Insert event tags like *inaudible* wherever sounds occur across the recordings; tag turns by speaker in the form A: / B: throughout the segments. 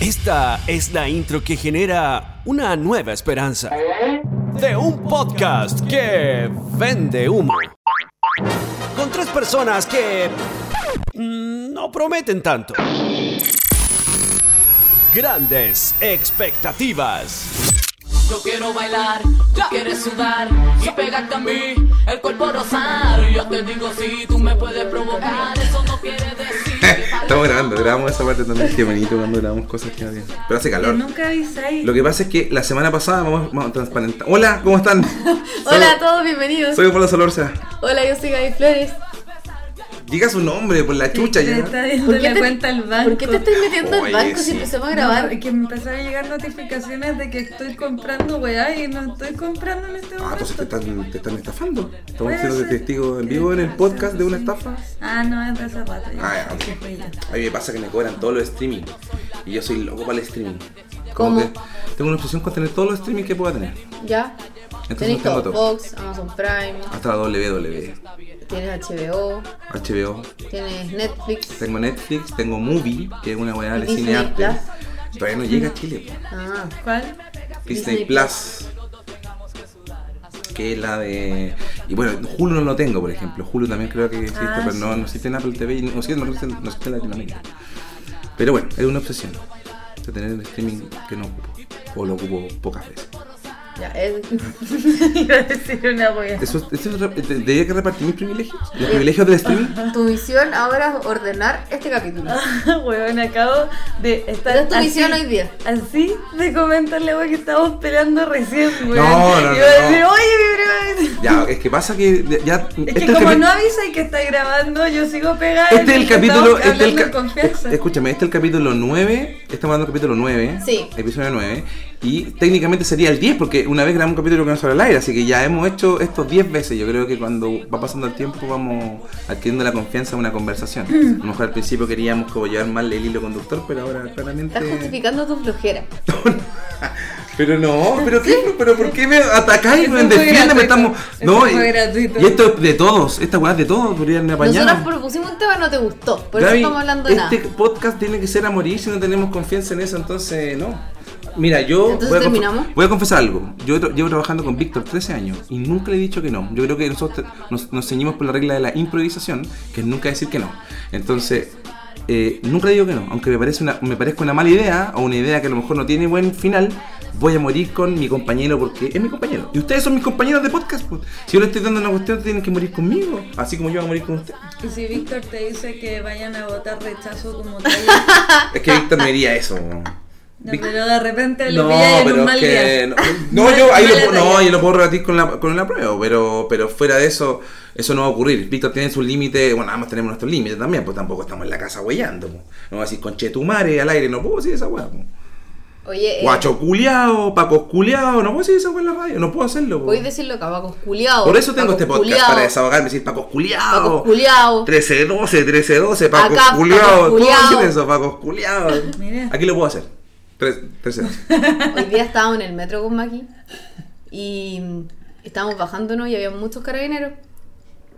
A: Esta es la intro que genera una nueva esperanza de un podcast que vende humo. Con tres personas que mm, no prometen tanto. Grandes expectativas.
B: Yo quiero bailar, tú quieres sudar y pegarte a mí, el cuerpo rosar. Yo te digo si tú me puedes provocar, eso no quiere decir que
C: Estamos grabando, grabamos esa parte también. Qué bonito cuando grabamos cosas que no tienen. Pero hace calor.
D: Nunca avisáis.
C: Lo que pasa es que la semana pasada vamos, vamos a transparentar. Hola, ¿cómo están?
D: *laughs* Hola a
C: Soy-
D: todos, bienvenidos.
C: Soy Pablo Solorza.
D: Hola, yo soy Gaby Flores.
C: Diga su nombre por la chucha
D: Te
C: ya.
D: está viendo la cuenta al banco.
E: ¿Por qué te estoy metiendo al
C: Oye,
E: banco si
C: sí.
E: empezamos a
D: No,
E: grabar?
D: es que me empezaron a llegar notificaciones de que estoy comprando weá y no estoy comprando en este
C: Ah,
D: momento.
C: entonces te están, te están estafando. Estamos
D: Puede
C: siendo de
D: ser.
C: testigos en vivo en el podcast de una estafa.
D: Ah, no, es de zapato. ya.
C: Ah, ya, ok.
D: Sí, fue ya.
C: A mí me pasa que me cobran todos los streaming. Y yo soy loco para el streaming.
E: ¿Cómo?
C: que tengo una obsesión con tener todos los streaming que pueda tener.
E: Ya.
C: Entonces
E: Tienes
C: los tengo todos.
E: Fox, Amazon Prime,
C: Hasta la WWE,
E: tienes HBO,
C: HBO,
E: tienes Netflix.
C: Tengo Netflix, tengo Movie, que es una weá de
E: Disney
C: cine arte.
E: Plus.
C: Todavía no llega a Chile. po.
E: Ah,
D: ¿Cuál?
C: Disney
E: Disney
C: Plus. Que es la de. Y bueno, Hulu no lo tengo, por ejemplo. Hulu también creo que existe,
D: Ah,
C: pero no, no existe en Apple TV y no, no existe, no existe- no existe en Latinoamérica. Pero bueno, es una obsesión. De tener el streaming que no ocupo. O lo ocupo pocas veces.
E: ya, es.
D: *laughs* Iba a decir una weá.
C: Eso, eso es re- de- ¿Debería que repartir mis privilegios? ¿Los privilegios del streaming?
E: Tu misión ahora es ordenar este capítulo.
D: *laughs*
C: Ah.
D: Weón, acabo de estar.
E: Pero es tu
D: así-
E: misión hoy día.
D: Así de comentarle weón que estábamos peleando recién, weón.
C: No, no,
D: Y yo
C: no.
D: decía, oye, mi prima.
C: Ya, es que pasa que de- ya.
D: Es
C: este
D: que como
C: capi-
D: no avisa y que está grabando, yo sigo pegada.
C: Este es el
D: y estamos
C: capítulo. Este es el
D: hablando
C: ca-
D: en confianza.
C: es- Escúchame, este es el capítulo 9. Estamos dando el capítulo 9.
E: Sí.
C: Episodio 9. Y técnicamente sería el 10, porque una vez grabamos un capítulo que no sale al aire. Así que ya hemos hecho esto 10 veces. Yo creo que cuando va pasando el tiempo, vamos adquiriendo la confianza de una conversación. A
D: Mm.
C: lo mejor al principio queríamos como llevar mal el hilo conductor, pero ahora
E: Estás
C: claramente.
E: justificando tu flojera.
C: Pero no, pero, qué, pero ¿por qué me atacáis?
D: Eso
C: Me
D: fue
C: defienden, me
D: gratuito.
C: estamos.
D: Eso
C: No,
D: fue
C: y,
D: gratuito.
C: y esto es de todos. Esta weá es de todos. Podrían apañar.
E: Nosotros propusimos un tema no te gustó. Por eso
C: Gaby,
E: estamos hablando de
C: este
E: nada.
C: podcast tiene que ser a morir si no tenemos confianza en eso, entonces no. Mira, yo
E: Entonces
C: voy, a conf-
E: terminamos.
C: voy a confesar algo. Yo tra- llevo trabajando con Víctor 13 años y nunca le he dicho que no. Yo creo que nosotros te- nos, nos ceñimos por la regla de la improvisación, que es nunca decir que no. Entonces, eh, nunca le digo que no. Aunque me, parece una, me parezca una mala idea o una idea que a lo mejor no tiene buen final, voy a morir con mi compañero porque es mi compañero. Y ustedes son mis compañeros de podcast. pues. Si yo le estoy dando una cuestión, tienen que morir conmigo, así como yo voy a morir con ustedes.
D: Y si Víctor te dice que vayan a votar rechazo
C: *laughs*
D: como tal,
C: Es que Víctor me diría eso. Vic-
D: pero de repente lo
C: No,
D: pillan en
C: pero
D: un
C: es
D: mal
C: que.
D: día. *laughs*
C: No, no,
D: Mal-
C: yo, ahí lo,
D: mala
C: puedo- no
D: talla.
C: yo lo puedo rebatir con la, con la prueba, pero, pero fuera de eso, eso no va a ocurrir. Víctor tiene sus límites, bueno, además tenemos nuestros límites también, pues tampoco estamos en la casa huellando. po. No va a decir conchetumare al aire, no puedo decir esa weá. po.
E: Oye, eh,
C: Guacho culiao, paco culiao, no puedo decir esa weá en la radio, no puedo hacerlo. po.
E: voy a decirlo acá, Paco Culeado.
C: Por eso tengo este podcast, para Oh.
E: esa
C: desahogarme, decir paco culiao.
E: Paco Culeado.
C: 13-12, 13-12, Paco
E: Acá,
C: culiao.
E: Paco
C: ¿Cómo
E: culiao.
C: decir eso, Paco culiao?
D: Mira.
C: Aquí lo puedo hacer.
E: *laughs*
C: 13-12.
E: Hoy día estábamos en el metro con Maki y mm, estábamos bajándonos y había muchos carabineros.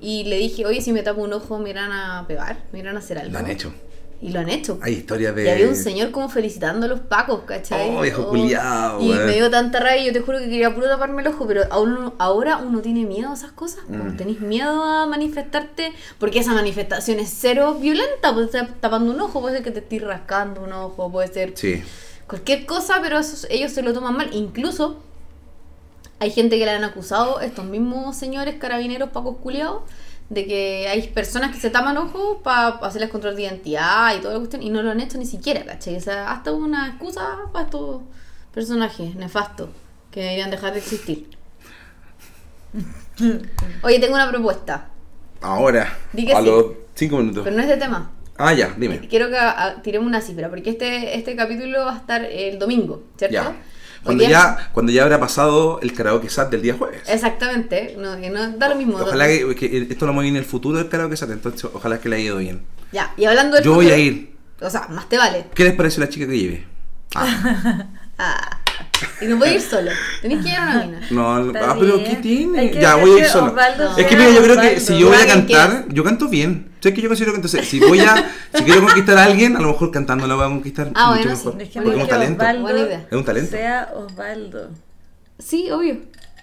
E: Y le dije, oye, si me tapo un ojo, me irán a pegar, me irán a hacer algo.
C: Lo han hecho.
E: Y lo han hecho.
C: Hay historias de.
E: Y había un señor como felicitando a los pacos, ¿cachai?
C: Oh, viejo culiao,
E: Y
C: weón.
E: me dio tanta rabia, yo te juro que quería puro taparme el ojo, pero aún, ahora uno tiene miedo a esas cosas.
C: Mm.
E: Como tenés miedo a manifestarte, porque esa manifestación es cero violenta. Puede ser tapando un ojo, puede ser que te estés rascando un ojo, puede ser
C: Sí.
E: cualquier cosa, pero eso- ellos se lo toman mal. Incluso hay gente que la han acusado, estos mismos señores carabineros pacos culiados, de que hay personas que se tapan ojos para hacerles control de identidad y toda la cuestión, y no lo han hecho ni siquiera, ¿cachai? O sea, hasta una excusa para estos personajes nefastos que deberían dejar de existir. *laughs* Oye, tengo una propuesta,
C: Ahora.
E: Di que
C: a
E: sí.
C: los 5 minutos.
E: pero no es de tema.
C: Ah, ya, dime.
E: Quiero que ah, tiremos una cifra, porque este, este capítulo va a estar el domingo, ¿cierto?
C: Ya.
E: Hoy
C: Cuando
E: día-
C: ya, cuando ya habrá pasado el karaoke SAT del día jueves.
E: Exactamente, no, que no da lo mismo.
C: Ojalá que, que esto lo mueva bien en el futuro del karaoke SAT, entonces ojalá que le haya ido bien.
E: Ya, y hablando del
C: Yo voy
E: futuro-
C: a ir.
E: O sea, más te vale.
C: ¿Qué les pareció la chica que lleve? Ah,
E: Ah, Y no podés ir solo. Tenés que ir a una mina.
C: No, no-
D: Está
C: ah, pero
D: bien.
C: ¿qué
D: Hay
C: tiene?
D: que
C: Ya
D: ver
C: voy a
D: que
C: ir solo.
D: Osvaldo
C: Es que
D: sea
C: mira, yo creo que
D: Osvaldo.
C: si yo voy a
E: Alguien que-
C: cantar, yo canto bien. O sea, es que yo considero que entonces, si voy a, si quiero conquistar a alguien, a lo mejor cantando lo voy a conquistar
E: Ah,
C: mucho
E: bueno,
C: mejor.
E: sí.
C: Porque es un talento.
D: Osvaldo
E: Buena idea.
C: Es un talento.
D: Sea Osvaldo.
E: Sí, obvio.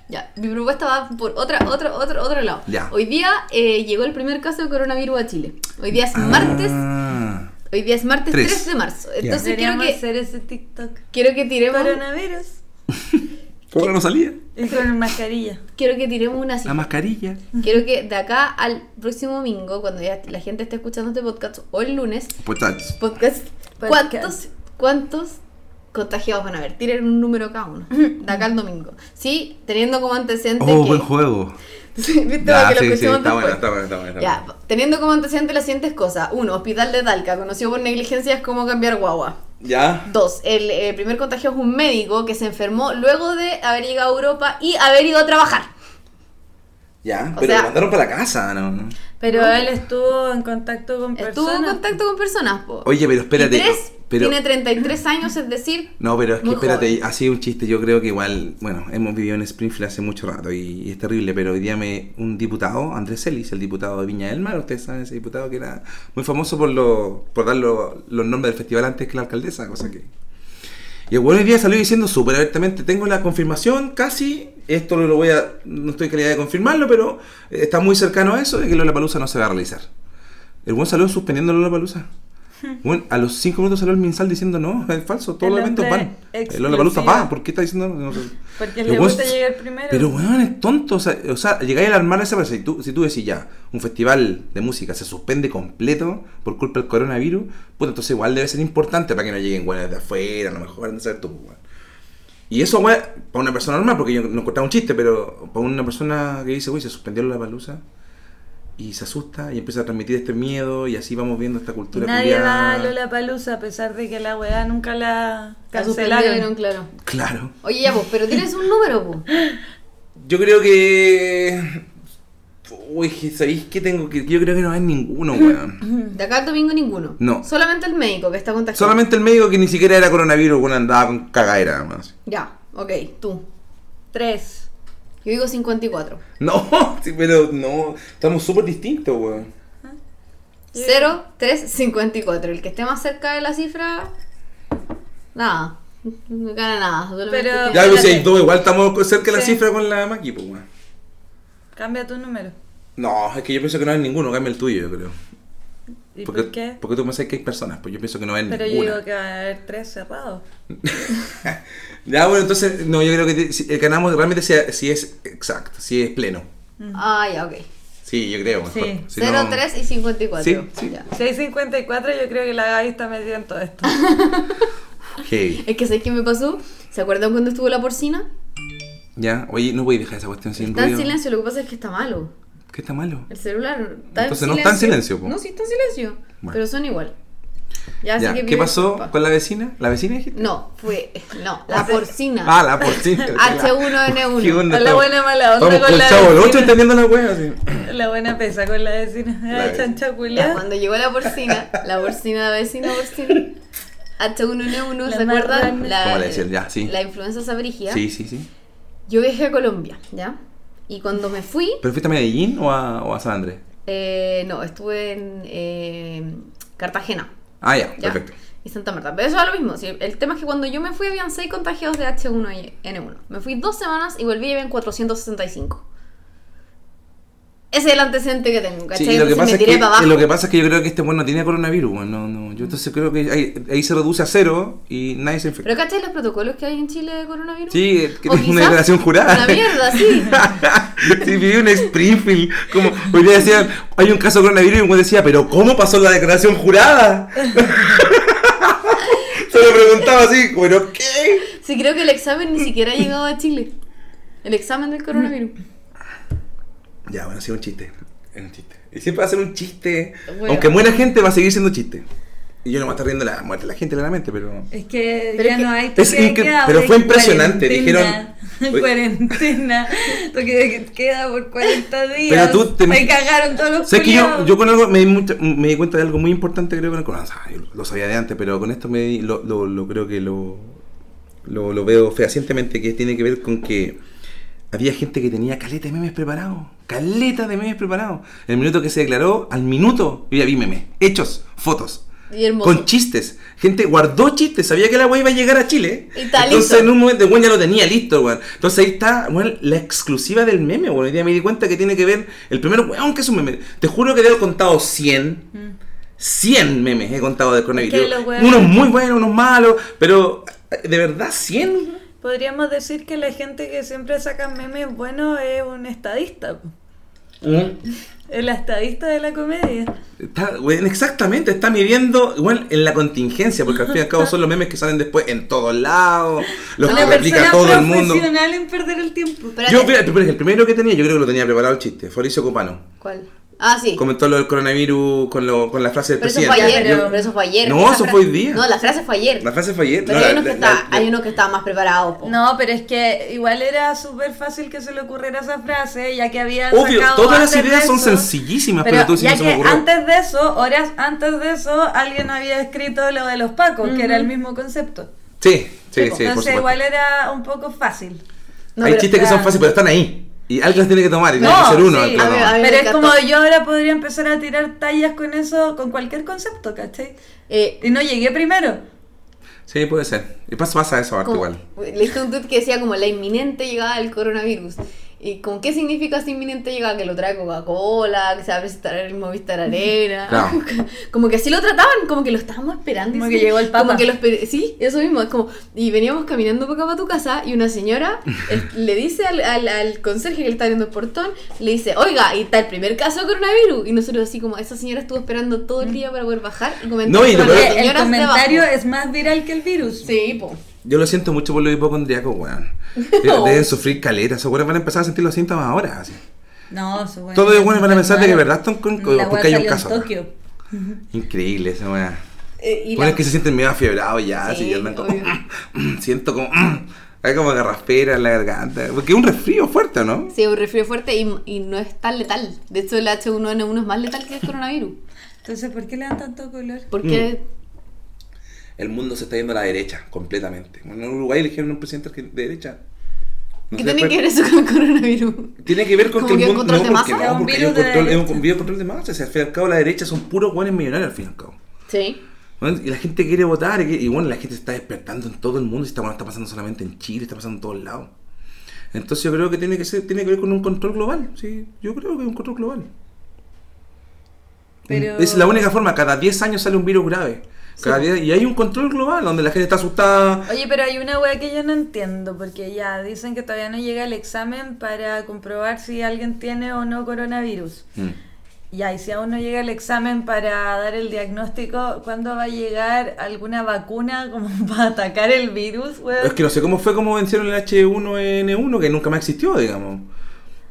E: Ya, mi propuesta va por otra, otro, otro, otro lado.
C: Ya.
E: Hoy día eh, llegó el primer caso de coronavirus a Chile. Hoy día es martes.
C: Ah.
E: Hoy día es martes
C: Tres.
E: 3 de marzo.
C: Ya.
E: Entonces quiero
D: Deberíamos
E: que,
D: hacer ese TikTok.
E: quiero que tiremos
D: Coronavirus.
C: ¿Cómo no salía?
D: Y con mascarilla.
E: quiero que tiremos una cifra.
C: La mascarilla.
E: Quiero que de acá al próximo domingo, cuando ya la gente esté escuchando este podcast, o el lunes,
C: Pues tach.
E: podcast,
D: Podcast.
E: ¿cuántos, cuántos contagiados van a haber? Tiren un número
D: *laughs*
E: cada uno, de acá al domingo. Sí, teniendo como antecedente
C: Oh,
E: que...
C: buen juego.
E: *laughs* Sí, ¿viste?
C: Ya,
E: Para que lo
C: sí, sí,
E: escuchemos
C: está bueno,
E: después.
C: está bueno, está bueno. está
E: Ya,
C: bueno.
E: teniendo como antecedente las siguientes cosas. Uno, hospital de Talca, conocido por negligencias como cambiar guagua.
C: Ya.
E: Dos, el eh, primer contagio es un médico que se enfermó luego de haber llegado a Europa y haber ido a trabajar.
C: Ya.
E: O
C: Pero
E: sea-
C: lo mandaron para la casa, ¿no?
D: Pero
E: No.
D: él estuvo en contacto con personas.
E: Estuvo en contacto con personas, po.
C: Oye, pero espérate.
E: Y tres,
C: pero...
E: tiene 33 años, es decir,
C: No, pero es que
E: Muy
C: espérate,
E: joven.
C: ha sido un chiste. Yo creo que igual, bueno, hemos vivido en Springfield hace mucho rato y, y es terrible, pero hoy día me, un diputado, Andrés Celis, el diputado de Viña del Mar, ustedes saben, ese diputado que era muy famoso por, lo, por dar lo- los nombres del festival antes que la alcaldesa, cosa que. Y el bueno hoy día salió diciendo súper abiertamente, tengo la confirmación casi, esto lo voy a, no estoy en calidad de confirmarlo, pero eh, está muy cercano a eso de que Lollapalooza no se va a realizar. El buen salió suspendiendo
D: *laughs*
C: Lollapalooza. Bueno, a los 5 minutos salió el Minsal diciendo no, *laughs* es falso, todos
D: El
C: los eventos
D: hombre
C: van. El Lollapalooza
D: explosivo.
C: va, ¿por qué está diciendo? No sé.
D: Porque
C: El
D: le
C: weón
D: gusta
C: s-
D: llegar primero.
C: Pero weón, es tonto, o sea, o sea, llegáis al armar esa persona, si tú, si tú decís ya, un festival de música se suspende completo por culpa del coronavirus, pues entonces igual debe ser importante para que no lleguen weones de afuera, a lo mejor, no sé tú, weón. Y eso, weón, para una persona normal, porque yo no contaba un chiste, pero para una persona que dice, uy, se suspendió la palusa y se asusta y empieza a transmitir este miedo y así vamos viendo esta
D: Y
C: cultura
D: nadie va
C: culiada.
D: a Lollapalooza a pesar de que la weá nunca la
E: la
D: cancelaron.
E: suspendieron, claro.
C: Claro.
E: Oye, ya, vos, pero tienes un número, po.
C: Yo creo que. Uy, que ¿sabéis qué tengo que.? Yo creo que no hay ninguno,
D: *laughs*
C: weón.
E: De acá al domingo ninguno.
C: No.
E: Solamente el médico que está contagiado.
C: Solamente el médico que ni siquiera era coronavirus, weón, andaba con cagadera, más.
E: Ya, ok, tú.
D: Tres.
E: Yo digo 54.
C: No, *laughs* sí, pero no. Estamos súper distintos, weón.
E: 0, 3, 54. El que esté más cerca de la cifra, nada. No gana nada. solamente
D: Pero-
E: el que-
C: Ya, pero si hay
D: Espérate.
C: dos, igual estamos cerca de la
D: Sí.
C: cifra con la Maki, pues, weón.
D: Cambia tu número.
C: No, es que yo pienso que no hay ninguno, cambia el tuyo, yo creo.
D: ¿Y
C: Porque,
D: por qué?
C: Porque tú pensás que hay personas, pues yo pienso que no hay
D: Pero yo
C: ninguna.
D: digo que va a haber tres cerrados.
C: *laughs* Ya, bueno, entonces, no, yo creo que te- si- el ganamos realmente si, si es exacto, si es pleno.
E: Ah, ya, ok.
C: Sí, yo creo, mejor.
D: Sí.
C: Si
E: 0,
C: no-
E: 3 y 54.
C: Sí, sí.
E: Ya.
D: Si hay 54, yo creo que la Gaby está metida en
C: *laughs*
D: todo esto.
C: Heavy.
E: Es que sé qué me pasó. ¿Se acuerdan cuando estuvo la porcina?
C: Ya, oye, no voy a dejar esa cuestión sin
E: Está en
C: ruido.
E: silencio, lo que pasa es que está malo.
C: ¿Qué está malo?
E: El celular está
C: Entonces no está en silencio, po.
E: No, sí está en silencio.
C: Bueno.
E: Pero son igual. Ya, así
C: ya,
E: que
C: ¿qué
E: pido
C: pasó
E: disculpas.
C: con la vecina? ¿La vecina dijiste?
E: No, fue. No, la porcina.
C: Ah, la
E: *laughs*
C: porcina. *laughs*
E: H1N1.
C: ¿Qué onda?
D: A la buena mala onda
C: Vamos
D: con
C: con
D: la
C: Chavo el
D: vecina.
C: Ocho entendiendo la wea así.
D: La buena pesa con la vecina.
C: La
D: Ay,
C: vecina.
D: chancha
E: Ya,
D: culiá.
E: cuando llegó la porcina, la porcina vecina porcina. H1N1,
D: La
E: ¿se acuerdan?
D: marrana.
E: La,
C: ¿Cómo le decían? Ya, sí.
E: la influenza sabrígida.
C: Sí, sí, sí.
E: Yo viajé a Colombia, ¿ya? Y cuando me fui,
C: ¿Pero fuiste a Medellín o a, o a San Andrés?
E: eh, no, estuve en eh, Cartagena.
C: Ah, ya,
E: ¿ya?
C: perfecto.
E: Y Santa Marta. Pero eso es lo mismo. sí. El tema es que cuando yo me fui habían 6 contagiados de H1N1. Me fui dos semanas y volví y habían 465. Ese es el antecedente que tengo, ¿cachai?
C: Sí, y lo, que
E: Entonces
C: pasa
E: me
C: es
E: tiré para
C: que,
E: abajo.
C: lo que pasa es que yo creo que este bueno no tiene coronavirus. weón, No, no. Yo entonces creo que ahí, ahí se reduce a cero y nadie se infecta.
E: Pero ¿cachai los protocolos que hay en Chile de coronavirus?
C: Sí, es que
E: O
C: es una
E: quizás
C: declaración jurada.
E: Una
C: *laughs*
E: mierda, sí.
C: sí, viví en Springfield. Como hoy día decían, hay un caso de coronavirus y uno decía, pero ¿cómo pasó la declaración jurada? *laughs* Se lo preguntaba así, ¿pero qué?
E: Sí, creo que el examen ni siquiera ha llegado a Chile. El examen del coronavirus.
C: Ya, bueno, sí, un chiste. Es un chiste. Y siempre va a ser un chiste.
E: Bueno.
C: Aunque muera gente, va a seguir siendo chiste. Y yo no me está riendo la muerte de la gente, claramente, pero.
D: Es que
E: Pero
D: ya
E: es que-
D: no hay
C: es
D: toque de
C: incre-
D: queda,
C: pero
D: ahora
C: fue
D: hay
C: impresionante,
D: cuarentena. *laughs*
C: dijeron-
D: cuarentena. Toque de queda por 40 días.
C: Pero tú te-
D: Me cagaron todos los
C: Sé que yo,
D: culiados.
C: yo con algo me di, mucha- me di cuenta de algo muy importante, creo, con el coronavirus. O sea, yo lo sabía de antes, pero con esto me di- lo, lo- lo creo que lo, lo, lo veo fehacientemente, que tiene que ver con que había gente que tenía caleta de memes preparados. Caleta de memes preparados. El minuto que se declaró, al minuto, yo ya vi memes. Hechos, fotos.
E: Y hermoso.
C: Con chistes. Gente guardó chistes. Sabía que la weá iba a llegar a Chile.
E: Y está
C: Entonces
E: listo.
C: en un momento, weón, ya lo tenía listo, weón. Entonces ahí está, weón, la exclusiva del meme, weón. Hoy día me di cuenta que tiene que ver el primer weón que es un meme. Te juro que te he contado 100. 100 memes he contado del coronavirus.
D: los weones-
C: unos muy buenos, unos malos, pero eh, de verdad 100.
D: Podríamos decir que la gente que siempre saca memes buenos es un estadista. po. El estadista de la comedia.
C: Está, weón, exactamente, está midiendo weón, en la contingencia, porque al fin y al cabo son los memes que salen después en todos lados, los que
D: Una
C: replica
D: persona
C: todo el mundo.
D: profesional en perder el tiempo.
E: Pero-
C: Yo, mira, pero es que el primero que tenía, yo creo que lo tenía preparado el chiste, Fabricio Copano.
E: ¿Cuál? Ah, sí.
C: Comentó lo del coronavirus con, lo, con la frase del
E: Pero eso fue
C: presidente.
E: ayer,
C: Yo-
E: pero eso fue ayer.
C: No,
E: Esa
C: eso
E: fra-
C: fue hoy día.
E: No, la frase fue ayer.
C: La frase fue ayer.
E: Pero
C: No,
E: hay,
C: la-
E: unos que
C: la- la-
E: está- hay unos que estaban más preparados. po.
D: No, pero es que igual era súper fácil que se le ocurriera esa frase, ya que había.
C: Obvio,
D: sacado
C: todas las
D: antes de
C: ideas son
D: eso.
C: sencillísimas, pero,
D: Pero
C: tú sí
D: ya
C: no se me
D: que
C: ocurrió.
D: antes de eso, horas antes de eso, alguien había escrito lo de los pacos, que era el mismo concepto.
C: Sí, sí, sí, por
D: Entonces
C: supuesto.
D: igual era un poco fácil.
E: No,
C: hay
E: pero-
C: chistes que son
D: ya.
C: fáciles, pero están ahí. Y alguien las tiene que tomar, y tiene que ser uno.
D: sí,
C: el que lo
E: a ver,
C: toma.
E: a ver. mí
D: Pero
E: me
D: es como
E: encantó.
D: yo ahora podría empezar a tirar tallas con eso, con cualquier concepto, ¿cachai?
E: Eh,
D: Y no llegué primero.
C: Sí, puede ser. Y pasa, pasa eso, Bart,
E: como-
C: igual.
E: leí un tweet que decía como la inminente llegada del coronavirus. ¿Y con qué significa esa inminente llegada? Que lo trae Coca-Cola, que se va a presentar en el Movistar Arena.
C: *laughs* Claro.
E: *laughs* como que así lo trataban, como que lo estábamos esperando. y
D: Como
E: sí,
D: que llegó el Papa.
E: Como que lo esper- sí, eso mismo. Es como, y veníamos caminando para acá para tu casa y
C: *laughs*
E: una señora el- le dice al, al, al conserje que le está abriendo el portón, le dice, oiga, y está el primer caso de coronavirus. Y nosotros así como, esa señora estuvo esperando todo el día para poder bajar y comentar.
C: No, y lo
E: sobre
C: peor-
D: Porque
E: las
D: Mm. el
E: señoras de abajo".
D: comentario es más viral que el virus.
E: Sí, po.
C: Yo lo siento mucho por los hipocondriacos, weón. De-
E: *laughs* No.
C: Deben sufrir caletas, seguro van a empezar a sentir los síntomas ahora. así.
D: No, eso bueno.
C: Todos los buenos van a
D: está
C: pensar de que
D: mal.
C: verdad están con-
D: La
C: porque hay un
D: salió en
C: caso.
D: Tokio.
C: Increíble esa weón.
E: Eh, y
C: Bueno,
E: la-
C: es que se sienten medio afiebrados ya,
E: Sí,
C: así, y andan como.
E: obvio.
C: *laughs* siento como. *clears throat* hay como garraspera en la garganta. Porque es un resfrío fuerte, ¿no?
E: Sí, un resfrío fuerte y, y no es tan letal. De hecho, el H1N1 es más letal que el coronavirus.
D: Entonces, ¿por qué le dan tanto color?
E: Porque
C: Mm. El mundo se está yendo a la derecha, completamente. Bueno, en Uruguay eligieron un presidente de derecha. No
E: ¿qué
C: sé,
E: tiene
C: pues,
E: que ver eso con el coronavirus?
C: Tiene que ver con
E: ¿Como
C: que el
E: que un
C: mundo.
E: control de
C: porque
E: masa?
C: no,
D: Es un
C: porque hay
D: virus
C: un
D: de
C: control, es un
D: derecha.
C: virus de control de masa. O sea, al fin y al cabo, la derecha son puros buenos millonarios, al fin y al cabo.
E: Sí.
C: Bueno, y la gente quiere votar, y, que- y bueno, la gente se está despertando en todo el mundo, y está, bueno, está pasando solamente en Chile, está pasando en todos lados. Entonces yo creo que tiene que ser, tiene que ver con un control global, sí, yo creo que es un control global.
D: Pero-
C: Es la única forma, cada 10 años sale un virus grave. Cada 10 y hay un control global donde la gente está asustada.
D: Oye, pero hay una wea que yo no entiendo, porque ya dicen que todavía no llega el examen para comprobar si alguien tiene o no coronavirus.
C: Mm.
D: Ya, y si aún no llega el examen para dar el diagnóstico, ¿cuándo va a llegar alguna vacuna como *laughs* para atacar el virus, weón?
C: Es que no sé cómo fue cómo vencieron el H1N1, que nunca más existió, digamos.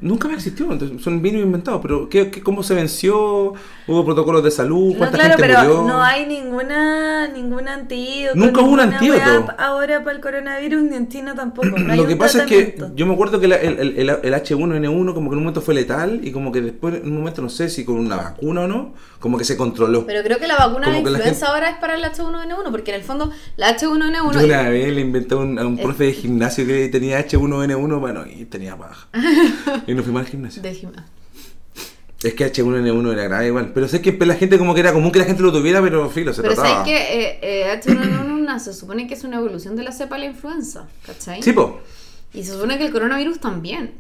C: Nunca más existió, entonces son virus inventados, pero ¿qué, qué- cómo se venció? ¿Hubo protocolos de salud?
D: No,
C: ¿Cuánta
D: claro,
C: gente
D: pero
C: murió?
D: no hay ninguna ningún antídoto.
C: Nunca hubo un
D: ninguna
C: antídoto.
D: weá pa- Ahora para el coronavirus ni en China tampoco.
C: *clears throat*
E: Pues
D: No hay
C: Lo
D: un
C: que pasa es que
D: tratamiento.
C: yo me acuerdo que la- el, el- el- el H1N1 como que en un momento fue letal y como que después en un momento no sé si con una vacuna o no, como que se controló.
E: Pero creo que la vacuna
C: Como
E: de la
C: que la gente-
E: influenza ahora es para el H1N1, porque en el fondo la
C: Yo una
E: H1N1
C: vez le inventé a un, a
E: Eh.
C: un profe de gimnasio que tenía H1N1, bueno, y tenía paja. Y nos fuimos al
E: es *laughs*
C: gimnasio.
E: de gimnasio.
C: Es que H1N1 era grave igual. Pero sé que la gente como que era común que la gente lo tuviera, pero filo, se
E: Pero
C: trataba.
E: sabes Eh, que H1N1 se supone que es una evolución de la cepa de la influenza, ¿cachai?
C: Sí, po.
E: y se supone que el coronavirus también.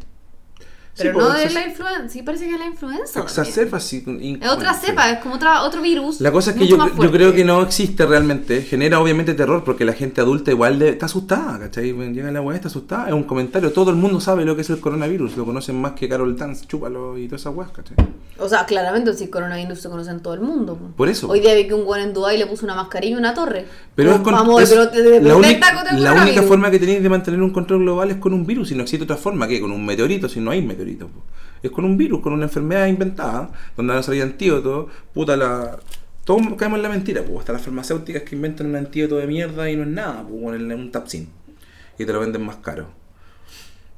C: Sí,
E: Pero
C: po,
E: no de
C: exac-
E: la influenza, sí parece que es la influenza. también.
C: exacerba, sí, y-
E: Es otra
C: bueno, sí.
E: cepa, es como otra, otro virus.
C: La cosa es que
E: mucho
C: yo,
E: más
C: yo
E: fuerte.
C: creo que no existe realmente. Genera obviamente terror porque la gente adulta igual de- está asustada, ¿cachai? Bueno, Llega la weá, está asustada. Es un comentario. Todo el mundo sabe lo que es el coronavirus. Lo conocen más que Carol Dance, chúpalo y todas esas weas, ¿cachai?
E: O sea, claramente si coronavirus se conoce en todo el mundo. po.
C: Por eso.
E: Hoy día vi que un guan en Dubái le puso una mascarilla y una torre.
C: Pero es con-
E: Oh, Vamos,
C: es-
E: pero te- te-
C: la,
E: te-
C: única-
E: te- te- te-
C: la
E: coronavirus.
C: única forma que tenéis de mantener un control global es con un virus. Y no existe otra forma que con un meteorito, si no hay meteorito. po. Es con un virus, con una enfermedad inventada, donde van a salir antídotos. Puta la. Todos caemos en la mentira, pues. Hasta las farmacéuticas que inventan un antídoto de mierda y no es nada, pues. Ponen un tapsin. Y te lo venden más caro.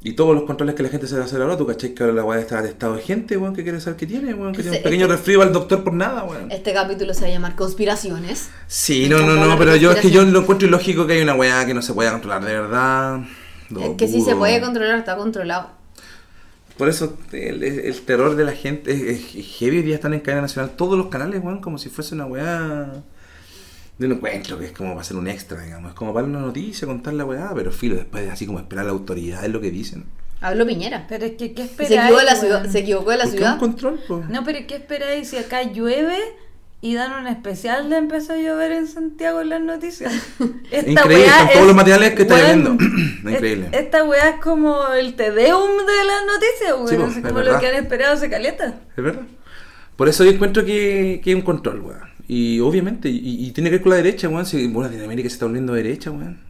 C: Y todos los controles que la gente se le hace ahora, tú caché que ahora la weá está atestado de gente, weón, que quiere saber qué tiene, weón, que
E: Sí,
C: tiene
E: Pues es
C: un pequeño
E: que-
C: resfrío al doctor por nada, weón.
E: Este capítulo se va a llamar Conspiraciones.
C: Sí,
E: Me
C: no, no,
E: encanta
C: no,
E: la
C: pero yo es que yo
E: respiración.
C: lo encuentro ilógico que hay una weá que no se pueda controlar, de verdad. Lo
E: Es que si se
C: dudo.
E: puede controlar, está controlado.
C: Por eso el, el- el terror de la gente es, es heavy. Hoy día están en cadena nacional todos los canales, weón, como si fuese una weá de un encuentro, que es como para hacer un extra, digamos. Es como para una noticia, contar la weá, pero filo, después así como esperar a la autoridad es lo que dicen.
E: Habló Piñera.
D: Pero es que, ¿qué
E: Y
D: esperáis?
E: Se equivocó, de la
D: weón?
E: ciudad, se equivocó de la
C: ¿Por qué
E: ciudad.
C: un control, po?
D: No, pero ¿qué esperáis si acá llueve y dan un especial de empezó a llover en Santiago en
C: *laughs*
D: las noticias?
C: Increíble,
D: weá
C: están todos los materiales que está *clears throat*
D: weón,
C: lloviendo.
D: es-
C: Increíble.
D: Esta weá es como el tedeum de las noticias, weón.
C: Sí, po,
D: Así
C: es
D: como
C: verdad.
D: lo que han esperado se caleta.
C: Es verdad. Por eso yo encuentro que, que hay un control, weón. Y obviamente, y, y tiene que ver con la derecha, weón. Si, bueno, Latinoamérica se está volviendo derecha, weón.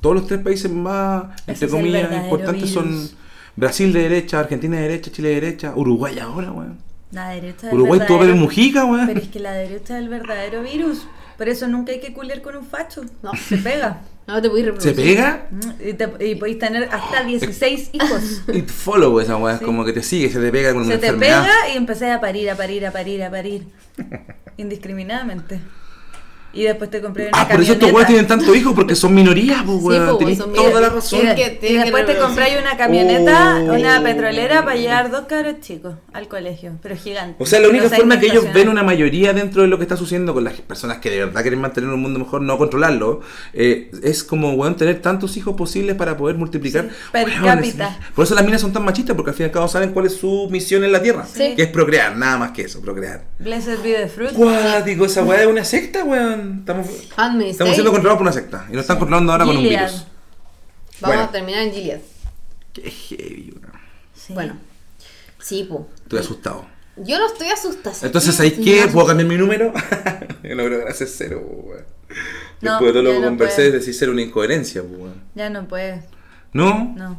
C: Todos los tres países más,
D: Ese
C: entre
D: es el
C: comillas,
D: verdadero
C: importantes son
D: virus.
C: Brasil de derecha, Argentina de derecha, Chile de derecha, Uruguay ahora, weón.
D: La derecha del
C: Uruguay tuvo a ver
D: verdadero-
C: Mujica,
D: Pero
C: weón.
D: es que la derecha es el verdadero virus. Por eso nunca hay que culiar con un facho.
E: No.
C: *laughs*
D: Se pega.
E: No te voy a
C: ¿Se
E: reproducir.
C: pega?
D: Mm, Y, te- y podéis tener hasta 16 hijos.
C: It follow esa weón,
D: Sí.
C: es como que te sigue, se te pega con una
D: Se te
C: enfermedad.
D: pega y empecé a parir, a parir, a parir, a parir. Indiscriminadamente. Y después te compré una
C: Ah, por eso estos weones
D: camioneta.
C: tienen tantos hijos, porque son minorías, pues,
E: Sí,
C: weón.
E: pues,
C: Tenés
E: son
C: toda la
E: minorías.
C: razón.
E: Tienen
D: Y,
E: que-
D: de- y
E: tienen que
D: después te
E: reproducir.
D: compré una camioneta,
C: Oh.
D: una petrolera para llevar dos cabros chicos al colegio, pero gigantes.
C: O sea, la única
D: No sé,
C: forma que ellos ven
D: estacionar.
C: una mayoría dentro de lo que está sucediendo con las personas que de verdad quieren mantener un mundo mejor, no controlarlo, eh, es como, weón, tener tantos hijos posibles para poder multiplicar.
D: Sí, per
C: Weón,
D: cápita.
C: es- por eso las minas son tan machistas, porque al fin y al cabo saben cuál es su misión en la Tierra,
E: Sí.
C: que es procrear, nada más que eso, procrear.
D: Blessed be the fruit.
C: Cuático, esa weá es una secta, weón. Estamos,
E: Handmaid's
C: estamos
E: Tale.
C: siendo controlados por una secta, y nos están controlando ahora con un
D: Gilead.
C: virus.
E: Vamos
C: Bueno.
E: a terminar en Gilead.
C: Qué heavy, weón.
D: Sí.
E: Bueno. Sí, po.
C: Estoy asustado.
E: Yo no estoy asustada. ¿sí?
C: Entonces, ¿sabes
E: No,
C: qué?
E: no.
C: ¿Puedo cambiar mi número? *laughs* Yo no creo que hacer cero, pues, weón.
D: No,
C: Después de todo lo
D: ya
C: que
D: no
C: conversé,
D: puedo.
C: decir cero una incoherencia, pues, weón.
D: Ya no puedes,
C: ¿No?
D: no.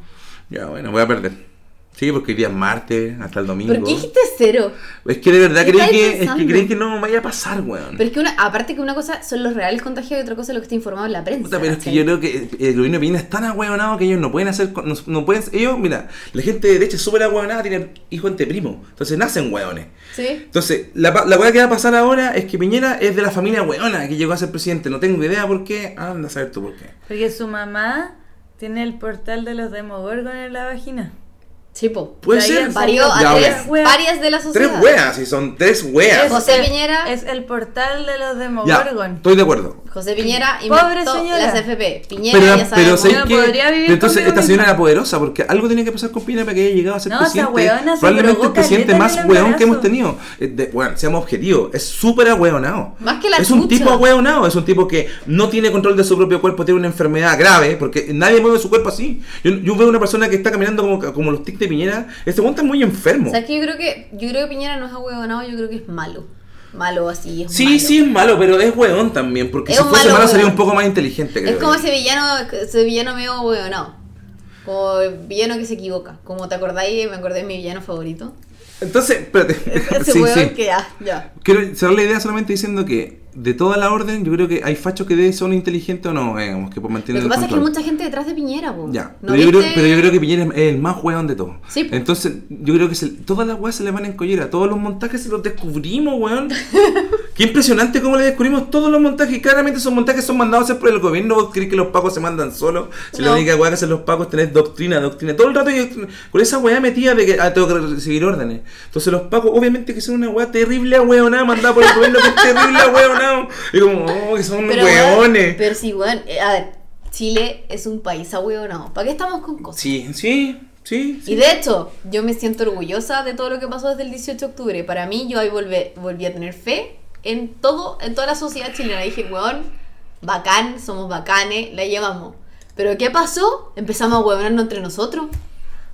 C: Ya, bueno, voy a perder. Sí, porque hoy día es martes, hasta el domingo.
E: ¿Por qué dijiste cero?
C: Es que de verdad
E: ¿Qué
C: creí
E: estáis
C: que, es que
E: pensando?
C: creí que no me vaya a pasar, weón.
E: Pero es que una, aparte que una cosa son los reales contagios y otra cosa es lo que está informado en la prensa.
C: Puta, pero es que
E: ¿cachai?
C: yo creo que eh, el gobierno de Piñera es tan ahueonado que ellos no pueden hacer. con- No, no pueden, ellos, mira, la gente de derecha es súper ahueonada, tiene hijos entre primos. Entonces nacen hueones.
E: Sí.
C: Entonces, la, pa- la weá que va a pasar ahora es que Piñera es de la familia weona que llegó a ser presidente. No tengo idea por qué. Anda a saber tú por qué.
D: Porque su mamá tiene el portal de los Demogorgon en la vagina.
E: Sí, po.
C: Puede
D: Ya,
C: ser.
D: ya,
E: Parió
C: Ya,
E: a tres
C: weón.
D: wea.
E: parias de la sociedad.
C: Tres weas, si son tres weas.
E: José
D: el-
E: Piñera.
D: Es el portal de los
C: Ya,
D: Demogorgon.
C: estoy de acuerdo.
E: José Piñera y
D: Pobre señora.
E: las FP. Piñera,
C: Pero,
E: ya
C: pero
E: sabemos.
C: sé
D: Yo no
C: que.
D: podría vivir
C: Entonces,
D: conmigo
C: esta señora
D: misma.
C: era poderosa porque algo tenía que pasar con Piñera para que haya llegado a ser
D: No, esa
C: presidente.
D: weona se
C: Probablemente
D: drogó
C: el presidente
D: caleta en
C: más
D: el
C: weón que hemos
D: embarazo.
C: tenido. Eh, de- bueno, seamos objetivos, es súper ahueonado.
E: Más que la
C: Es un
E: chucha.
C: tipo ahueonado, es un tipo que no tiene control de su propio cuerpo, tiene una enfermedad grave porque nadie mueve su cuerpo así. Yo, yo veo una persona que está caminando como, como los tics de Piñera. Este weón está muy enfermo.
E: ¿Sabes qué? Yo creo que, yo creo que Piñera no es ahuegonado, yo creo que es malo. Malo así, es
C: Sí,
E: malo.
C: sí es malo, pero es weón también, porque
E: Es
C: si
E: un
C: fuese
E: malo
C: malo
E: weón.
C: sería un poco más inteligente, creo
E: Es como
C: yo.
E: ese villano, ese villano medio hueonado. Como el villano que se equivoca. Como te acordáis, me acordé de mi
C: *laughs*
E: villano favorito.
C: Entonces, espérate. *laughs*
E: Ese
C: Sí,
E: hueón
C: sí.
E: que ah, ya.
C: Quiero cerrar la idea solamente diciendo que de toda la orden, yo creo que hay fachos que de- son inteligentes o no, digamos, que pues
E: Lo
C: mantienen
E: que
C: el
E: pasa es que hay
C: control.
E: mucha gente detrás de Piñera, po.
C: Ya,
E: ¿No
C: pero, yo creo,
E: viste?
C: pero yo creo que Piñera es el más hueón de todos.
E: Sí, po.
C: Entonces, yo creo que se- todas las weas se le van a encollar. A todos los montajes se los descubrimos,
E: *laughs*
C: weón. Qué impresionante cómo le descubrimos todos los montajes. Claramente esos montajes son mandados a hacer por el gobierno. ¿Vos crees que los pacos se mandan solos? Si la
E: No.
C: única wea que hacen los pacos es tener doctrina, doctrina. Todo el rato hay doctrina. con esa wea metida de que ah, tengo que recibir órdenes. Entonces los pacos, obviamente que son una wea terrible a mandada por el gobierno que es terrible a Y como, oh, que son
E: Pero, weón,
C: weones.
E: Pero sí, hueón. eh, a ver, Chile es un país ahueonado. ¿Para qué estamos con cosas?
C: Sí, sí, sí.
E: Y de hecho, yo me siento orgullosa de todo lo que pasó desde el 18 de octubre. Para mí, yo ahí volví, volví a tener fe en todo, en toda la sociedad chilena. Dije, weón, bacán, somos bacanes, la llevamos. Pero ¿qué pasó? Empezamos a huevonarnos entre nosotros.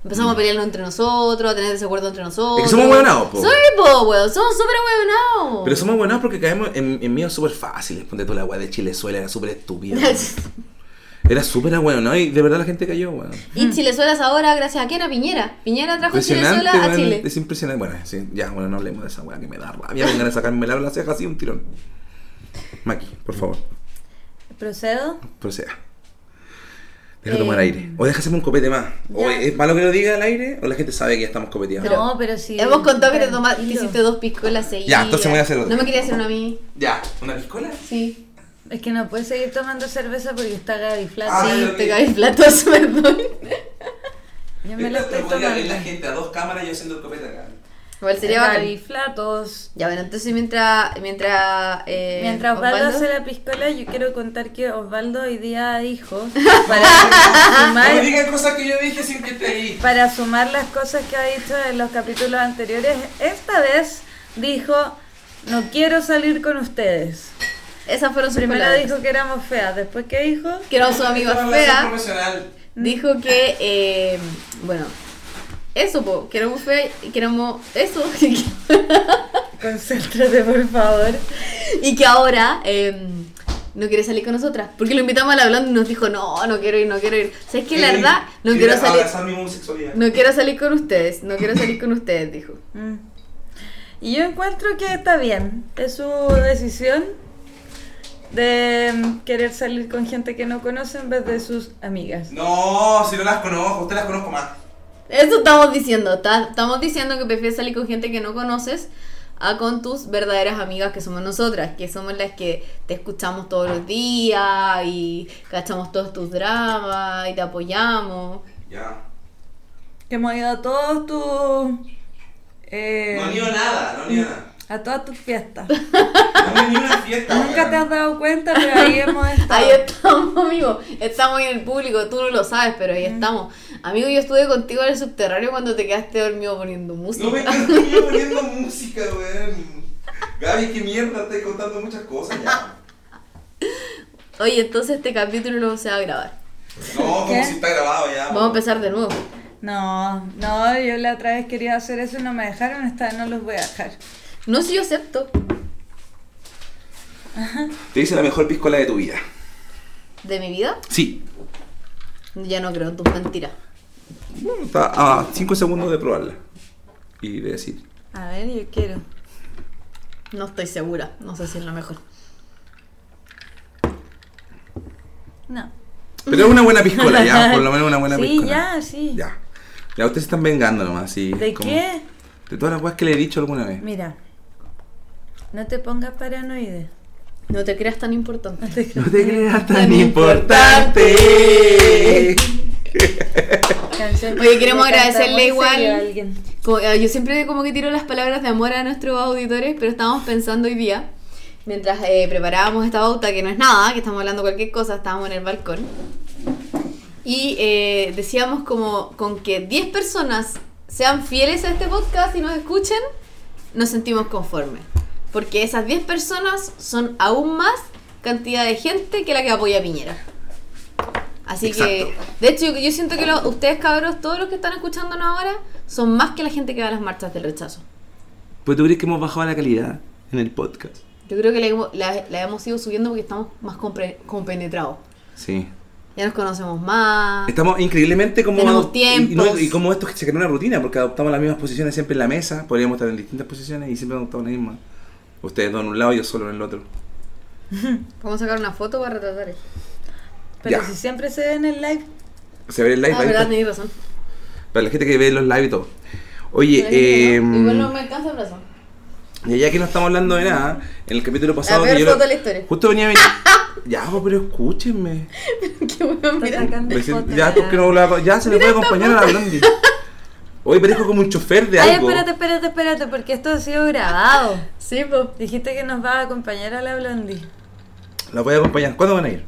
E: Empezamos a pelearnos entre nosotros, a tener desacuerdo entre nosotros.
C: Mm. Es que somos hueonados, po.
E: Sí, po, weón, somos súper hueonados.
C: Pero somos buenos porque caemos en, en miedos súper fáciles. Ponte tú la weá de Chilezuela, era súper estúpida.
D: *laughs*
E: *laughs*
C: weón. era súper bueno, ¿no? Y de verdad la gente cayó, weón.
E: Y Chilezuelas ahora, gracias a quién? A Piñera. Piñera trajo
C: Impresionante,
E: Chilezuela a
C: weón,
E: Chile.
C: Es impresionante. Bueno, sí, ya, bueno, no hablemos de esa weá que me da rabia. Vengan a sacarme la, la ceja así un tirón. Maki, por favor,
D: Procedo.
C: proceda. Deja tomar
E: Eh,
C: aire. O déjame un copete más. O
D: ya.
C: es malo que lo diga al aire o la gente sabe que ya estamos copeteados.
D: no, pero sí.
E: Hemos contado eh, que te toma- que
D: tranquilo.
E: hiciste dos piscolas seguidas.
C: Ya, entonces voy a hacer otra.
E: No me quería hacer una a mí.
C: Ya, ¿una piscola?
E: Sí.
D: Es que no puedes seguir tomando cerveza porque está Gaby Flat.
C: Ah,
E: sí,
C: lo
E: te
C: vi.
E: cae el plato, *laughs* perdón.
D: yo me la estoy tomando.
C: gente a dos cámaras y yo haciendo el copete acá.
E: Igual sería
D: Gaby
E: bacán.
D: Flatos.
E: Ya, bueno, entonces mientras. Mientras, eh,
D: Mientras Osvaldo,
E: Osvaldo-
D: hace la piscola, yo quiero contar que Osvaldo hoy día
E: *laughs*
D: dijo, para sumar,
C: digan cosas que yo dije sin que esté ahí.
D: para sumar las cosas que ha dicho en los capítulos anteriores, esta vez dijo, no quiero salir con ustedes.
E: Esas fueron sus
D: Primero
E: palabras.
D: dijo que éramos feas, después que dijo,
E: que era su amiga fea.
C: profesional.
E: Dijo que. eh, bueno. Eso, po, que éramos fea y que éramos eso. *laughs*
D: concéntrate por favor.
E: y que ahora eh, no quiere salir con nosotras. Porque lo invitamos a la blonda y nos dijo, no, no quiero ir, no quiero ir. ¿Sabes qué? La verdad, no quiero salir.
C: mi homosexualidad.
E: No quiero salir con ustedes, no quiero salir con ustedes, dijo.
D: Mm. Y yo encuentro que está bien, es su decisión de mm, querer salir con gente que no conoce en vez de sus amigas.
C: No, si no las conozco, usted las conozco más.
E: Eso estamos diciendo, ta- estamos diciendo que prefieres salir con gente que no conoces a con tus verdaderas amigas que somos nosotras, que somos las que te escuchamos todos los días y cachamos todos tus dramas y te apoyamos.
C: Ya.
D: Que hemos ido a todos tus. eh,
C: No niego nada, no niego nada.
D: a todas tus fiestas.
C: No ni una fiesta.
D: Nunca te
C: weón.
D: has dado cuenta, pero ahí *laughs* hemos estado.
C: Ah.
E: Ahí estamos, amigo. Estamos en el público, tú no lo sabes, pero
C: Mm.
E: ahí estamos. Amigo, yo estuve contigo en el subterráneo cuando te quedaste dormido poniendo música.
C: No
E: *laughs*
C: me estás yo poniendo música, weón. Gaby, qué mierda, estás contando muchas cosas ya.
E: Oye, entonces este capítulo no se va a grabar.
C: No,
D: ¿Qué?
C: como si está grabado ya.
E: Vamos a empezar de nuevo.
D: No, no, yo la otra vez quería hacer eso y no me dejaron, esta vez no los voy a dejar.
E: No sé, yo acepto.
C: Te hice la mejor piscola de tu vida.
E: ¿De mi vida?
C: Sí.
E: Ya no creo en tus mentiras.
C: Bueno, está a 5 segundos de probarla. Y de decir.
D: A ver, yo quiero.
E: No estoy segura. No sé si es lo mejor.
D: No.
C: Pero es una buena piscola, ya. Por lo menos una buena
D: sí,
C: piscola.
D: ya, sí.
C: Ya. Ya ustedes se están vengando nomás, sí.
D: ¿De
C: como-
D: qué?
C: De todas las cosas que le he dicho alguna vez.
D: Mira, no te pongas paranoide.
E: No te creas tan importante.
D: No
C: *laughs*
D: te creas.
C: No te creas
E: Tan
C: tan importante.
D: Canción
E: Oye, queremos
D: que le cantamos
E: agradecerle igual.
D: seguido a alguien.
E: Como- eh, yo siempre como que tiro las palabras de amor a nuestros auditores, pero estábamos pensando hoy día, mientras eh, preparábamos esta bauta, que no es nada, que estamos hablando cualquier cosa, estábamos en el balcón, y eh, decíamos como con que 10 personas sean fieles a este podcast y nos escuchen, nos sentimos conformes. Porque esas 10 personas son aún más cantidad de gente que la que apoya a Piñera. Así que,
C: Exacto.
E: de hecho, yo, yo siento que lo- ustedes, cabros, todos los que están escuchándonos ahora, son más que la gente que va a las marchas del rechazo.
C: Pues tú crees que hemos bajado la calidad en el podcast.
E: Yo creo que la, hemos- la- la hemos ido subiendo porque estamos más compre- compenetrados.
C: Sí.
E: Ya nos conocemos más.
C: Estamos increíblemente como.
E: Ah. Tenemos
C: adop- y- Y, no-
E: tiempos.
C: y como esto se crea una rutina, porque adoptamos las mismas posiciones siempre en la mesa. Podríamos estar en distintas posiciones y siempre adoptamos las mismas. Ustedes dos en un lado y yo solo en el otro.
E: Vamos a sacar una foto para retratar esto.
D: Pero
C: Ya.
D: si siempre se ve en el live,
C: Se ve el live
E: Ah,
C: ahí
E: verdad,
C: está.
E: tenéis razón.
C: Para la gente que ve los live y todo. Oye, eh,
D: em,
E: Igual no me alcanza el brazo. *laughs*
C: Y ya que no estamos hablando de nada, en el capítulo pasado.
E: peor
C: que yo
E: foto de la historia.
C: Justo venía a
D: *laughs*
C: venir. ya, pues, pero escúchenme.
E: Qué bueno,
D: está
E: mira.
D: sacando
C: Me siento-
D: fotos.
C: ya, pues, que no la- ya se le puede acompañar a la Blondie. Hoy parezco como un chofer de
D: Ay,
C: algo.
D: espérate, espérate, espérate, porque esto ha sido grabado.
E: Sí, pues.
D: Dijiste que nos va a acompañar a la Blondie.
C: La voy a acompañar. ¿Cuándo van a ir?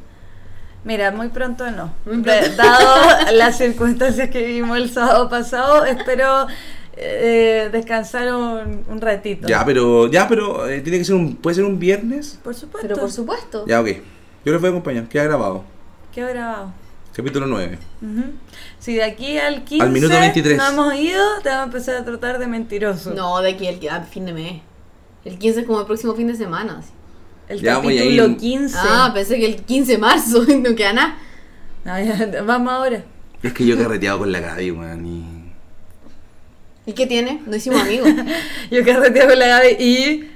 D: Mira, muy pronto no.
E: Muy pronto.
D: Da- *laughs* Dado las circunstancias que vivimos el sábado pasado, espero eh, descansar un, un ratito.
C: Ya, pero. Ya, pero. eh, tiene que ser un. ¿Puede ser un viernes?
D: Por supuesto.
E: Pero por supuesto.
C: Ya, ok. Yo los voy a acompañar. Queda grabado.
D: Quedó grabado.
C: Capítulo 9.
D: Ujú. Si de aquí al 15
C: Al minuto 23.
D: no hemos ido, te vamos a empezar a tratar de mentiroso.
E: No, de aquí al a fin de mes. El 15 es como el próximo fin de semana. así.
D: El
C: Ya voy a
D: capítulo
C: ir.
D: 15.
E: Ah, pensé que el 15 de marzo *laughs* no queda nada.
D: No, ya, vamos ahora.
C: Es que yo he carreteado con la Gaby, weón. Y.
E: ¿Y qué tiene? No
D: *laughs*
E: hicimos amigos.
D: Yo carreteo con la Gaby y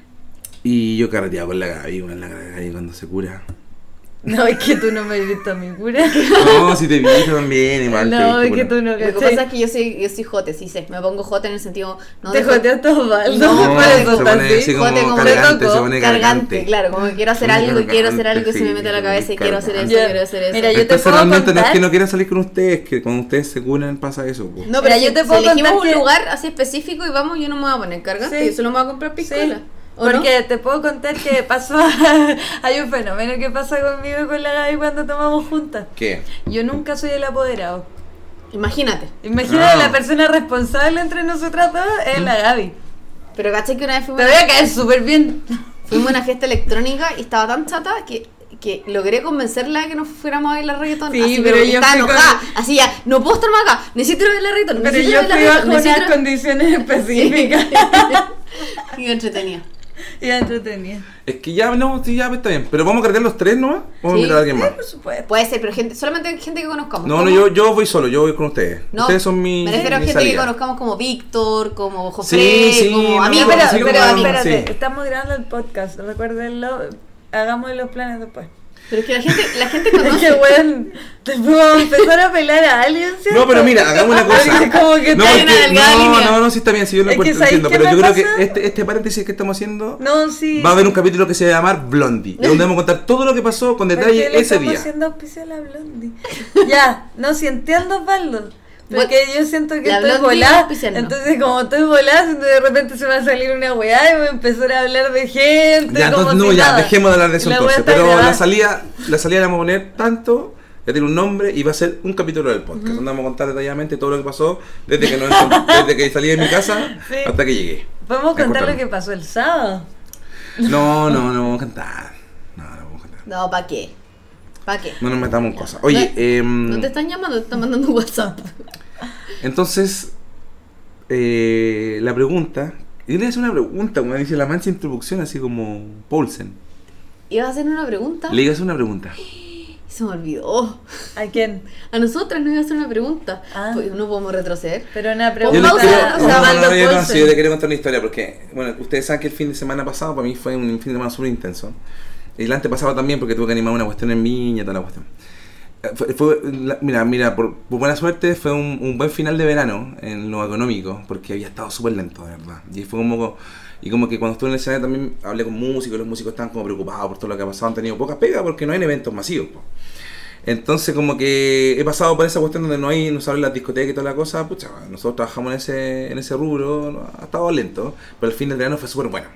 C: Y yo he carreteado con la Gaby, weón. La Gaby cuando se cura.
D: No, es que tú no me has visto a mí *laughs* pura.
C: No, si te vi también, igual.
D: No,
C: te
D: es
C: vi,
D: que
C: pura.
D: tú no
E: Lo que
D: cachai.
E: pasa es que yo soy, yo soy jote, sí sé. Me pongo jote en el sentido. No
D: Te
E: dejo-
D: joteaste a Osvaldo,
E: No,
D: por
E: se
D: eso está
C: pone
D: así.
C: así como
E: jote como
C: cargante,
D: loco,
C: se pone
E: Cargante,
C: cargante.
E: claro, como que quiero hacer
C: Muy
E: algo y quiero hacer
C: cargante,
E: algo que se me
C: sí,
E: mete a la cabeza
C: muy
E: y quiero hacer eso,
C: cargante.
D: Ya.
E: quiero hacer eso.
D: Mira, yo te
C: Entonces
D: puedo
C: realmente no es
D: contar-
C: que no quiera salir con ustedes, que cuando ustedes se curan pasa eso. po.
E: No,
D: Mira,
E: pero yo te puedo elegimos
D: contar
E: un
D: que-
E: lugar así específico y vamos, yo no me voy a poner cargante,
D: Sí.
E: yo solo me voy a comprar piscola.
D: Sí,
E: ¿O no?
D: Porque te puedo contar que pasó. *laughs* hay un fenómeno que pasa conmigo y con la Gaby cuando tomamos juntas.
C: ¿Qué?
D: Yo nunca soy el apoderado.
E: Imagínate.
D: Imagina
C: No.
D: la persona responsable entre nosotras dos es la Gaby.
E: Pero caché que una vez fuimos,
D: Te voy a caer súper bien.
E: fuimos a una fiesta electrónica y estaba tan chata que, que logré convencerla de que nos fuéramos a bailar reggaetón.
D: Sí,
E: así,
D: pero yo
E: estaba
D: fui con-
E: enojada. Así ya, no puedo estar más acá, necesito ir a bailar reggaetón.
D: Pero
E: necesito
D: yo
E: ir a bailar
D: fui bajo
E: reggaetón, necesito
D: unas
E: ir a-
D: condiciones *laughs* específicas
E: *laughs* Y entretenía.
D: y entretenida.
C: Es que ya, no, sí, ya pues, está bien. Pero vamos a cargar los tres nomás. Vamos
E: Sí.
C: a invitar a alguien más.
D: Por supuesto.
E: Puede ser, pero gente, solamente gente que conozcamos.
D: pues,
C: No, no,
E: ¿Cómo?
C: yo, yo voy solo, yo voy con ustedes.
E: No,
C: ustedes son mi.
E: Me refiero a
C: mi
E: gente que
C: salida.
E: conozcamos como Víctor, como José,
C: Sí, sí,
E: como
C: no,
E: amigos.
D: pero,
C: sí,
E: pero,
C: como
D: pero
C: amigos,
D: espérate,
C: sí.
D: estamos grabando el podcast, recuérdenlo. Hagamos los planes
E: *laughs*
D: después.
E: pero es que la gente,
C: *laughs*
E: la gente
D: Es
E: conoce.
D: *laughs* que, weón, te puedo empezar a pelar a alguien, ¿cierto?
C: No, pero mira, hagamos una cosa.
D: Porque *laughs* como que
C: no,
D: está
E: hay una
C: porque-
E: delgada
C: no,
E: línea.
C: no, no, sí está bien, si yo lo
D: Es que
C: encuentro, lo
D: ¿sabes
C: entiendo.
D: qué
C: Pero
D: me
C: yo creo
D: pasa?
C: que este, este paréntesis que estamos haciendo
D: No, sí.
C: va a haber un capítulo que se va a llamar Blondie. Donde vamos a contar todo lo que pasó con
D: ¿Por
C: detalle
D: qué le
C: ese
D: estamos
C: día.
D: haciendo auspicio a la Blondie? ya, no, si entiendo, Osvaldo. Porque yo siento que
E: La
D: estoy
E: Blondie
D: volada.
E: auspiciando.
D: Entonces, como estoy volada, siento que de repente se me va a salir una weá y voy a empezar a hablar de gente.
C: Ya,
D: como
C: entonces, no,
D: si
C: ya,
D: nada.
C: dejemos de hablar de eso
D: La weá
C: entonces.
D: está
C: Pero
D: grabada.
C: la salida, la salida la vamos a poner tanto, ya tiene un nombre y va a ser un capítulo del podcast. Donde vamos a contar detalladamente todo lo que pasó desde que, nos encont- desde que salí de mi casa
D: *laughs* Sí.
C: hasta que llegué.
D: Podemos
C: Ya,
D: contar
C: cortamos.
D: lo que pasó el sábado.
C: No, no, no vamos a cantar. No, no vamos a cantar.
E: No, ¿para qué? ¿Para qué?
C: No nos metamos en cosas. Oye,
E: No,
C: em,
E: No te están llamando, te están mandando un WhatsApp.
C: entonces, eh, la pregunta. Yo le hice una pregunta, me dice la mancha introducción, así como Paulsen.
E: Ibas a hacer una pregunta
C: Le iba a hacer una pregunta.
E: y se me olvidó.
D: ¿A quién?
E: A nosotras no iba a hacer una pregunta.
D: Ah.
E: Pues no podemos retroceder.
D: Pero una
C: Yo
D: pregunta.
C: les
E: Pausa,
C: quiero,
E: o sea,
C: no, no,
D: Osvaldo
C: no, yo no,
D: Paulsen.
C: sí, yo te quiero contar una historia porque, bueno, ustedes saben que el fin de semana pasado para mí fue un fin de semana súper intenso. Y el antepasado también porque tuve que animar una cuestión en Viña, toda la cuestión. Eh, fue- fue la- mira, mira, por, por buena suerte fue un, un buen final de verano en lo económico porque había estado súper lento, de verdad. Y fue como... Y como que cuando estuve en el escenario también hablé con músicos, los músicos estaban como preocupados por todo lo que ha pasado, han tenido pocas pegas porque no hay eventos masivos. po. Entonces como que he pasado por esa cuestión donde no hay, no salen las discotecas y toda la cosa, pucha, nosotros trabajamos en ese, en ese rubro, no, ha estado lento, pero el fin del verano fue súper bueno.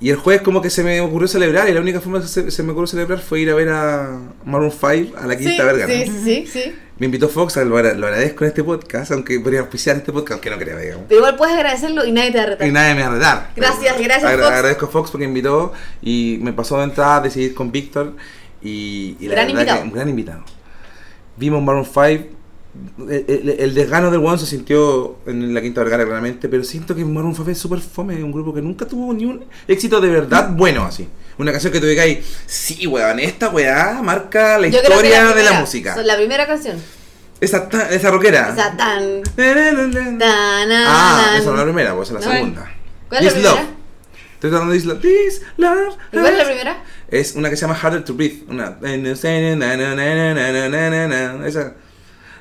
C: Y el jueves como que se me ocurrió celebrar, y la única forma que se, se me ocurrió celebrar fue ir a ver a Maroon 5 a la
E: Sí,
C: Quinta Vergara.
E: sí, sí, sí.
C: Me invitó Fox, lo, agra- lo agradezco en este podcast, aunque podría auspiciar este podcast, aunque no creo, digamos.
E: Pero igual puedes agradecerlo y nadie te va a retar.
C: Y nadie me va a retar.
E: Gracias,
C: Pero,
E: gracias,
C: agra-
E: Fox.
C: Agradezco a Fox porque invitó y me pasó de entrada a decidir con Víctor. Y, y la verdad
E: Gran
C: que-
E: invitado.
C: un gran invitado. Vimos Maroon 5. El, el- el desgano del One se sintió en la Quinta Vergara claramente, pero siento que Maroon 5 es súper fome, es un grupo que nunca tuvo ni un éxito de verdad bueno así. Una canción que tú digas ahí, sí, weón, esta weá marca la
E: Yo creo que
C: historia de
E: primera,
C: la música.
E: so- La primera canción.
C: Esa, ta- esa rockera.
E: O sea, tan. tan,
C: Ah,
E: tan.
C: esa no es la primera, pues esa es la
E: No.
C: segunda.
E: ¿Cuál es la
C: This
E: primera?
C: Love. Ah. Estoy tratando de This Love. This Love.
E: ¿Y ¿Cuál es la primera?
C: Es una que se llama Harder to Breathe. Una. Esa.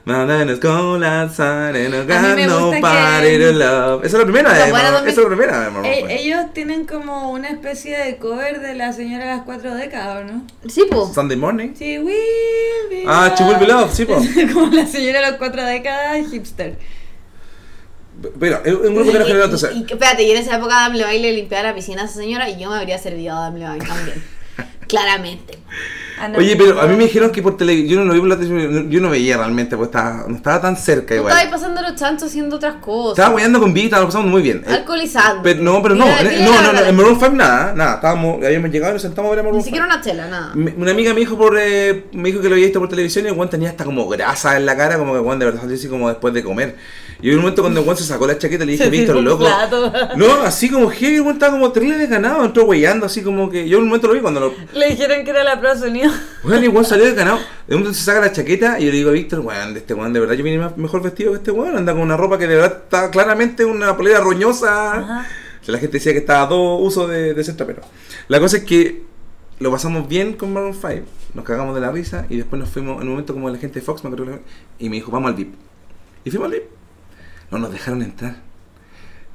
C: No, no, no, go outside and I
D: A
C: got
D: mí me gusta
C: nobody
D: que-
C: to love. Esa es la primera
E: Esa
C: de
E: buena
C: Maroon-
E: dos mil-
C: Esa es la primera de Maroon
D: Eh,
C: five.
D: ellos tienen como una especie de cover de la señora de las cuatro décadas, ¿o ¿no?
E: Sí, po.
C: Sunday Morning.
D: Sí, will be
C: Ah, She Will Be Loved, sí, po.
D: *laughs* como la señora de las cuatro décadas, hipster.
C: Pero es un grupo que no generó entonces.
E: Y, y- espérate, y en esa época Adam Levine le limpiaba la piscina a esa señora y yo me habría servido a Adam
C: *laughs*
E: Levine también. Claramente.
D: Ah, no,
C: Oye, pero a mí me dijeron que por televisión, yo no lo vi por la televisión, yo no veía realmente, pues estaba, no estaba tan cerca
E: Tú
C: igual.
E: estabas ahí pasando los chanchos haciendo otras cosas.
C: Estaba guayando con Vita, lo pasamos muy bien. Eh,
E: Alcoholizando.
C: Pero, no, pero no,
E: Mira,
C: eh,
E: mira
C: no,
E: la
C: no, no,
E: verdad.
C: en Maroon 5 nada, nada, estábamos, habíamos llegado y nos sentamos a ver a Maroon
E: Ni
C: 5.
E: siquiera una chela, nada.
C: Me- Una amiga me dijo por eh, me dijo que lo había visto por televisión y el Juan tenía hasta como grasa en la cara, como que Juan de verdad salió así como después de comer. Y en un momento cuando Juan se sacó la chaqueta le dije,
D: Se
C: Víctor,
D: tiró un
C: loco.
D: plato.
C: No, así como heavy, el Juan estaba como terrible desganado, entró guayando así como que. Yo en un momento lo vi cuando lo.
D: Le dijeron que era la Pro Unión.
C: Juan igual salió desganado. De un momento se saca la chaqueta y yo le digo a Víctor, Juan, de este Juan, de verdad yo vine más- mejor vestido que este Juan, anda con una ropa que de verdad está claramente una polera roñosa.
D: Ajá.
C: O sea, La gente decía que estaba a dos usos de, de ser trapero. La cosa es que lo pasamos bien con Maroon 5, nos cagamos de la risa y después nos fuimos en un momento como la gente de Fox me acuerdo, y me dijo, vamos al VIP. Y fuimos al VIP. No nos dejaron entrar.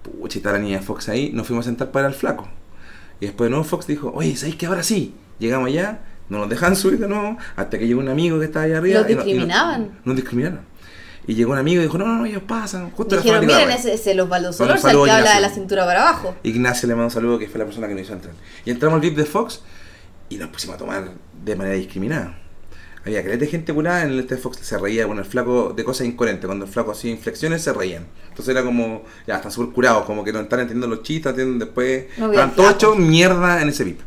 C: Pucha, y estaba la niña de Fox ahí, nos fuimos a sentar para el flaco. Y después de nuevo Fox dijo, oye, ¿sabéis que ahora sí? Llegamos allá, no nos dejan subir de nuevo, hasta que llegó un amigo que estaba allá arriba.
E: Los
C: y no- y no-
E: discriminaban.
C: Nos discriminaron. Y llegó un amigo y dijo, no, no, no, ellos pasan. Justo la
E: Dijeron,
C: fábrica,
E: miren,
C: güey".
E: ese, ese los Osvaldo
C: Osvaldo
E: Solorza, el que habla de
C: Ignacio.
E: la cintura para abajo.
C: Ignacio le mando un saludo, que fue la persona que nos hizo entrar. Y entramos al VIP de Fox y nos pusimos a tomar de manera discriminada. Había caleta de gente curada, en el este Fox se reía con el flaco de cosas incoherentes. Cuando el flaco hacía inflexiones, se reían. Entonces era como, ya, están súper curados, como que no están entendiendo los chistes, no entienden después.
E: No había
C: Estaban todos hechos mierda en ese VIP.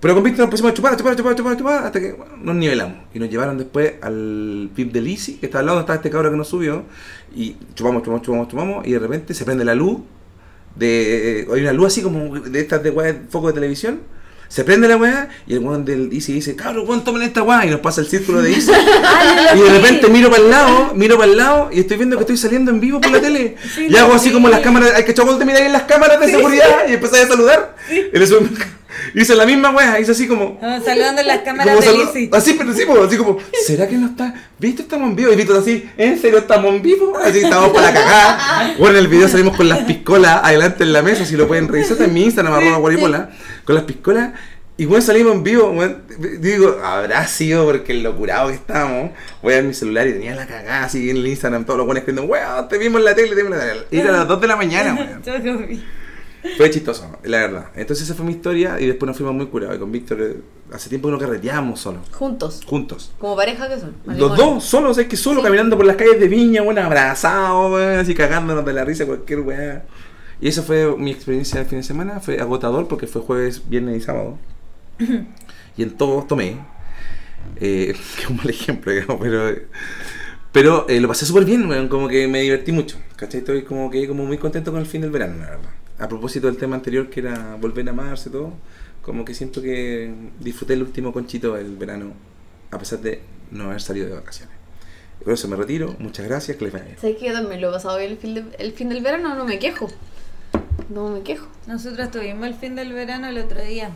C: Pero con Víctor nos pusimos a chupar, a chupar, a chupar, a chupar, a chupar, hasta que bueno, nos nivelamos. Y nos llevaron después al pip de Lizzy, que está al lado donde estaba este cabro que nos subió. Y chupamos, chupamos, chupamos, chupamos. Y de repente se prende la luz. De, hay una luz así como de estas de weá de foco de televisión. Se prende la weá y el weón del Easy dice, cabrón, weón, tomen esta weá. Y nos pasa el círculo de
D: *laughs*
C: Easy. y de repente miro para el lado, miro para el lado y estoy viendo que estoy saliendo en vivo por la tele.
D: Sí,
C: y hago
D: lo
C: así
D: vi.
C: como las cámaras, hay que chavos te mirar en las cámaras de seguridad y empecé a saludar. Y le *laughs* subí- hice la misma wea, hice así como.
D: Ah, saludando en las cámaras
C: como
D: de
C: salu-
D: Lizzy.
C: así, pero sí, po, así como, ¿será que no está? ¿Viste? Estamos en vivo. Y Víctor así, ¿en serio estamos en vivo? Así que estamos para la cagada. Bueno, en el video salimos con las piscolas adelante en la mesa, si lo pueden revisar está en mi Instagram, arroba guaripola, con las piscolas. Y bueno, salimos en vivo, bueno, digo, habrá sido porque lo curado que estábamos. Voy a mi celular y tenía la cagada así en el Instagram, todos los buenos escribiendo, weón, te vimos en la tele, te vimos en la tele. Y era a las 2 de la mañana, weón.
D: *laughs* Yo lo vi.
C: Fue chistoso, la verdad. Entonces esa fue mi historia y después nos fuimos muy curados. Y con Víctor eh, hace tiempo que no carreteábamos solos,
E: Juntos.
C: juntos.
E: Como pareja que son.
C: Los dos, solos, es que solo caminando por las calles de Viña, bueno, abrazados, weón, así cagándonos de la risa, cualquier weá. Y esa fue mi experiencia el fin de semana, fue agotador porque fue jueves, viernes y sábado. y en todos tomé. Eh, *laughs* que es un mal ejemplo, digamos, pero, pero eh, lo pasé súper bien, weón, como que me divertí mucho. ¿Cachai? Estoy como que como muy contento con el fin del verano, la verdad. A propósito del tema anterior que era volver a amarse y todo, como que siento que disfruté el último conchito del verano, a pesar de no haber salido de vacaciones. Por eso me retiro, muchas gracias, que les vaya bien.
E: ¿Sabes que yo también lo he pasado bien el fin, de- el fin del verano? No me quejo. No me quejo.
D: Nosotros tuvimos el fin del verano el otro día.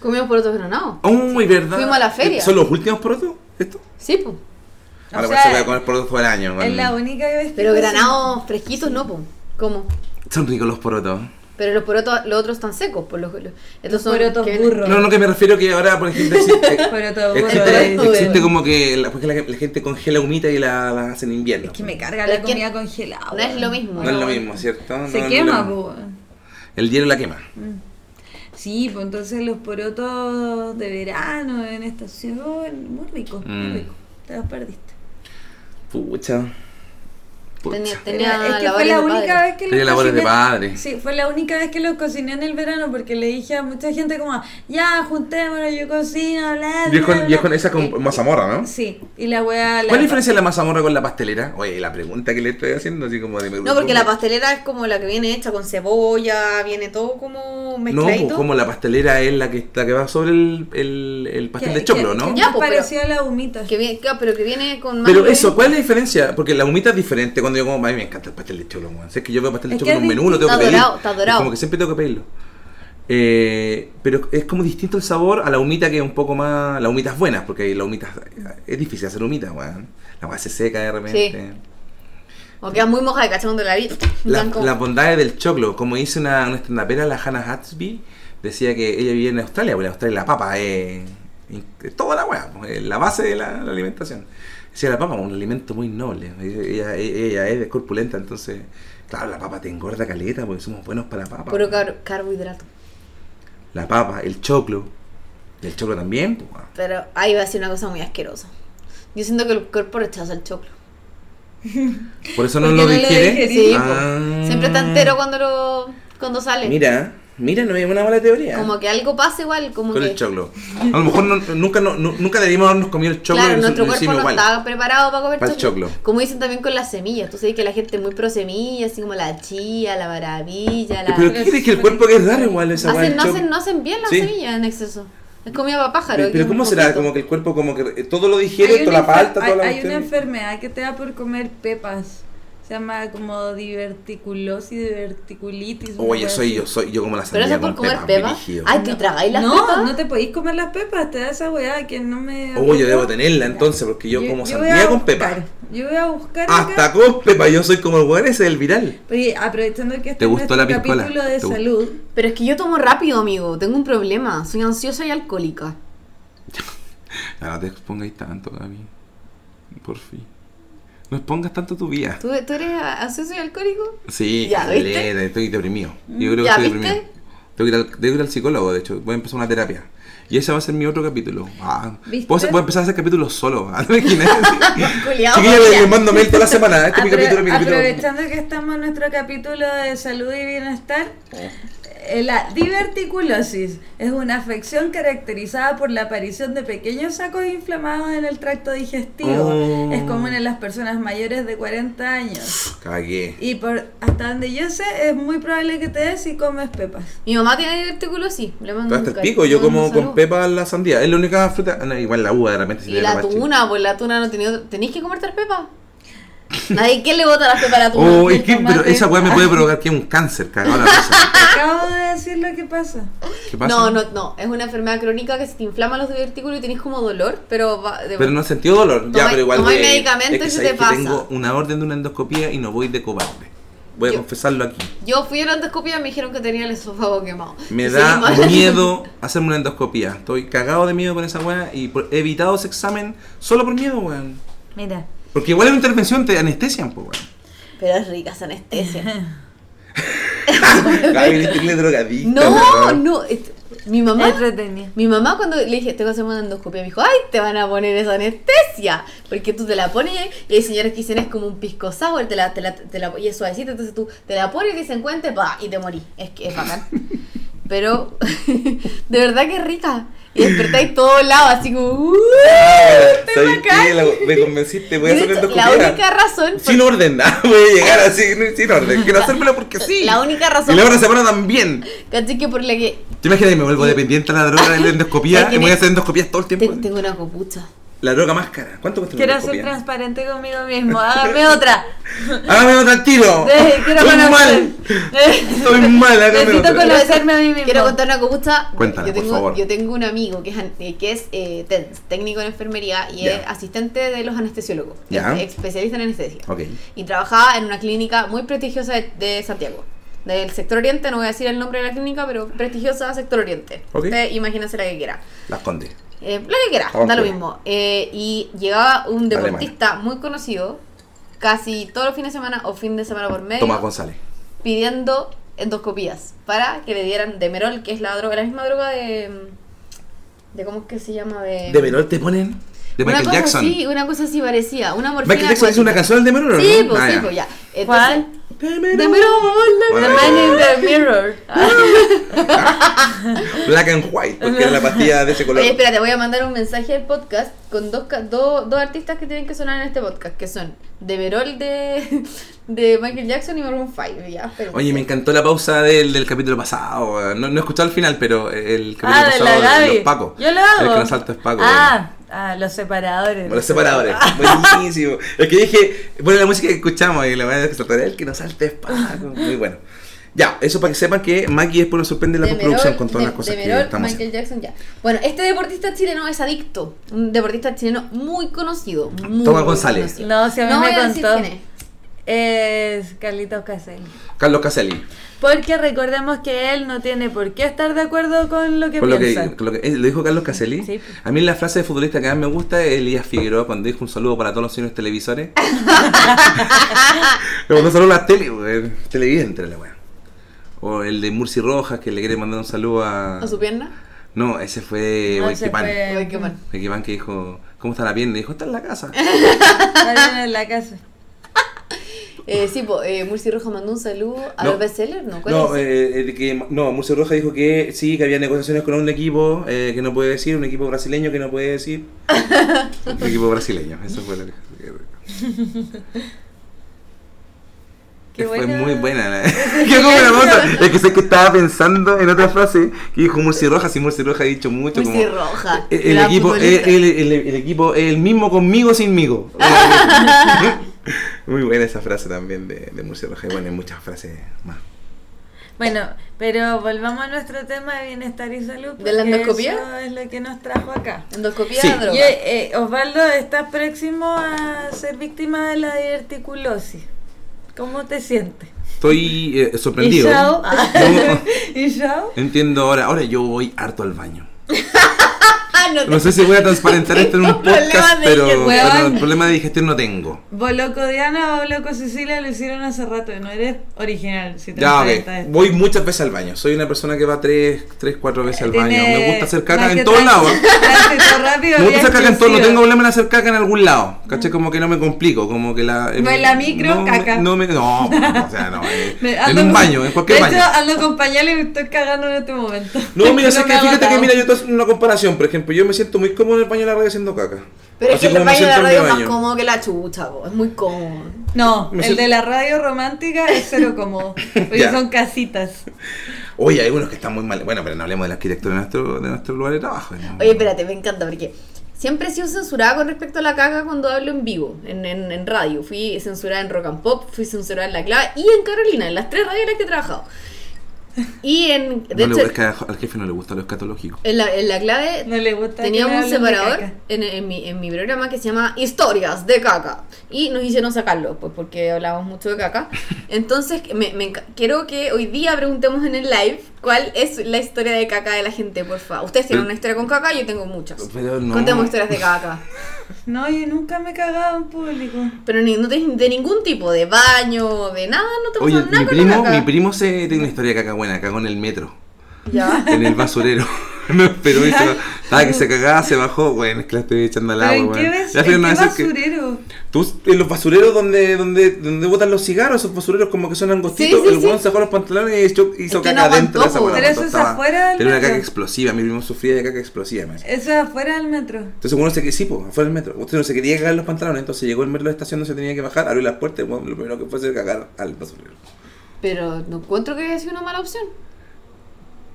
E: Comimos por otro granado.
C: ¡Uy, verdad!
E: Fuimos a la feria.
C: ¿Son los últimos porotos? ¿Esto?
E: Sí, pues.
D: O
C: Ahora
D: sea,
C: pues, se voy a comer porotos todo el año.
D: Es
C: weón.
D: la única vez que.
E: Pero
D: cocino.
E: granados fresquitos no, pues. ¿Cómo?
C: Son ricos los porotos.
E: Pero los porotos, los otros están secos, por los, los- estos son
D: porotos
E: que vienen-
D: burros.
C: No, no, que me refiero que ahora, por ejemplo, existe,
D: Porotos
C: existe,
E: burros.
C: existe como que la, porque la, la gente congela humita y la, la hace en invierno.
D: Es que me carga
E: Pero
D: la
E: es que
D: comida congelada.
E: No es lo mismo.
C: No es lo mismo, ¿cierto? No,
D: Se
C: no es lo
D: quema,
C: mismo.
D: pues, weón.
C: El hielo la quema.
D: Sí, pues entonces los porotos de verano en estación, muy rico,
C: Mm.
D: muy rico. Te los perdiste.
C: Pucha. Pucha.
E: Tenía,
D: Era-
E: tenía
D: es que fue
E: labores
D: la
E: de
D: única
E: padre.
D: vez que
C: Tenía
D: los
C: labores de
D: cociné-
C: padre.
D: Sí, fue la única vez que los cociné en el verano porque le dije a mucha gente como, ya, juntémonos, yo cocino, bla, bla,
C: Y es con,
D: bla".
C: y es con esa con
D: Y-
C: mazamorra, ¿no?
D: Sí, y la wea...
C: ¿Cuál es la diferencia de la mazamorra con la pastelera? Oye, la pregunta que le estoy haciendo, así como de
E: No, porque la pastelera es como la que viene hecha con cebolla, viene todo como
C: No,
E: mezcladito.
C: pues, como la pastelera es la que, la que va sobre el, el, el pastel de choclo, ¿no?
E: que-
D: Ya,
E: Ya, pues,
D: parecía a la humita.
E: que viene, claro, pero que viene con más
C: Pero
E: ingredientes.
C: eso, ¿cuál es la diferencia? Porque la humita es diferente cuando yo como, a mí me encanta el pastel de choclo, weón. Si es que yo veo pastel de
D: Es
C: choclo
D: que
C: en un
D: es
C: menú, lo tengo que
E: distinto.
C: pedir.
E: Está dorado, está
C: Es
E: dorado.
C: como que siempre tengo que pedirlo. Eh, pero es como distinto el sabor a la humita que es un poco más... La humita es buena, porque la humita... Es difícil hacer humita, weón. La base se seca de repente.
E: O queda muy moja de cachón donde la vi.
C: La-
E: Blanco.
C: las bondades del choclo. Como dice una, una estandapera, la Hannah Hatsby, decía que ella vivía en Australia, porque en Australia la papa es, es toda la weá, pues, es la base de la, la alimentación. Decía la papa, un alimento muy noble. Ella, ella es corpulenta, entonces, claro, la papa te engorda caleta porque somos buenos para la papa.
E: Puro car- carbohidrato.
C: La papa, el choclo. Y el choclo también, pues, weón.
E: Pero ahí va a ser una cosa muy asquerosa. Yo siento que el cuerpo rechaza el choclo.
C: Por eso no lo
D: Porque no lo
C: digiere.
D: digerí,
E: po.
C: Ah.
E: Siempre está entero cuando lo cuando sale.
C: Mira, mira, no es una mala teoría.
E: Como que algo pasa igual, como
C: con
E: que
C: el choclo. A lo mejor no- nunca, no- nu- nunca deberíamos habernos comido el choclo
E: claro,
C: y nos-
E: nuestro
C: nos
E: cuerpo
C: hicimos
E: no
C: igual. Eh,
E: estaba preparado para comer
C: Para el choclo.
E: Como dicen también con las semillas. Tú sabes que la gente es muy pro semillas, así como la chía, la maravilla, la...
C: Pero ¿qué crees que el cuerpo que es raro igual esa weá
E: Hacen,
C: del
E: no,
C: choclo?
E: hacen, no hacen bien las
C: Sí.
E: semillas en exceso. Es comida para pájaro.
C: Pero,
E: que
C: pero
E: es
C: ¿cómo
E: un
C: será?
E: poquito.
C: Como que el cuerpo como que eh, todo lo
D: Hay
C: digiere,
D: una
C: toda la
D: enfer-
C: palta,
D: hay,
C: toda la
D: hay una
C: cuestión.
D: enfermedad que te da por comer pepas. Se llama como diverticulosis, diverticulitis. una
C: Oye,
D: wea
C: soy
D: así.
C: yo, soy yo como la
E: Pero
C: sandía
E: eso es por
C: con
E: comer
C: pepas,
E: pepa.
C: brígido.
E: Ay, ¿te tragáis las
D: no,
E: pepas?
D: no te podéis comer las pepas, te da esa weá que no me.
C: Oh, yo debo tenerla entonces, porque yo, como
D: voy a
C: sandía con pepa.
D: buscar, Yo voy a buscar
C: Hasta
D: acá.
C: con pepa, yo soy como el weón ese del viral.
D: Oye, aprovechando que este
C: ¿Te
D: es
C: gustó
D: nuestro
C: la piscola?
D: capítulo de
C: ¿Te gustó?
D: salud.
E: Pero es que yo tomo rápido, amigo. Tengo un problema. Soy ansiosa y alcohólica.
C: Ya Ah, no te expongáis tanto, Gaby. Por fin. No expongas tanto tu vida.
E: ¿Tú, tú eres ansioso y alcohólico?
C: Sí,
E: Ya, ¿viste? Mm,
C: caleta, estoy deprimido. Yo creo que
E: Ya,
C: estoy
E: ¿viste?
C: deprimido. Tengo que, ir al, tengo que ir al psicólogo, de hecho. Voy a empezar una terapia. Y ese va a ser mi otro capítulo. Ah,
D: ¿Viste?
C: puedo, hacer- puedo empezar a hacer capítulos solo. *laughs* ¿ah? ¿Te
E: *laughs*
C: imaginas?
E: Culeado,
C: Chiquilla,
E: ya.
C: le, le mando mail toda la semana. Este es mi
D: Apro-
C: capítulo, mi capítulo.
D: aprovechando que estamos en nuestro capítulo de salud y bienestar, eh, la diverticulosis es una afección caracterizada por la aparición de pequeños sacos inflamados en el tracto digestivo.
C: Oh.
D: Es común en las personas mayores de 40 años.
C: Cagué.
D: Y por hasta donde yo sé, es muy probable que te des si comes pepas.
E: Mi mamá tiene diverticulosis. Le mando
C: Todo hasta
E: un
C: el
E: cariño,
C: pico.
E: le
C: Yo
E: mando
C: como
E: un
C: con
E: saludo.
C: pepa la sandía. Es la única fruta. ah, no, igual la uva de repente. se
E: Y
C: le
E: la
C: da pache.
E: tuna, pues la tuna no tenía. ¿Tenéis que comerte las pepas? *laughs* Nadie, ¿quién le bota las pepas a la tuna?
C: Oh,
D: el
C: es que, pero
D: tomate.
C: esa weá me puede provocar que es un cáncer, cagado la cosa.
D: Acabo de decir lo que pasa.
C: ¿Qué pasa?
E: *laughs* No, no, no. Es una enfermedad crónica que se te inflama los divertículos y tenés como dolor, pero va de-
C: Pero no he sentido dolor. Ya,
E: Toma-
C: pero igual.
E: toma
C: de-
E: el medicamento
C: es que
E: y se
C: sabes
E: te
C: que
E: pasa.
C: Tengo una orden de una endoscopía y no voy de cobarde. Voy a
E: Yo-
C: confesarlo aquí.
E: Yo fui a la endoscopia y me dijeron que tenía el esófago quemado.
C: Me
E: Y
C: da
E: seguimos hablando.
C: miedo hacerme una endoscopía. Estoy cagado de miedo con esa weá y por- he evitado ese examen solo por miedo, weón.
D: Mira. *laughs*
C: Porque igual en una intervención te anestesian, pues, weón.
E: *laughs* Pero es rica esa anestesia. *laughs*
C: Gaby, eres terrible drogadicta,
E: no,
C: weón.
E: no. es- Mi
D: ¿Eh?
E: mamá.
D: Entretenida.
E: Mi mamá cuando le dije, tengo que hacer una endoscopia, me dijo, ay, te van a poner esa anestesia, porque tú te la pones y hay señores que dicen, es como un pisco sour, te la, te la, te la- y es suavecita, entonces tú te la pones y dicen, cuente, pa, y te morí. Es que es bacán. Pero, *laughs* de verdad que es rica. Y despertáis todo lado, así como, "Uh, estoy
C: ¿Sabes
E: bacán".
C: qué? La- me convenciste, voy a
E: Y de
C: hacer una
E: hecho, la
C: endoscopía.
E: única razón
C: Sin orden, *laughs* ah, voy a llegar así, sin orden.
E: *laughs*
C: Quiero hacérmelo porque sí.
E: La única razón-
C: Y la otra semana también.
E: Caché que por la que
C: ¿Te imaginas que me vuelvo dependiente a la droga de la
D: *laughs*
C: endoscopía?
E: Porque
C: y voy
E: me-
C: a hacer endoscopías todo el tiempo.
E: te- tengo una copucha.
C: La droga más cara. ¿Cuánto cuesta una
D: Quiero ser
C: endoscopía? Ah,
D: transparente conmigo mismo. Hágame otra.
C: Hágame otra al
D: *laughs*
C: tiro.
D: Eh, quiero
C: Soy
D: conocer. *laughs*
C: mal.
D: Eh,
C: Soy mal, hágame
D: Necesito
C: otra.
D: conocerme a mí mismo.
E: Quiero contar una copucha.
C: Cuéntala,
E: yo
C: por
E: tengo,
C: favor.
E: Yo tengo un amigo que es, an- eh, que es eh, TENS, técnico en enfermería y
C: Ya.
E: es asistente de los anestesiólogos.
C: Ya.
E: Es especialista en anestesia.
C: Ok.
E: Y trabajaba en una clínica muy prestigiosa de, de Santiago. Del sector oriente, no voy a decir el nombre de la clínica, pero prestigiosa sector oriente.
C: Ok.
E: Usted imagínense la que quiera.
C: Las condes.
E: Eh, lo que quiera,
C: Abajo.
E: da lo mismo. Eh, y llegaba un
C: Alemana.
E: deportista muy conocido, casi todos los fines de semana o fin de semana por
D: Eh.
E: medio
C: Tomás González.
E: pidiendo endoscopías para que le dieran Demerol, que es la droga, la misma droga de. de ¿Cómo es que se llama?
D: Eh.
E: De,
C: ¿De Merol te ponen? De
E: una
C: Michael
E: cosa
C: Jackson.
E: así, una cosa así parecía. Una morfina.
C: Michael Jackson hizo una
E: acuática.
C: canción de Merol, ¿o ¿no?
E: Sí, pues
C: Ah,
E: sí,
C: ya.
E: pues ya. Entonces,
D: ¿Cuál?
C: Demerol.
E: Demerol,
D: The
E: Demerol.
C: Bueno,
D: Man in the Mirror.
C: Black and White, porque era la pastilla de ese
D: *laughs*
C: color.
E: Oye, espera, te voy a mandar un mensaje al podcast con dos, ca- do- dos artistas que tienen que sonar en este podcast, que son Demerol de, de Michael Jackson y Maroon 5. Ya, espérense.
C: Oye, me encantó la pausa del, del capítulo pasado. eh, No, no he escuchado el final, pero el capítulo
D: Ah, de
C: pasado
D: la
C: de
D: Gaby.
C: los Paco.
D: Yo lo hago.
C: El que nos salta es Paco.
D: Ah, ah, los separadores.
C: Bueno, los separadores. Buenísimo. Es que dije, bueno, la música que escuchamos y la verdad es que saltaré el que nos salte es Paco. Muy bueno. Ya, eso para que sepan que Maki después nos sorprende la
E: Demerol,
C: postproducción con todas
E: de-
C: las cosas
E: Demerol,
C: que estamos
E: Michael
C: haciendo.
E: Jackson, ya. Bueno, este deportista chileno es adicto. Un deportista chileno muy conocido. Muy
C: Toma González.
E: conocido.
D: No, si a mí
E: No
D: me
E: voy a decir
D: contó.
E: quién es.
D: Es Carlitos Caselli.
C: Carlos Caselli.
D: Porque recordemos que él no tiene por qué estar de acuerdo con lo que
C: Por lo que,
D: piensa.
C: con lo que- eh, lo dijo Carlos Caselli.
D: Sí.
C: A mí la frase de futbolista que más me gusta es Elías Figueroa cuando dijo un saludo para todos los señores televisores. Le mandó un saludo a la tele, güey, televidente era la weá. O el de Murci Rojas que le quiere mandar un saludo a.
E: ¿A su pierna?
C: No, ese fue
D: No, ese
C: Huayquipán.
D: fue- Eh,
E: Ay, qué mal.
C: Huayquipán que dijo, ¿cómo está la pierna? Y dijo, está en la casa.
D: Vayan en la casa.
E: Eh, sí, po, eh, Murci Roja mandó un saludo a
C: No.
E: los bestsellers, ¿no? ¿Cuál
C: No,
E: es?
C: eh, eh, de que, no, Murcio Roja dijo que sí, que había negociaciones con un equipo eh, que no puede decir, un equipo brasileño que no puede decir. un equipo brasileño, eso fue lo que...
D: Qué
C: fue
D: buena.
C: muy buena. La... *laughs* Qué buena cosa. Es que sé que estaba pensando en otra frase que dijo Murci Roja, si Murci Roja ha dicho mucho
E: Murci
C: como...
E: Roja.
C: Eh, El, el
E: gran
C: equipo, el,
E: futbolista.
D: *laughs*
C: el- el- el equipo, el mismo conmigo, sinmigo. *laughs* Muy buena esa frase también de, de Murcia Roja. Y bueno, hay muchas frases más.
D: Bueno, pero volvamos a nuestro tema de bienestar y salud.
E: ¿De la
D: porque
E: endoscopía?
D: Eso es lo que nos trajo acá.
E: Endoscopía
C: Sí.
E: de droga.
D: Y, eh, Osvaldo, estás próximo a ser víctima de la diverticulosis. ¿Cómo te sientes?
C: Estoy eh,
D: ¿Y
C: sorprendido.
D: Shao?
C: *laughs* No,
D: *laughs* ¿Y Shao?
C: entiendo ahora. Ahora yo voy harto al baño.
E: Ah, no,
C: No sé si voy a transparentar esto
D: *laughs*
C: en un
E: Tengo problemas
C: podcast,
E: de
C: pero,
E: digestión.
C: pero
D: Weón.
C: el problema de digestión no tengo.
D: Boloco Diana o Boloco Cecilia lo hicieron hace rato y no eres original. Si te
C: Ya, ok.
D: enfrentas a esto.
C: Voy muchas veces al baño. Soy una persona que va tres, tres, cuatro veces al baño.
D: Tiene
C: Me gusta hacer
D: más
C: caca
D: que
C: en todos
D: tran- *laughs*
C: lados.
D: tránsito rápido,
C: Me gusta hacer
D: bien
C: caca en todo, no
D: exclusivo.
C: tengo problema en hacer caca en algún lado.
E: Mm.
C: ¿Caché? Como que no me complico, como que la.
D: No, en la micro,
C: no,
D: caca.
C: me- No, me,
E: *laughs*
C: no, o sea, no. eh,
D: Me-
C: en
D: ando
C: un
D: con-
C: baño, en cualquier
D: de
C: baño.
D: hecho, ando con pañales y me estoy cagando en este momento.
C: *laughs* No,
D: *laughs*
C: mira, sé
D: me
C: que
D: ha
C: fíjate que
D: matado.
C: mira, yo te hago una comparación, por ejemplo, yo me siento muy cómodo en el baño de la radio haciendo caca.
E: Pero es
C: Así
E: que el
C: como me
E: baño de la
C: siento en
E: radio
C: mi
E: es más
C: baño.
E: cómodo que la chucha, po. es muy cómodo.
D: No,
C: Me
D: el
C: siento-
D: de la radio romántica es cero
C: *laughs*
D: cómodo. Porque
C: Ya.
D: son casitas.
C: Oye, hay unos que están muy mal. Bueno, pero no hablemos de la arquitectura de nuestro, de nuestro lugar de trabajo. ¿no?
E: Oye, espérate, me encanta porque siempre he sido censurada con respecto a la caca cuando hablo en vivo, en, en- en radio. Fui censurada en Rock and Pop, fui censurada en La Clave y en Carolina, en las tres radios en las que he trabajado. Y en, de
C: No le-
E: hecho,
C: es que al jefe no le gusta lo escatológico.
E: en la, en la clave
D: No le gusta. que le
E: Teníamos un
D: hablen de
E: separador
D: caca.
E: en, en mi, en mi programa que se llama Historias de caca. Y nos hicieron sacarlo, pues porque hablábamos mucho de caca. Entonces, me, me enca- quiero que hoy día preguntemos en el live cuál es la historia de caca de la gente, por favor. Ustedes tienen
C: Pero-
E: una historia con caca, yo tengo muchas.
C: Pero no.
E: Contemos historias de caca.
D: No, yo nunca me he cagado en público.
E: Pero ni- no tenés de ningún tipo, de baño, de nada, no te
C: Oye,
E: pasa nada
C: mi
E: con la
C: primo,
E: caca.
C: mi primo se tiene una historia de caca buena, cagó en el metro.
E: Ya.
C: *laughs* en el basurero. No esperó y se bajó. Estaba que se cagaba, se bajó. Bueno, es que la estoy echando al
D: ¿Pero
C: agua,
D: en qué,
C: weón.
D: bas-
C: Ya
D: en
C: fui
D: qué
C: una vez que-
D: basurero?
C: Tú, en los basureros donde, donde, donde botan los cigarros, esos basureros como que son angostitos.
E: Sí, sí,
C: el
E: sí.
C: weón sacó los pantalones y hizo, hizo
E: Es que
C: caca
E: no aguantó,
C: adentro de esa
E: po.
C: weá,
D: Pero eso
C: cuando
D: es
C: estaba-
D: afuera del
C: Tenía una caca
D: metro.
C: explosiva, mi primo sufría de caca explosiva. me decía.
D: Eso es afuera del metro.
C: Entonces uno se que sí, pues, afuera del metro. Usted no se quería cagar los pantalones, entonces llegó el metro de la estación donde se tenía que bajar, abrió las puertas y bueno, lo primero que fue hacer cagar al
D: *laughs*
C: basurero.
E: Pero no encuentro que haya sido una mala opción.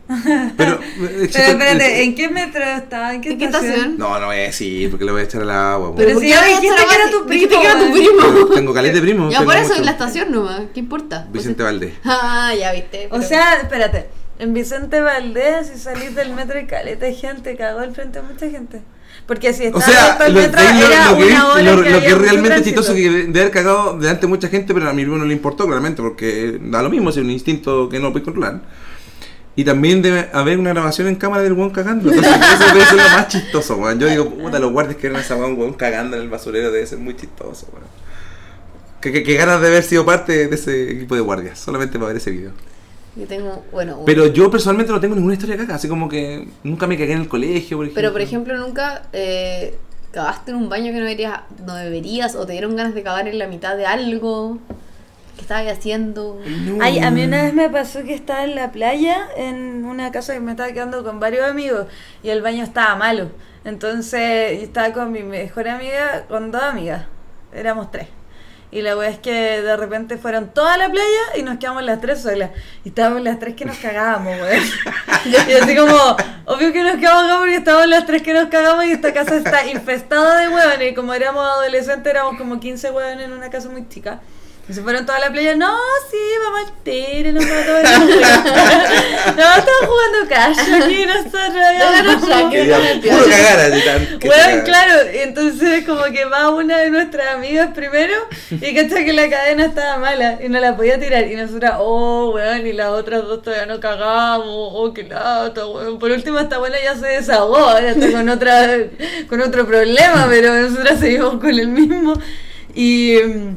C: Pero, eh,
D: Pero
C: existe-
D: espérate, ¿en qué metro estaba? ¿En qué,
E: ¿En qué estación?
C: No, no voy a decir porque lo voy a echar al agua. weón.
E: Pero
D: si ya
E: voy a
D: dijiste
E: hacer
D: que era
E: base-
D: tu
E: dijiste
D: primo,
E: que era tu
D: weón.
E: primo.
C: *coughs* Tengo caleta de primo.
E: Ya
C: tengo
E: por eso
C: mucho.
E: en la estación nomás, ¿qué importa?
C: Vicente Valdés.
E: *laughs* Ah, ya viste.
D: O
E: pero-
D: sea, espérate, en Vicente Valdés, si salís del metro y caleta de gente, cagó al frente a mucha gente. Porque
C: O
D: si estaba
C: sea,
D: abierto el
C: lo,
D: metro,
C: ahí lo-
D: era
C: lo que,
D: una hora
C: lo-
D: que
C: lo
D: había
C: que
D: mucho
C: realmente es
D: tránsito.
C: chistoso que de haber cagado delante de mucha gente, pero a mi primo no le importó claramente, porque eh, da lo mismo, es un instinto que no puedes controlar. Y también debe haber una grabación en cámara del weón cagando.
D: *laughs*
C: Entonces, eso debe ser lo más chistoso, weón. Yo digo, puta, los guardias que eran esa weón, weón cagando en el basurero debe ser muy chistoso, weón. Que, que- que ganas de haber sido parte de ese equipo de guardias, solamente para ver ese video.
E: Yo tengo, bueno,
C: Pero yo personalmente no tengo ninguna historia de caca, así como que nunca me cagué en el colegio, por ejemplo.
E: pero por ejemplo nunca eh, cagaste en un baño que no deberías, no deberías o te dieron ganas de cagar en la mitad de algo que estabas haciendo.
C: No.
D: Ay, a mí una vez me pasó que estaba en la playa, en una casa que me estaba quedando con varios amigos, y el baño estaba malo. Entonces, yo estaba con mi mejor amiga, con dos amigas. Éramos tres. Y la wea es que de repente fueron toda la playa y nos quedamos las tres solas. Y estábamos las tres que nos cagábamos, weón. Y así como, obvio que nos quedamos acá porque estábamos las tres que nos cagamos y esta casa está infestada de hueones. Y como éramos adolescentes, éramos como 15 hueones en una casa muy chica. Y se fueron toda la playa, no, sí, vamos al tere, nos vamos a tomar una vuelta. *laughs* No, estamos jugando calle aquí nosotros. ya
E: No, no,
D: vamos.
E: no,
C: Quería puro cagar así tan- que
D: Bueno,
C: cagar.
D: claro, y entonces como que va una de nuestras amigas primero y cacha que la cadena estaba mala y no la podía tirar. Y nosotras, oh, weón, y las otras dos todavía no cagamos, oh, qué lata, weón. Por último, esta buena ya se desahogó, ahora está con, otra, con otro problema, pero nosotras seguimos con el mismo. Y, mm,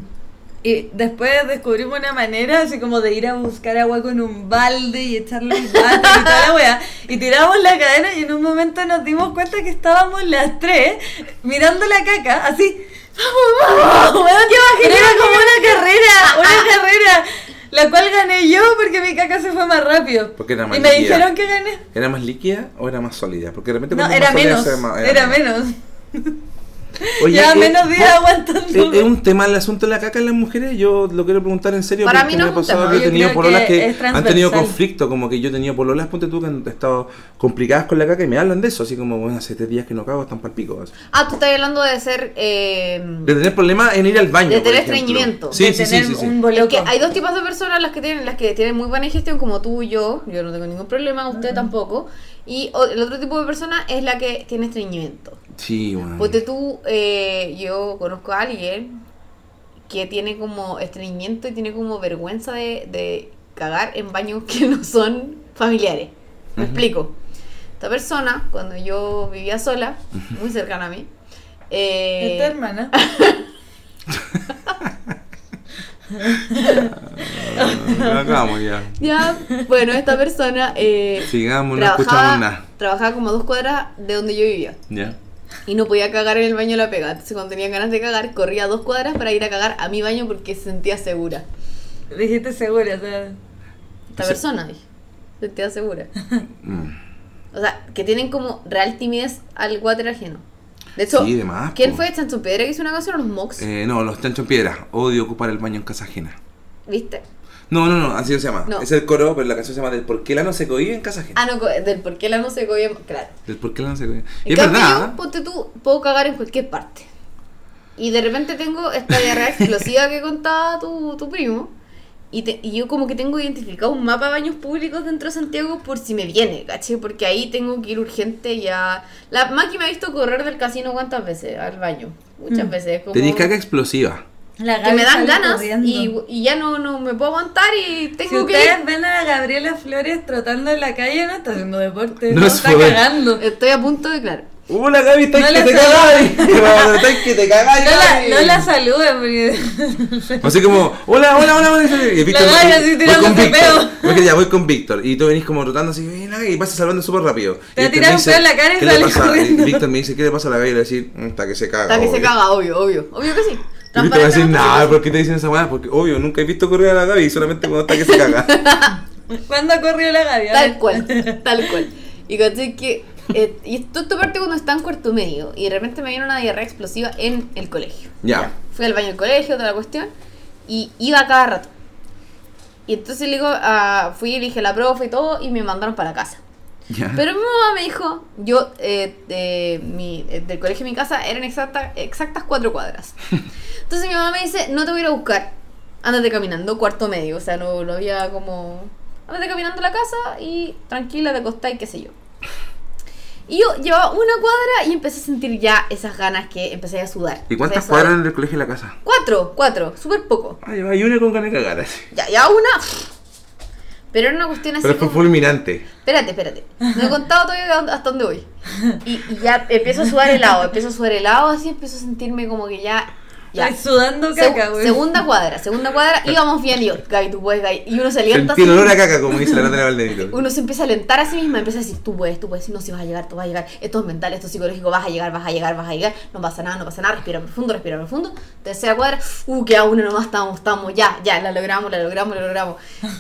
D: y después descubrimos una manera así como de ir a buscar agua con un balde y echarle un balde y toda
E: *laughs*
D: la weá. Y tiramos la cadena y en un momento nos dimos cuenta que estábamos las tres mirando la caca, así. ¡Vamos, vamos! weón, Pero era como una
E: Ah,
D: carrera, una carrera. La cual gané yo porque mi caca se fue más rápido.
C: Porque era más
D: y me
C: líquida.
D: dijeron que gané.
C: ¿Era más líquida o era más sólida? Porque de repente
D: No,
C: cuando es
D: era
C: más sólida
D: menos.
C: se ve más-
D: Era menos. Ya,
C: eh,
D: menos días
C: eh,
D: aguantando.
C: Es es un tema el asunto de la caca en las mujeres. Yo lo quiero preguntar en serio.
E: Para
C: porque
E: mí no
C: me
E: es
C: ha
E: un
C: pasado
E: tema.
C: que he
D: Yo
C: tenido
D: creo
C: pololas
D: que
C: que,
D: es
C: han tenido
D: transversal.
C: conflicto. Como que yo he tenido pololas, ponte tú, que han estado complicadas con la caca y me hablan de eso. Así como, bueno, hace tres días que no cago, están palpicos.
E: Ah, tú estás hablando de ser. eh,
C: De tener problemas en ir al baño.
E: De
C: por
E: tener
C: ejemplo.
E: estreñimiento.
C: Sí,
D: de
C: sí, sí,
D: tener
C: sí, sí.
D: un
E: Es
D: boloco.
E: que hay dos tipos de personas las que tienen las que tienen muy buena ingestión como tú y yo yo no tengo ningún problema usted tampoco y o- el otro tipo de persona es la que tiene estreñimiento
C: Sí, bueno.
E: porque tú eh, yo conozco a alguien que tiene como estreñimiento y tiene como vergüenza de, de cagar en baños *laughs* que no son familiares me
C: Ujú.
E: explico esta persona cuando yo vivía sola muy cercana a mí eh,
D: Es tu hermana.
C: Hagamos ya.
E: ya bueno esta persona eh,
C: Sigamos, no escuchamos
E: trabajaba,
C: nada.
E: trabajaba como a dos cuadras de donde yo vivía
C: Ya.
E: y no podía cagar en el baño de la pega. Entonces, cuando tenía ganas de cagar, corría dos cuadras para ir a cagar a mi baño porque se sentía segura.
D: Dijiste segura, o sea.
E: Esta
C: Sí.
E: persona, dije, se sentía segura.
C: Mm.
E: O sea, que tienen como real timidez al water ajeno. De hecho,
C: Sí, de más,
E: ¿quién
C: po.
E: fue Chancho Piedra que hizo una canción? Los Mox,
C: Eh, no, los chanchos en piedra. Odio ocupar el baño en casa ajena.
E: ¿viste?
C: No, no, no, así no se llama.
E: No.
C: Es el coro, pero la canción se llama Del por qué la no se cohibe en casa ajena.
E: Ah, no, co- del por qué la no se cogía. Claro.
C: Del por qué la no se cohibe. Y
E: En
C: es
E: cambio,
C: verdad. ¿ah?
E: yo, ponte tú, puedo cagar en cualquier parte. Y de repente tengo esta diarrea explosiva que contaba tu, tu primo. Y, te- y yo como que tengo identificado un mapa de baños públicos dentro de Santiago por si me viene, ¿caché? Porque ahí tengo que ir urgente ya... La Maki me ha visto correr del casino cuántas veces al baño. Muchas
D: Mm.
E: veces. Como
C: Tenéis caca explosiva.
D: La
E: que
D: Gaby
E: me dan
D: sale
E: ganas
D: corriendo.
E: y, y ya no, no me puedo aguantar y
D: Si
E: tengo que...
D: ustedes ven a Gabriela Flores trotando en la calle, no está haciendo deporte,
C: No
D: no,
C: es
D: está
C: joven.
D: cagando.
E: ir. Estoy a punto de, claro.
C: ¡Hola, Gaby!
D: No
C: ¡Estáis
D: la
C: que te
D: *laughs*
C: cagáis! ¡Estáis que te cagáis!
D: No la,
C: Gaby!
D: no la saluden, porque... *laughs*
C: Así como, hola, hola, hola, hola. Y Víctor,
D: La Gaby así
C: voy
D: tirando
C: con
D: ese
C: Víctor.
D: peo.
C: Porque ya voy con Víctor. Y tú venís como rotando así, "Ven, la Gaby", y pasas salvando súper rápido.
D: Te
C: Y Víctor
D: tiras
C: me
D: un
C: dice,
D: peo en la cara y
C: "¿Qué le
D: sales
C: pasa?"
D: corriendo.
C: Y Víctor me dice, ¿qué le pasa a la Gaby? Y le decir, "Hasta que se caga.
E: Hasta que se
C: obvio".
E: caga, obvio, obvio. Obvio que sí.
C: Y Víctor va a decir,
E: Transparente, no,
C: nada, ¿por qué te dicen esa weá? Porque obvio, nunca he visto correr a la Gaby, solamente cuando está que se caga. *laughs*
E: *laughs*
D: ¿Cuándo corrió la Gaby? A *laughs*
E: Tal
D: ver.
E: cual, tal cual. Y caché que. eh, y esto esto parte cuando estaba en cuarto medio. Y de repente me vino una diarrea explosiva en el colegio.
C: Ya.
E: Fui al baño del colegio, toda la cuestión. Y iba a cada rato. Y entonces le digo, ah, fui y le dije a la profe y todo. Y me mandaron para casa.
C: Ya.
E: Pero mi mamá me dijo, yo, eh, de mi- eh, del colegio a mi casa eran exacta- exactas cuatro cuadras. Entonces mi mamá me dice, no te voy a ir a buscar, ándate caminando, cuarto medio, o sea, no, no había como, ándate caminando a la casa y tranquila, te acostás y qué sé yo. Y yo llevaba una cuadra y empecé a sentir ya esas ganas que empecé a sudar.
C: ¿Y cuántas
E: Empecé a sudar.
C: cuadras en el colegio y la casa?
E: Cuatro, cuatro, súper poco.
C: Ay, hay una con ganas de cagar. así.
E: Ya, ya una... Pero era una cuestión así
C: Pero fue
E: como-
C: fulminante.
E: Espérate, espérate. *laughs* No he contado todavía hasta dónde voy. Y, y ya empiezo a sudar helado, empiezo a sudar helado, así empiezo a sentirme como que ya. ya.
D: Ay, sudando
E: Seg-
D: caca, güey.
E: segunda cuadra, segunda cuadra, íbamos bien y yo, Gaby, tú puedes, Gaby. Y uno se alienta
C: Sentí el olor a caca, como dice la Natalia Valderito.
E: uno se empieza a alentar a sí misma, empieza a decir, tú puedes, tú puedes, no, si vas a llegar, tú vas a llegar, esto es mental, esto es psicológico, vas a llegar, vas a llegar, vas a llegar, no pasa nada, no pasa nada, respira profundo, respira profundo, tercera cuadra, uh, queda uno nomás, estamos, estamos, ya, ya, la logramos, la logramos, la logramos.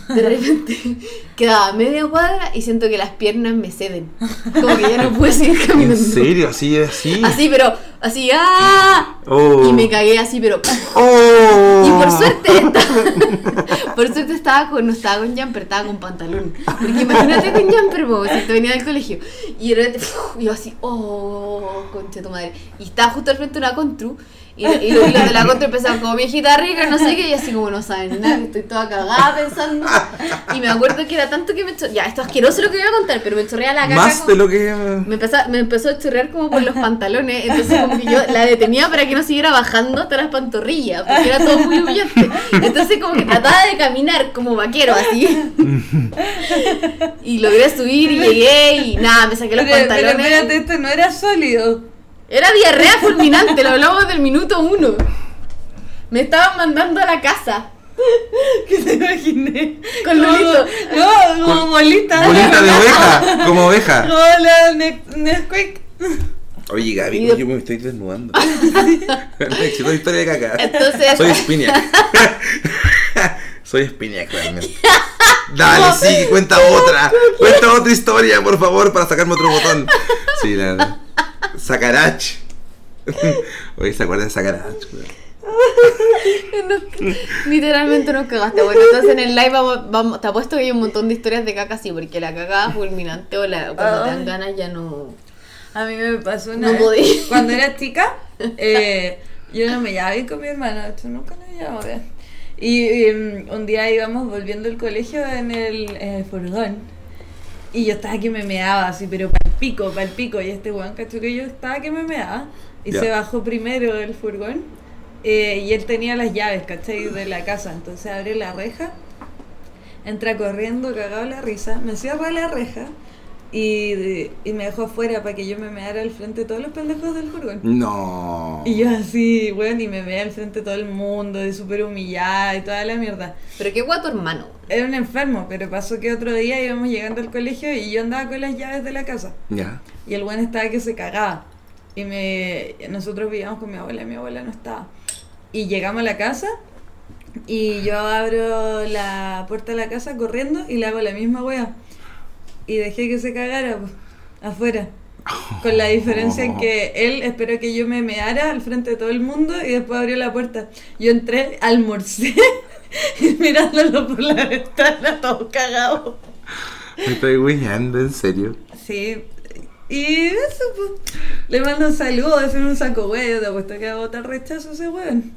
E: De repente *laughs* queda media cuadra y siento que las piernas me ceden, como que ya no pude seguir
C: ¿En
E: caminando.
C: serio? ¿Así es así?
E: Así, pero, así, ¡ah!
C: Oh.
E: Y me cagué así, pero...
C: ¡Oh!
E: Y por suerte, esta- *laughs* por suerte estaba con, no estaba con jumper, estaba con pantalón. Porque imagínate con jumper, po, si te venía del colegio. Y de repente, ¡fuf! y yo así, oh, concha tu madre. Y estaba justo al frente de una contru. Y, y los, y los de la contra empezaban como mi hijita rica, no sé qué, y así como no saben nada, que estoy toda cagada pensando. Y me acuerdo que era tanto que me chor- Ya, esto es asqueroso lo que voy a contar, pero me chorrea la caca.
C: Más
E: como-
C: de lo que.
E: me, empezó, me empezó a chorrear como por los pantalones, entonces como que yo la detenía para que no siguiera bajando hasta las pantorrillas, porque era todo muy humillante. Entonces como que trataba de caminar como vaquero así. Y logré subir y llegué y nada, me saqué los
D: Pero, pero
E: pantalones.
D: espérate, este no era sólido. *laughs*
E: Era diarrea fulminante, lo hablamos del minuto uno. Me estaban mandando a la casa
D: Que te imaginé.
E: con
D: Como-
E: Lolito.
D: No, como bolita.
C: Bolita de
D: *laughs*
C: oveja, como oveja.
D: Como la Ne- Nesquik.
C: Oye,
E: Y
C: Gaby,
E: de-
C: yo me estoy
D: *laughs*
C: desnudando. Exitosa historia de caca.
E: Entonces-
C: Soy Spiniac. *laughs* Soy Spiniac realmente. Dale, sí, cuenta otra. Cuenta otra historia, por favor, para sacarme otro botón. Sí, la verdad. Sacarach. *laughs* Oye, ¿se acuerdan de esa cara?
E: Nos- literalmente nos cagaste. Bueno, entonces en el live vamos, vamos- te apuesto que hay un montón de historias de caca, sí, porque la cagada fulminante o la, cuando te dan
D: Ay.
E: ganas ya no.
D: A mí me pasó una
E: No podí.
D: vez, cuando era chica, eh, yo no me llevaba bien con mi hermano, esto nunca nos llevamos bien. Y em, un día íbamos volviendo al colegio en el eh, furgón. Y yo estaba que me meaba así, pero pal pico, pal pico. Y este weón, cachó que yo estaba que me meaba. Y
C: Ya.
D: se bajó primero del furgón. eh, y él tenía las llaves, ¿cachai? De la casa. Entonces abre la reja. Entra corriendo, cagado la risa. Me cierra la reja. Y, y me dejó afuera para que yo me meara al frente de todos los pendejos del furgón.
C: No.
D: Y yo así, weón, y me veía al frente de todo el mundo, y súper humillada y toda la mierda.
E: Pero qué guapo hermano.
D: Era un enfermo, pero pasó que otro día íbamos llegando al colegio y yo andaba con las llaves de la casa.
C: Ya.
D: Y el weón estaba que se cagaba. Y me, nosotros vivíamos con mi abuela y mi abuela no estaba. Y llegamos a la casa y yo abro la puerta de la casa corriendo y le hago la misma wea. Y dejé que se cagara po, afuera. Con la diferencia en que él esperó que yo me meara al frente de todo el mundo y después abrió la puerta. Yo entré, almorcé *laughs* y mirándolo por la ventana, todo cagado.
C: Me estoy guiñando, en serio.
D: Sí. Y eso, pues. Le mando un saludo, es un saco huevo, te apuesto que va a votar rechazo ese weón.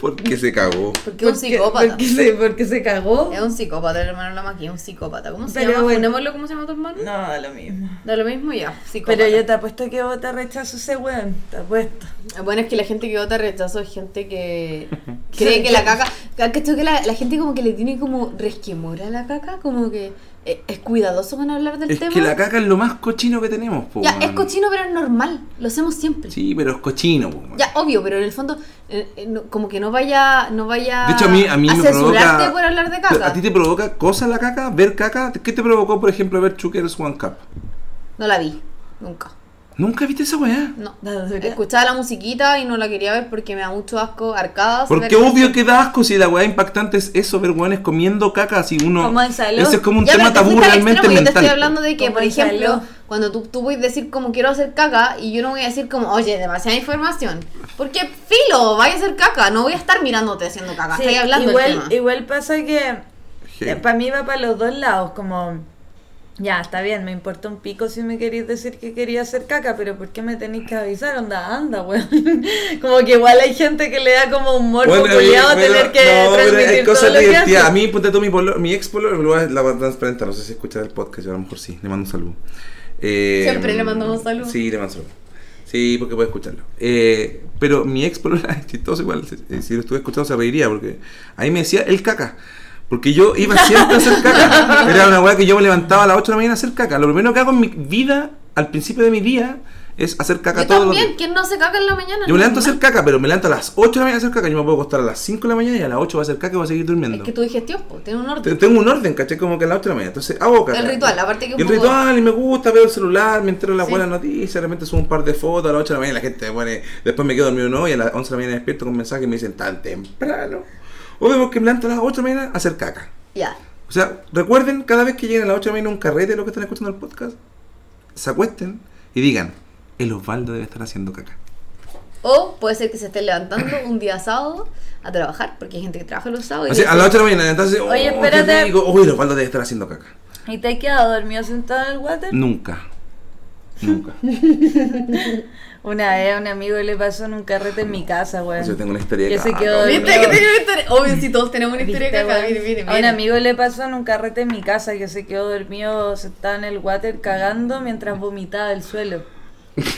C: Porque se cagó.
E: Porque es un
D: Porque-
E: psicópata.
D: Porque se, porque se cagó.
E: Es un psicópata, el hermano de la máquina, es un psicópata. ¿Cómo se
D: Pero
E: llama?
D: bueno.
E: Ponémoslo, ¿cómo se llama tu hermano?
D: No, da lo mismo.
E: Da lo mismo ya, psicópata.
D: Pero yo te apuesto que vota rechazo ese weón, te apuesto.
E: Bueno, es que la gente que vota rechazo es gente que
D: *laughs*
E: cree que la caca. ¿Cachai que la, la gente como que le tiene como resquemor a la caca? Como que eh, es cuidadoso con hablar del
C: Es
E: tema.
C: que la caca es lo más cochino que tenemos, po.
E: Ya,
C: man.
E: es cochino, pero es normal. Lo hacemos siempre.
C: Sí, pero es cochino, po. man.
E: Ya, obvio, pero en el fondo, eh, eh, no- como que no vaya, no vaya
C: De hecho, a mí, a mí me
E: censurarte
C: provoca.
E: por hablar de
C: Pero,
E: caca.
C: ¿A ti te provoca cosas la caca? ¿Ver caca? ¿Qué te provocó, por ejemplo, ver Chuckers One Cup?
E: No la vi, nunca.
C: ¿Nunca viste esa weá?
E: No.
D: Da dura.
E: Escuchaba la musiquita y no la quería ver porque me da mucho asco. Arcadas.
C: Porque
E: ver-
C: obvio que da asco si la weá impactante es eso, ver weones comiendo caca si uno.
D: Como en salud.
C: Eso es como un
E: Ya,
C: tema
E: pero te
C: tabú
E: fuiste al
C: realmente
E: extremo, Yo te
C: mental.
E: estoy hablando de que,
D: Como
E: por
D: el
E: ejemplo,
D: salón.
E: cuando tú, tú puedes decir como quiero hacer caca y yo no voy a decir como, oye, demasiada información. Porque filo, vaya a hacer caca, no voy a estar mirándote haciendo caca.
D: Sí,
E: estoy hablando del
D: igual,
E: tema.
D: igual pasa que
C: Sí.
D: para mí va para los dos lados, como ya está bien, me importa un pico si me queréis decir que quería hacer caca, pero ¿por qué me tenéis que avisar? Onda, anda, weón. *laughs* Como que igual hay gente que le da como un morbo
C: Bueno,
D: culiado
C: pero-
D: tener que
C: no, pero hay
D: transmitir
C: cosas
D: todo lo que hace.
C: divertidas. A mí, ponte tú, mi, polo- mi ex polo, lo voy a- la voy a transparentar. No sé si escucha el podcast, yo a lo mejor sí. Le mando un saludo. Eh,
E: Siempre le mandamos saludos.
C: Sí, le mando saludo. Sí, porque puede escucharlo. Eh, pero mi ex polo *laughs* es chistoso igual. Si, eh, si lo estuve escuchando se reiría porque ahí me decía el caca. Porque yo iba siempre a hacer caca. Era una weá que yo me levantaba a las 8 de la mañana a hacer caca. Lo primero que hago en mi vida, al principio de mi día, es hacer caca
E: Yo
C: todos los días.
E: también, ¿quién no se caca en la mañana?
C: Yo me levanto a
E: No,
C: hacer caca, pero me levanto a las 8 de la mañana a hacer caca. Yo me puedo acostar a las 5 de la mañana y a las 8 voy a hacer caca y voy a seguir durmiendo.
E: Es que tu digestión, pues, tiene un
C: Te-
E: orden.
C: Tengo un orden, ¿cachai? Como que a las 8 de la mañana. Entonces hago caca.
E: El ritual, aparte que
C: Y
E: un
C: el
E: poco-
C: ritual, y me gusta, veo el celular, me entero de las
E: Sí.
C: buenas noticias, de repente subo un par de fotos a las 8 de la mañana. La gente me pone, después me quedo dormido no, y a las 11 de la mañana despierto con mensajes y me dicen tan temprano. O vemos que me levanto a las 8 de la mañana a hacer caca.
E: Ya.
C: O sea, recuerden cada vez que lleguen a las 8 de la mañana a un carrete, los que están escuchando el podcast, se acuesten y digan: El Osvaldo debe estar haciendo caca.
E: O puede ser que se esté levantando un día sábado a trabajar, porque hay gente que trabaja los sábados. y
C: O sea,
E: dice,
C: a las 8 de la mañana, entonces. oh,
D: Oye,
C: qué
D: espérate.
C: rico. Uy, los baldos deben estar haciendo caca.
D: ¿Y te has quedado dormido sentado en el water?
C: Nunca.
E: *laughs*
C: Nunca.
D: Una vez a un amigo le pasó en un carrete en mi casa, weón.
C: Yo tengo una historia de
D: Yo se
C: caca,
D: quedó
C: weón.
E: ¿Viste que tiene una historia? Obvio, si todos tenemos una historia
D: ¿Viste,
E: de caca.
D: weón?
E: mire, mire,
D: A un
E: mire.
D: amigo le pasó en un carrete en mi casa que se quedó dormido sentado en el water cagando mientras vomitaba el suelo.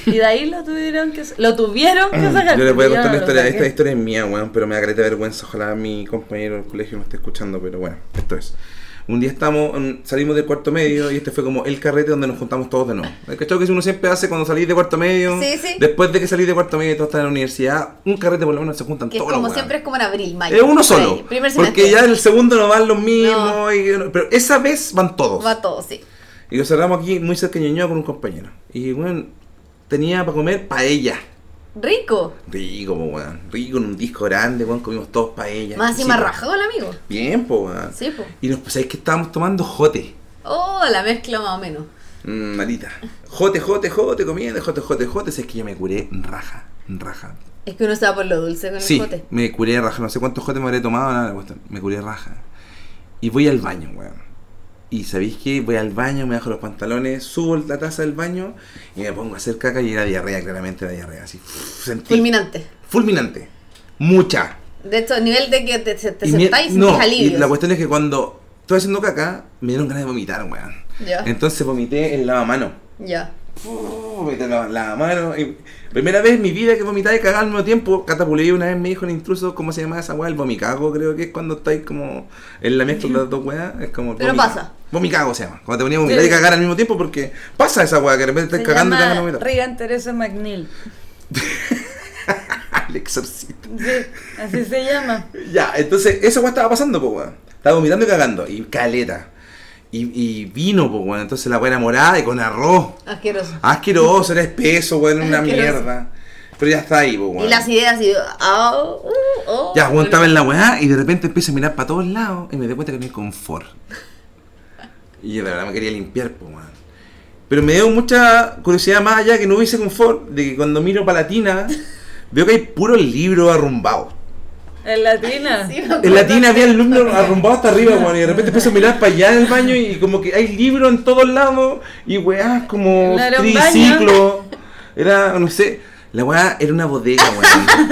D: Y de ahí lo tuvieron que lo tuvieron que sacar.
C: Mm, Yo les voy a
D: porque
E: *laughs*
C: contar la
D: no lo
C: historia.
D: saqué.
C: Esta historia es mía, weón, pero me da careta de vergüenza. Ojalá mi compañero del colegio no esté escuchando, pero bueno, esto es. Un día estamos, en- salimos del cuarto medio y este fue como el carrete donde nos juntamos todos de nuevo. El cachado que uno siempre hace cuando salís de cuarto medio.
E: Sí, sí.
C: Después de que salís de cuarto medio y todos están en la universidad, un carrete por lo menos se juntan
E: Que es
C: todos
E: como
C: los weones.
E: siempre, es como en abril, mayo.
C: Es uno
E: por ahí,
C: solo.
E: Primer semestre.
C: porque ya en el segundo no van los mismos. y- pero esa vez van todos.
E: Va todo, sí.
C: Y nos cerramos aquí muy cerca de Ñuñoa con un compañero. Y bueno, tenía para comer paella.
E: Rico.
C: Rico, po, weón. Rico en un disco grande, weón. Comimos todos paella.
E: Más encima
C: Sí, po.
E: rajado el amigo.
C: Bien, po, weón.
E: Sí, po.
C: Y nos, ¿sabéis que estábamos tomando jote?
E: Oh, la mezcla más o menos.
C: Mm, Natita. Jote, jote, jote, comiendo, jote, jote, jote. Si es que ya me curé raja, raja.
E: Es que uno se va por lo dulce con
C: Sí,
E: el jote.
C: me curé raja. No sé cuántos jotes me habré tomado, nada, la cuestión. me curé raja. Y voy al baño, weón. Y sabéis que voy al baño, me bajo los pantalones, subo la taza del baño y me pongo a hacer caca y era diarrea, claramente era diarrea. Así, uff, sentí.
E: Fulminante.
C: Fulminante. Mucha.
E: De hecho, a nivel de que te, te, te
C: Y mi-
E: sentáis y
C: no,
E: sentís
C: y
E: alivio.
C: la cuestión es que cuando estoy haciendo caca, me dieron ganas de vomitar, weón.
E: Ya.
C: Entonces vomité en lavamano.
E: Ya.
C: Oh, vomité en la, lavamano. Y primera vez en mi vida que vomitaba y cagaba al mismo tiempo. Catapulé una vez me dijo el intruso, ¿cómo se llama esa weá? El vomicago, creo que es cuando estáis como en la mezcla de las dos weas. Es como. el
E: Pero
C: vomicago.
E: pasa.
C: Vomicago se llama. Cuando te ponía a vomitar y cagar al mismo tiempo porque pasa esa weá que de repente
D: Se
C: estás cagando y te van a
D: llama
C: vomitar.
D: Reagan Teresa McNeil.
C: *laughs* el exorcista.
D: Sí, así se llama.
C: Ya, entonces, eso weón estaba pasando, po, weón. Estaba vomitando y cagando. Y caleta. Y, y vino, po, weón. Entonces la weá era morada y con arroz.
E: Asqueroso.
C: Asqueroso, era espeso, weón, una
E: Asqueroso.
C: mierda. Pero ya está ahí, po,
E: Y
C: weón.
E: las ideas y. ah, uh, oh.
C: Ya, weón, estaba en la weá y de repente empiezo a mirar para todos lados y me di cuenta que no hay confort. Y yo de verdad me quería limpiar, po, weón. Pero me dio mucha curiosidad más allá que no hubiese confort, de que cuando miro para la tina, veo que hay puro libro arrumbado.
D: En latina.
E: Sí, *laughs* me
C: En
E: acuerdo.
C: la tina había el alumno arrumbado hasta arriba, weón, y de repente empiezo a mirar para allá en el baño y como que hay libros en todos lados y weá, como
D: No era un
C: triciclo. Era, no sé, la weá era una bodega, weón.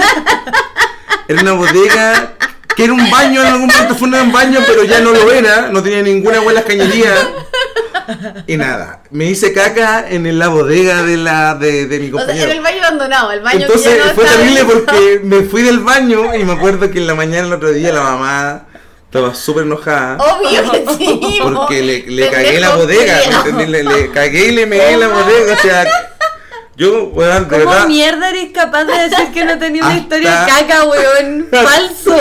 C: Era una bodega que era un baño, en algún momento fue un baño, pero ya no lo era, no tenía ninguna weá en las cañerías. Y nada, me hice caca en la bodega de la de, de mi
E: O sea,
C: compañero.
E: era el baño abandonado, el baño
C: Entonces
E: que ya no
C: fue
E: estaba
C: terrible
E: listo.
C: porque me fui del baño y me acuerdo que en la mañana el otro día la mamá estaba súper enojada
E: *laughs* Obvio que
C: *laughs*
E: sí.
C: porque le, le
E: Oh, pendejo
C: cagué la bodega, ¿me
E: culiao. Oh,
C: entendés? Le, le cagué y le meé la bodega, o sea, yo, weón, de
D: ¿Cómo
C: verdad,
D: mierda eres capaz de decir que no tenía una
C: Hasta-
D: historia de caca,
C: *laughs*
D: weón? Falso.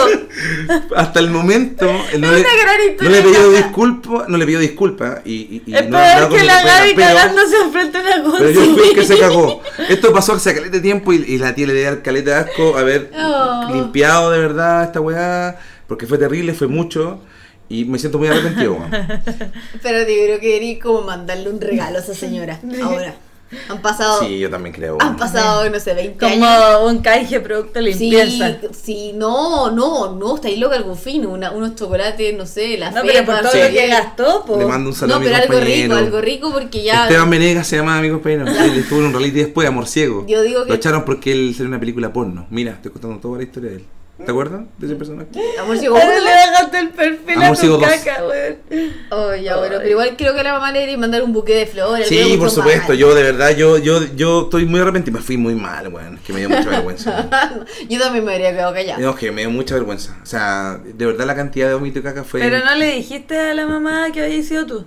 C: hasta el momento no le,
E: una gran
C: no
E: historia,
C: le he pedido
E: Cata.
C: disculpa, no le pido disculpa y, y, y
D: es
C: no he hablado
D: peor que
C: con
D: la
C: mi compañera,
D: Gaby
C: pero-
D: cagándose enfrente de la
C: Pero yo fui el que
D: Gonzi.
C: se cagó. Esto pasó hace caleta de tiempo y, y la tía le dio al caleta de asco haber
E: Oh.
C: limpiado de verdad esta weá. Porque fue terrible, fue mucho. Y me siento muy arrepentido, weón.
E: *laughs* Pero te creo que quería como mandarle un regalo a
D: *laughs*
E: esa señora. Ahora. Han pasado.
C: Sí, yo también creo.
E: Han
C: weón.
E: pasado, no
C: *laughs*
E: sé, 20 años.
D: Como un canje producto limpieza.
E: Sí, sí, no, no, no, estáis loca algún fin, una- unos chocolates, no sé, la
D: No, pero por
E: Fepa,
D: todo
E: no
D: lo
E: sé
D: que
E: qué.
D: gastó, po.
C: pues, Le mando un saludo
E: No,
C: a
E: pero
C: mi
E: algo
C: compañero.
E: rico, algo rico porque ya...
C: Esteban Venegas se llama mi compañero. Él estuvo en un reality después, Amor Ciego.
E: Yo digo que-
C: Lo echaron porque él salió en una película porno. Mira, estoy contando toda la historia de él. ¿Te acuerdas de ese personaje?
E: Amor,
D: *laughs*
E: llegó
D: Ahora
E: uno.
D: le bajaste el perfil a
C: Amor, sigo
D: tu
C: dos.
D: caca, weón.
E: Oh, ya, bueno, pero igual creo que a la mamá le debería mandar un buque de flores. le
C: Sí,
E: hubiera
C: por
E: gustado
C: supuesto.
E: más.
C: Yo, de verdad, yo, yo, yo estoy muy arrepentido. Me fui muy mal, weón. Es que me dio mucha vergüenza. weón.
E: *laughs* Yo también me habría quedado callada.
C: No, que me dio mucha vergüenza. O sea, de verdad la cantidad de vómito y caca fue.
D: Pero no le dijiste a la mamá que había sido tú.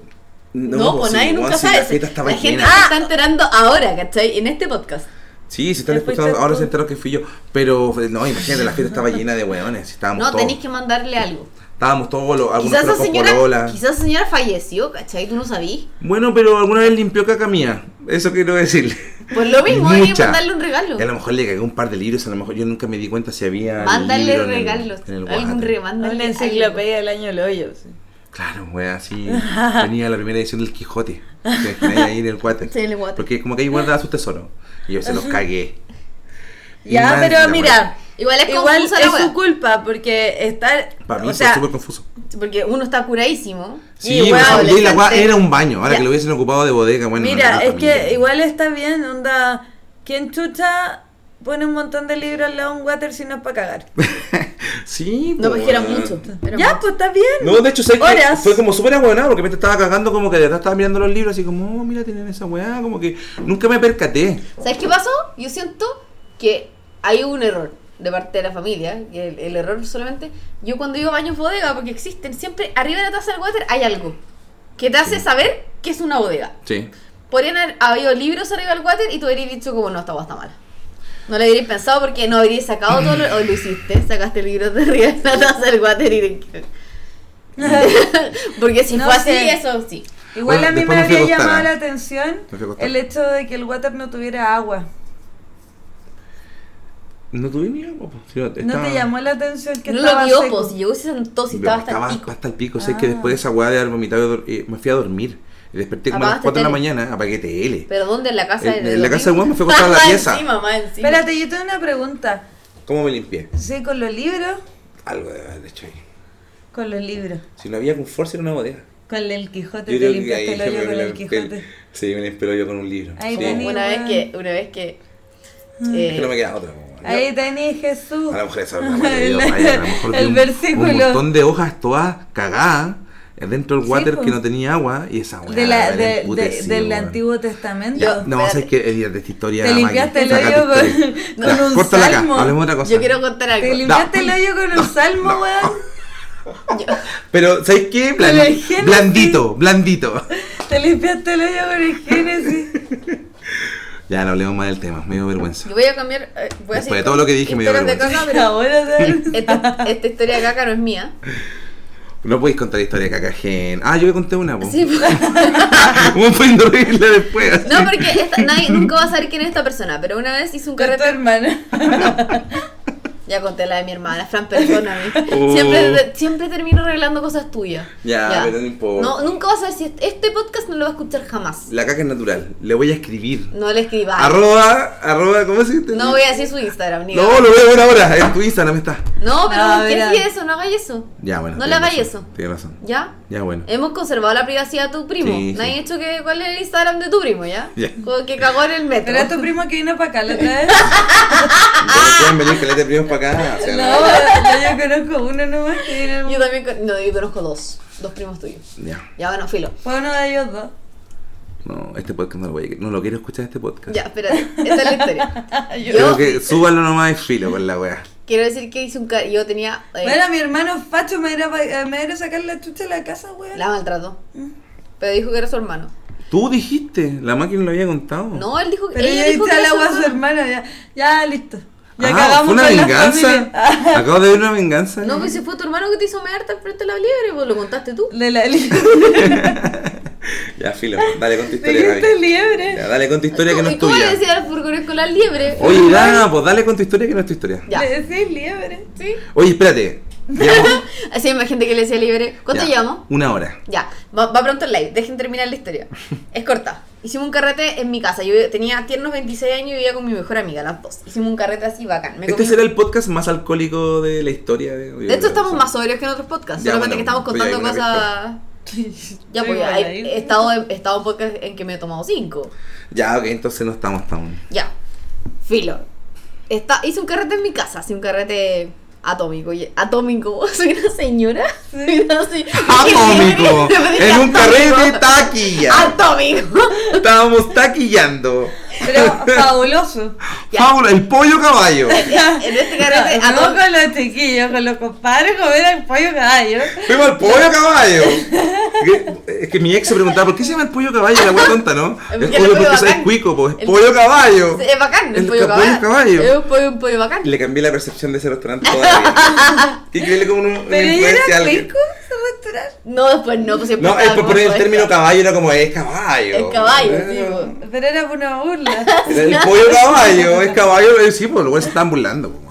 E: No, pues nadie
C: sí,
E: nunca
C: weón, sí,
E: sabe.
C: La fiesta estaba
E: La gente ah,
C: llena.
E: se está enterando ahora, ¿cachai? En este podcast.
C: Sí, si están
D: Te fuiste
C: escuchando, ahora
D: tú.
C: se enteraron que fui yo. Pero no, imagínate, la fiesta
E: *laughs*
C: estaba llena de weones. Estábamos
E: No,
C: todos.
E: tenéis que mandarle algo.
C: Estábamos todos los. Algunos
E: Quizás esa,
C: fueron con
E: señora,
C: polola.
E: quizás esa señora falleció, ¿cachai? Tú no sabías.
C: Bueno, pero alguna vez limpió caca mía. Eso quiero decirle.
E: Pues lo mismo, hay que
C: Mucha.
E: mandarle un regalo.
C: Y a lo mejor le cagué un par de libros. A lo mejor yo nunca me di cuenta si había.
E: Mándale
C: libro en el-
E: regalos.
C: en el
E: Algún
C: water.
E: regalo. Mándale
D: Una
E: algo.
D: enciclopedia del año Loyo. sí.
C: Claro, güey, así *laughs* venía la primera edición del Quijote. Que tenía ahí en el water.
E: Sí, en el water.
C: Porque como que ahí guardaba su tesoro. Y yo se los cagué. Y
D: *laughs* Ya,
C: más
D: pero
C: encima,
D: mira.
E: Igual es
D: Igual
E: confusa la
D: es
E: wea.
D: su culpa porque estar.
C: güey, Para mí
D: o sea,
C: fue súper confuso.
E: Porque uno está curadísimo.
C: Sí,
D: Y,
C: o sea,
E: weón,
C: yo y la weá
E: gente-
C: era un baño. Ahora
E: Ya.
C: que lo hubiesen ocupado de bodega, bueno.
D: Mira,
C: no,
D: es
C: no,
D: que
C: familia.
D: igual está bien, onda. Quien chucha pone un montón de libros al lado de un water si no es para cagar.
C: Sí,
E: No, pues que era
C: weón.
E: mucho. era
D: ya,
E: mucho.
D: pues está bien.
C: No, de hecho, sé que
D: Horas.
C: fue como súper aguanado porque me estaba cagando como que detrás estaba mirando los libros así como, oh, mira, tienen esa weá, como que nunca me percaté.
E: ¿Sabes qué pasó? Yo siento que hay un error de parte de la familia. que el, el error solamente. Yo cuando digo baños bodega, porque existen, siempre arriba de la taza del water hay algo que te hace saber que es una bodega.
C: Sí.
E: Podrían haber habido libros arriba del water y tú habrías dicho como no, esta guasta está mala. No le habríais pensado porque no habríais sacado todo lo, o lo hiciste, sacaste libros de arriba de la taza del water y te-
D: *laughs*
E: Porque si
D: No
E: fue así,
D: sé.
E: eso sí.
D: Igual
C: Bueno,
D: a mí me
C: después me fui a
D: habría
C: acostar,
D: llamado
C: ¿ah?
D: la atención
C: Me fui a acostar.
D: el hecho de que el water no tuviera agua.
C: No tuve ni agua. po. Sí,
D: ¿No
C: estaba-
D: te llamó la atención que
E: no
D: estaba
E: lo vio,
D: seco?
E: pues, si llegó y se sentó, si
C: Pero
E: estaba hasta el pico.
D: Ah.
C: hasta el pico. Sé que después de esa weá de haber vomitado, eh, me fui a dormir. Y desperté como a las 4
E: Apagaste
C: de la
E: tele.
C: mañana, apagué tele.
E: Pero ¿dónde? En la casa
C: En-
E: de
C: en la casa de
E: Domingo?
C: Juan me fui a acostar
E: *laughs*
C: a la pieza.
E: encima, más encima.
D: Espérate, yo tengo una pregunta.
C: ¿Cómo me limpié?
D: Sí, con los libros.
C: Algo de haber hecho ahí.
D: Con los libros.
C: Si no había confort, era una bodega.
D: Con el Quijote.
C: Yo
D: te
C: creo que ahí
D: limpiaste el
C: me-
D: hoyo
C: me
D: con el
C: limpié
D: Quijote.
C: Sí, me limpié el hoyo con un libro.
D: Ahí
C: sí.
D: tenía.
E: Una vez que, una vez que
C: Es que no
E: eh,
C: me queda otra. po, weón.
D: Ahí tenés Jesús.
C: A la mujer esa,
D: *laughs* El-
C: la madre de Dios, vaya, a lo mejor
D: el
C: de un-
D: versículo.
C: Un montón de hojas todas cagadas eh, dentro del
D: Sí,
C: water
D: po.
C: que no tenía agua y esa weá.
D: de la,
C: me
D: de- de-
C: emputecía,
D: del
C: weón.
D: Antiguo Testamento.
C: Ya, no,
E: Espérate.
C: sabes que Elías de esta historia.
D: Te
C: Maki,
D: limpiaste el
C: saca tu
D: hoyo con,
C: historia.
D: con
C: Ya,
D: un
C: córtala acá,
D: salmo.
C: hablemos de otra cosa.
E: yo quiero contar
D: Te
E: algo.
D: limpiaste
C: No.
D: el hoyo con un salmo, weón.
C: Pero, ¿sabes qué? Blan-
D: Pero el Génesis-
C: Blandito, blandito.
D: Te limpiaste el hoyo con el Génesis.
C: Ya, no hablemos más del tema, me dio vergüenza.
E: Yo voy a cambiar. eh, voy a
C: Después
E: seguir
C: de todo
E: con
C: lo que dije, me dio
E: historias de
C: vergüenza.
E: caca, pero
D: Ahora
E: *laughs*
D: ¿sabes?
E: esta, esta historia de caca no es mía.
C: No podéis contar la historia de cacajen. Ah, yo le conté una, po. *laughs*
E: Sí, pues.
C: Vos pudiendo reírla después. así.
E: No, porque esta- nadie, nunca va a saber quién es esta persona, pero una vez hice un
D: Con tu
E: carrete.
D: hermana.
E: Ya conté la de mi hermana, Fran, perdóname.
C: Oh.
E: Siempre, siempre termino arreglando cosas tuyas.
C: Ya, pero no importa.
E: No, nunca vas a ver si este, este podcast no lo va a escuchar jamás.
C: La caca es natural, le voy a escribir.
E: No le escribas.
C: Arroba, arroba, ¿cómo se dice?
E: No voy a decir su Instagram, ni
C: No, lo veo una hora, en tu Instagram está.
E: No, pero
D: No,
E: ¿por ¿qué
D: Ah, mira.
E: sí eso? No hagáis eso.
C: Ya, bueno.
E: No le
C: tienes
E: hagáis
C: razón,
E: eso. Eh,
C: Tienes razón.
E: ¿Ya?
C: Ya, bueno.
E: Hemos conservado la privacidad de tu primo.
C: Sí,
E: Nadie
C: sí.
E: ha hecho que cuál es el Instagram de tu primo, ¿ya?
C: Ya.
E: Como que cagó en el metro.
D: Era tu primo que vino para acá la
E: *laughs*
D: otra vez.
E: ah.
C: Entonces, Pueden venir que le primos para acá. o sea,
D: No, yo conozco uno nomás que vino el-
E: Yo también con- no, yo conozco dos, dos primos tuyos.
C: Ya.
E: Ya, bueno, filo.
D: Fue uno de ellos dos.
C: No, este podcast no lo voy a No lo quiero escuchar este podcast.
E: Ya, espérate. Esta es
D: *laughs*
E: la historia.
C: Creo
E: Yo
C: que súbalo nomás y filo con la wea.
E: quiero decir que hice un ca- yo tenía eh,
D: Bueno, mi hermano Facho me era, pa- me era sacar la chucha de la casa, weón.
E: la maltrató.
D: Mm.
E: Pero dijo que era su hermano.
C: Tú dijiste, la máquina lo había contado.
E: No, él dijo que
D: Pero
E: ella
D: ya
E: dijo
D: hice
E: que
D: al
E: era su
D: agua a su
E: hermano.
D: hermano, ya, ya listo. Ya
C: Ah,
D: acabamos
C: ¿Fue una
D: con la
C: venganza?
D: familia. *laughs* Ah,
C: *laughs* Acabo de ver una venganza.
E: No, pues si fue tu hermano que te hizo mearte al frente de la liebre, pues lo contaste tú.
D: De la
C: *laughs* *laughs* Ya, filo. Dale con tu
D: Dijiste
C: Gaby.
D: este liebre.
C: eh. Ya, ddale con tu historia que no
E: ¿Y
C: es
E: cómo le
C: tuya.
E: decía al furgón con la liebre?
C: Oye, ya, pues dale con tu historia que no es tu historia.
E: Ya.
D: Le decís liebre.
E: Sí.
C: Oye, espérate. Llevamos-
E: Así hay más gente que le decía libre. *laughs* ¿Cuánto
C: ya,
E: llevamos?
C: Una hora.
E: Ya, va, va pronto el live, dejen terminar
C: *laughs*
E: la historia. Es corta. Hicimos un carrete en mi casa. Yo tenía tiernos 26 años y vivía con mi mejor amiga, las dos. Hicimos un carrete así bacán. Me
C: Este
E: comí-
C: será el podcast más alcohólico de la historia. De,
E: De hecho, estamos más sobrios que en otros podcasts.
C: Ya,
E: solamente
C: bueno,
E: que estamos
C: pues ya hay
E: contando cosas. *laughs*
C: *laughs*
E: Ya,
D: Estoy
E: pues hay-
D: igual
E: he
D: ahí.
E: estado, en- he estado en podcast en que me he tomado cinco.
C: Ya, ok, entonces no estamos tan.
E: Ya, filo. Está, hice un carrete en mi casa, así un carrete atómico. oye, Atómico, *laughs* soy una señora. Soy una se- *laughs*
C: ¡Atómico!
E: Yo dije
C: Ah, en un carrete
E: atómico. Ah,
C: taquilla.
E: Atómico.
C: Estábamos taquillando.
D: Pero
C: *laughs*
E: *laughs*
D: fabuloso.
E: Ya.
C: Paula, el pollo
E: *laughs*
C: caballo.
E: En este carrete
D: No, no
E: atómico.
D: con los chiquillos, con los compadres comer al pollo caballo.
C: Fuimos al pollo
E: *laughs*
C: caballo. Que- Es que mi ex se preguntaba, ¿por qué se llama el pollo caballo? La wea tonta,
E: *laughs*
C: ¿no? El
E: Porque
C: pollo
E: el pollo
C: porque es
E: bacán.
C: cuico, pues.
E: El-
C: Pollo caballo.
E: Es bacán, el,
C: El
E: pollo
C: ca- pollo
E: caballo.
C: caballo.
E: Es un pollo, un pollo bacán.
C: Le cambié la percepción de ese restaurante
E: *laughs*
C: todavía. Increíble como un, una
D: Pero ella
C: influencia a
D: era
C: alguien.
D: pico, se restaurante.
E: No, después no, pues siempre
C: No, es por
E: estábamos
C: poner el
E: con
C: término
E: esto.
C: caballo, era como es caballo.
E: El caballo,
C: Eh,
E: sí, pues.
D: Pero era por una burla.
E: *laughs*
C: Era el pollo caballo, es caballo, eh, sí, pues los güeyes se estaban burlando. po.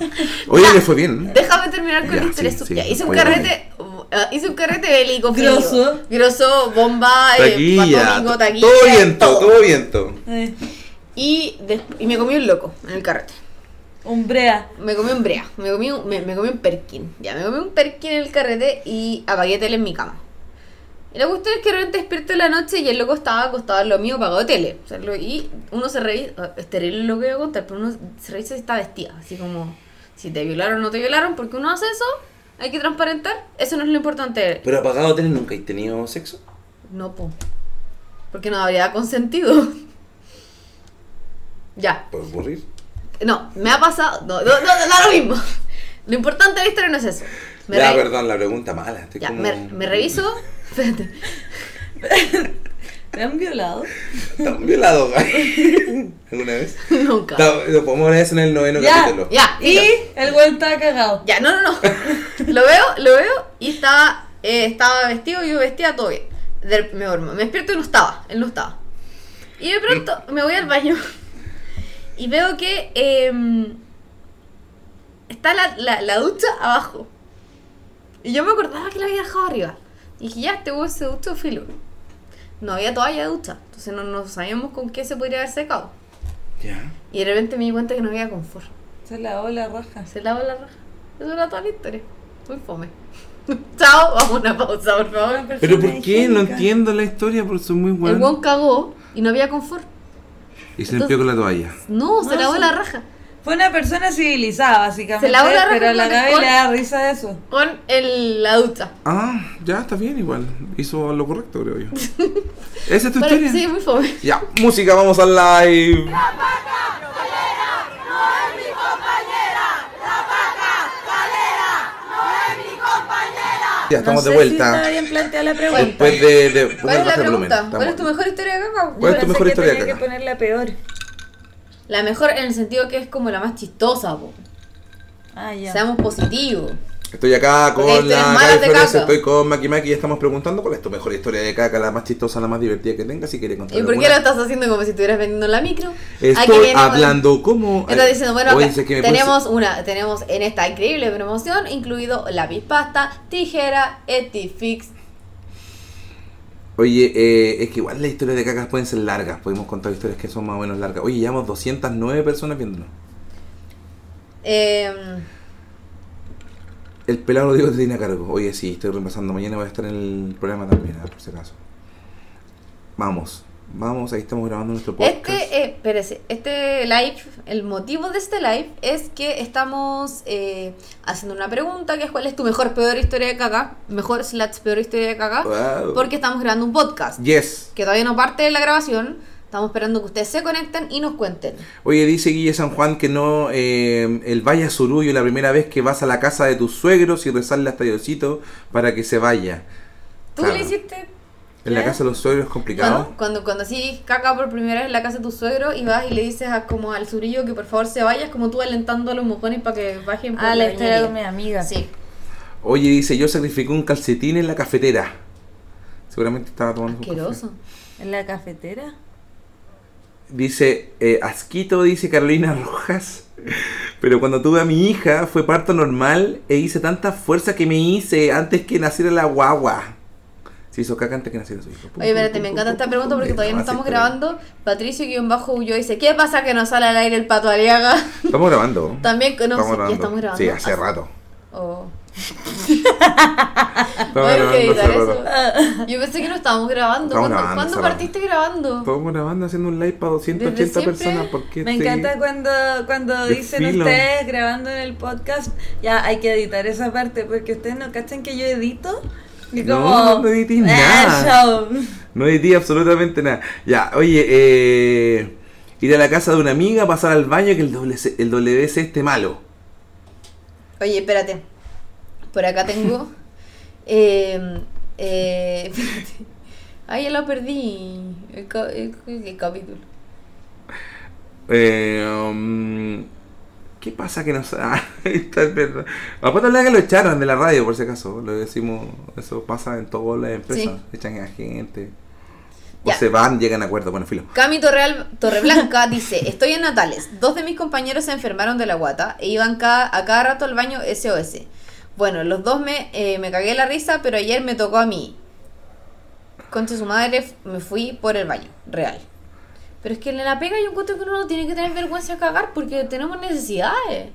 C: Oye, le fue bien. ¿no?
E: Déjame terminar con
C: Ya,
E: la historia
C: sí,
E: su-
C: sí,
E: ya, hice un
C: voy a
E: carrete, eh, hice un carrete bélico frío.
D: Grosso.
E: Grosso, bomba, eh,
C: Taquilla,
E: patomingo,
C: to-
E: taquilla.
C: todo viento,
E: todo.
C: todo viento.
D: Eh,
E: Y, des- y me comí un loco en el carrete.
D: Umbrea.
E: Me comí un brea, me comí un, me, me comí un perkin. Ya, me comí un perkin en el carrete y apagué tele en mi cama. Y la cuestión es que de repente despierto en la noche y el loco estaba acostado en lo mío, apagado tele. O sea, lo- y uno se revisa, es terrible lo que voy a contar, pero uno se revisa si está vestida. Así como, si te violaron o no te violaron, porque uno hace eso, hay que transparentar. Eso no es lo importante.
C: Pero apagado tenés nunca has tenido sexo.
E: No, po. Porque no habría consentido. *laughs* ya,
C: Puede ocurrir.
E: No, me ha pasado. No, no, no, no, da lo mismo. Lo importante de la historia no es eso. Me
C: ya,
E: re-
C: perdón, la pregunta mala. estoy
E: Ya,
C: como-
E: me,
C: *laughs*
E: me reviso. *laughs* Espérate.
D: ¿Te han violado?
C: ¿Te han violado,
E: *laughs*
C: güey? ¿Alguna vez?
E: Nunca.
C: Ta- Lo podemos ver eso en el noveno
D: Ya,
C: capítulo.
E: Ya,
D: Y
E: y.
D: el güey estaba cagado.
E: Ya, no, *laughs* no, no. Lo veo, lo veo y estaba, eh, estaba vestido, yo vestía todo bien. De- me duermo. Me despierto y no estaba. Él no estaba. Y de pronto me voy al baño *laughs* y veo que em, está la, la- la ducha abajo. Y yo me acordaba que la había dejado arriba. Y dije, ya, este huevo se duchó filo. no había toalla de ducha, entonces no, no sabíamos con qué se podría haber secado.
C: Ya.
E: Y de repente me di cuenta que no había confort.
D: Esa es la ola roja.
E: Se lava la raja. Eso era toda la historia. Muy fome. *laughs* Chao, vamos a una pausa, por favor.
C: ¿Pero por qué? No entiendo la historia, porque son muy
E: El
C: buenos.
E: weón cagó y no había confort.
C: Y se limpió con la toalla.
E: No, se
C: Ah,
D: No,
E: lavó
D: sí.
E: la raja.
D: Fue una persona civilizada, básicamente.
E: Se lavó la ropa
D: pero a la
E: con
D: Gaby
E: alcohol.
D: le da risa de eso.
E: Con el, la ducha.
C: Ah, ya, está bien igual. Hizo lo correcto,
E: *laughs*
C: creo yo. ¿Esa es tu
E: Bueno,
C: historia?
E: sí, muy fome.
C: Ya, música, vamos al live. Ya, estamos
D: no
C: de
D: sé Si
C: vuelta.
D: está bien planteada la pregunta.
C: Después de, de de
E: *laughs* ¿Cuál es la
C: bajar el volumen.
E: pregunta? ¿Cuál
C: Estamos-
E: es
C: Pues-
E: tu mejor historia de
C: ¿Cuál
E: cacao?
C: es
D: Yo
C: tu
D: pensé
C: mejor
D: que
C: historia
D: tenía
C: acá?
D: que poner la peor.
E: La mejor en el sentido que es como la más chistosa, po.
D: Ah, ya.
E: Seamos positivos.
C: Estoy acá con
E: Porque hay historias
C: la
E: malas
C: Gaby
E: de
C: Flores,
E: caca.
C: estoy con Maki Maki y estamos preguntando cuál es tu mejor historia de caca, la más chistosa, la más divertida que tengas, si quieres contar.
E: ¿Y por qué
C: alguna.
E: lo estás haciendo como si estuvieras vendiendo en la micro? Aquí
C: Estoy
E: venimos-
C: hablando como...
E: Estás diciendo, bueno,
C: Oye,
E: acá
C: sé que me
E: tenemos una, tenemos en esta increíble promoción incluido lápiz pasta, tijera, etifix.
C: puedes- Oye, eh, es que igual las historias de cacas pueden ser largas, podemos contar historias que son más o menos largas. Oye, llevamos 209 personas viéndonos.
E: Eh,
C: El pelado digo te tiene a cargo. Oye, sí, estoy repasando. Mañana voy a estar en el programa también, ah, por si acaso. Vamos, vamos, ahí estamos grabando nuestro podcast.
E: Este, eh, espérese, este live, el motivo de este live es que estamos eh, haciendo una pregunta que es cuál es tu mejor peor historia de caca, mejor slash peor historia de caca,
C: Wow.
E: porque estamos grabando un podcast
C: Yes.
E: que todavía no parte de la grabación, estamos esperando que ustedes se conecten y nos cuenten.
C: Oye, dice Guille San Juan que no, eh, el Valle Surullo, la primera vez que vas a la casa de tus suegros y rezarle hasta Diosito para que se vaya.
E: ¿Tú
C: Claro.
E: le hiciste?
C: En la
E: ¿Ya?
C: casa de los suegros es complicado.
E: Cuando, cuando, cuando así caca por primera vez en la casa de tu suegro y vas y le dices a- como al surillo que por favor se vaya, es como tú alentando a los mojones para que bajen por
D: Ah, la historia de mi
E: leñería.
D: amiga.
E: Sí.
C: Oye, dice, yo sacrificé un calcetín en la cafetera. Seguramente estaba tomando un café.
E: Asqueroso.
D: ¿En la cafetera?
C: Dice, eh, asquito, dice Carolina *laughs* Rojas. Pero cuando tuve a mi hija fue parto normal e hice tanta fuerza que me hice antes que naciera la guagua. Se hizo caca antes que naciera su hijo. Pum,
E: Oye, espérate,
C: pum,
E: me
C: pum,
E: encanta
C: pum,
E: esta
C: pum,
E: pregunta
C: pum,
E: porque
C: pum,
E: todavía no
C: más
E: estamos
C: historia.
E: grabando. Patricio-Ullo dice, ¿qué pasa que no sale al aire el pato Aliaga? *laughs*
C: Estamos grabando.
E: También que no
C: Estamos
E: sé, ya
C: grabando.
E: estamos grabando.
C: Sí, hace
E: Ah, *laughs*
C: rato.
E: oh. *laughs*
C: Estamos
E: Oye,
C: grabando
E: que editar
C: hace
E: eso. *laughs*
C: rato.
E: Yo pensé que no estábamos grabando.
C: Estamos
E: ¿Cuándo,
C: grabando,
E: cuándo
C: estamos
E: partiste grabando?
C: Estamos grabando haciendo un live para
E: Desde
C: 280
E: siempre,
C: personas. Porque
D: Me encanta cuando, cuando
C: De
D: dicen
C: filo.
D: ustedes grabando en el podcast, ya hay que editar esa parte, porque ustedes no cachan que yo edito. Y
C: No,
D: como,
C: no editís
D: "Ah,
C: nada".
D: show.
C: No edité absolutamente nada. Ya, oye, eh, ir a la casa de una amiga, pasar al baño, que el, doble C- el WC esté malo.
E: Oye, espérate. Por acá
C: *laughs*
E: tengo... eh, eh, *laughs* espérate. Ay, ya lo perdí. El, ca- el- el capítulo.
C: Eh, um, ¿Qué pasa que nos... *laughs* Ah, está es verdad. A Pato Blanca lo echaron de la radio, por si acaso. Lo decimos, eso pasa en todas las empresas. Echan a gente. O
E: Ya.
C: se van, llegan a acuerdo. Bueno, filo.
E: Cami Torreal, Torreblanca *laughs* dice, estoy en Natales. Dos de mis compañeros se enfermaron de la guata e iban cada, a cada rato al baño SOS. Bueno, los dos me, eh, me cagué la risa, pero ayer me tocó a mí. Concha su madre, f- me fui por el baño, real. Pero es que en la pega yo encuentro que uno no tiene que tener vergüenza de cagar porque tenemos necesidades.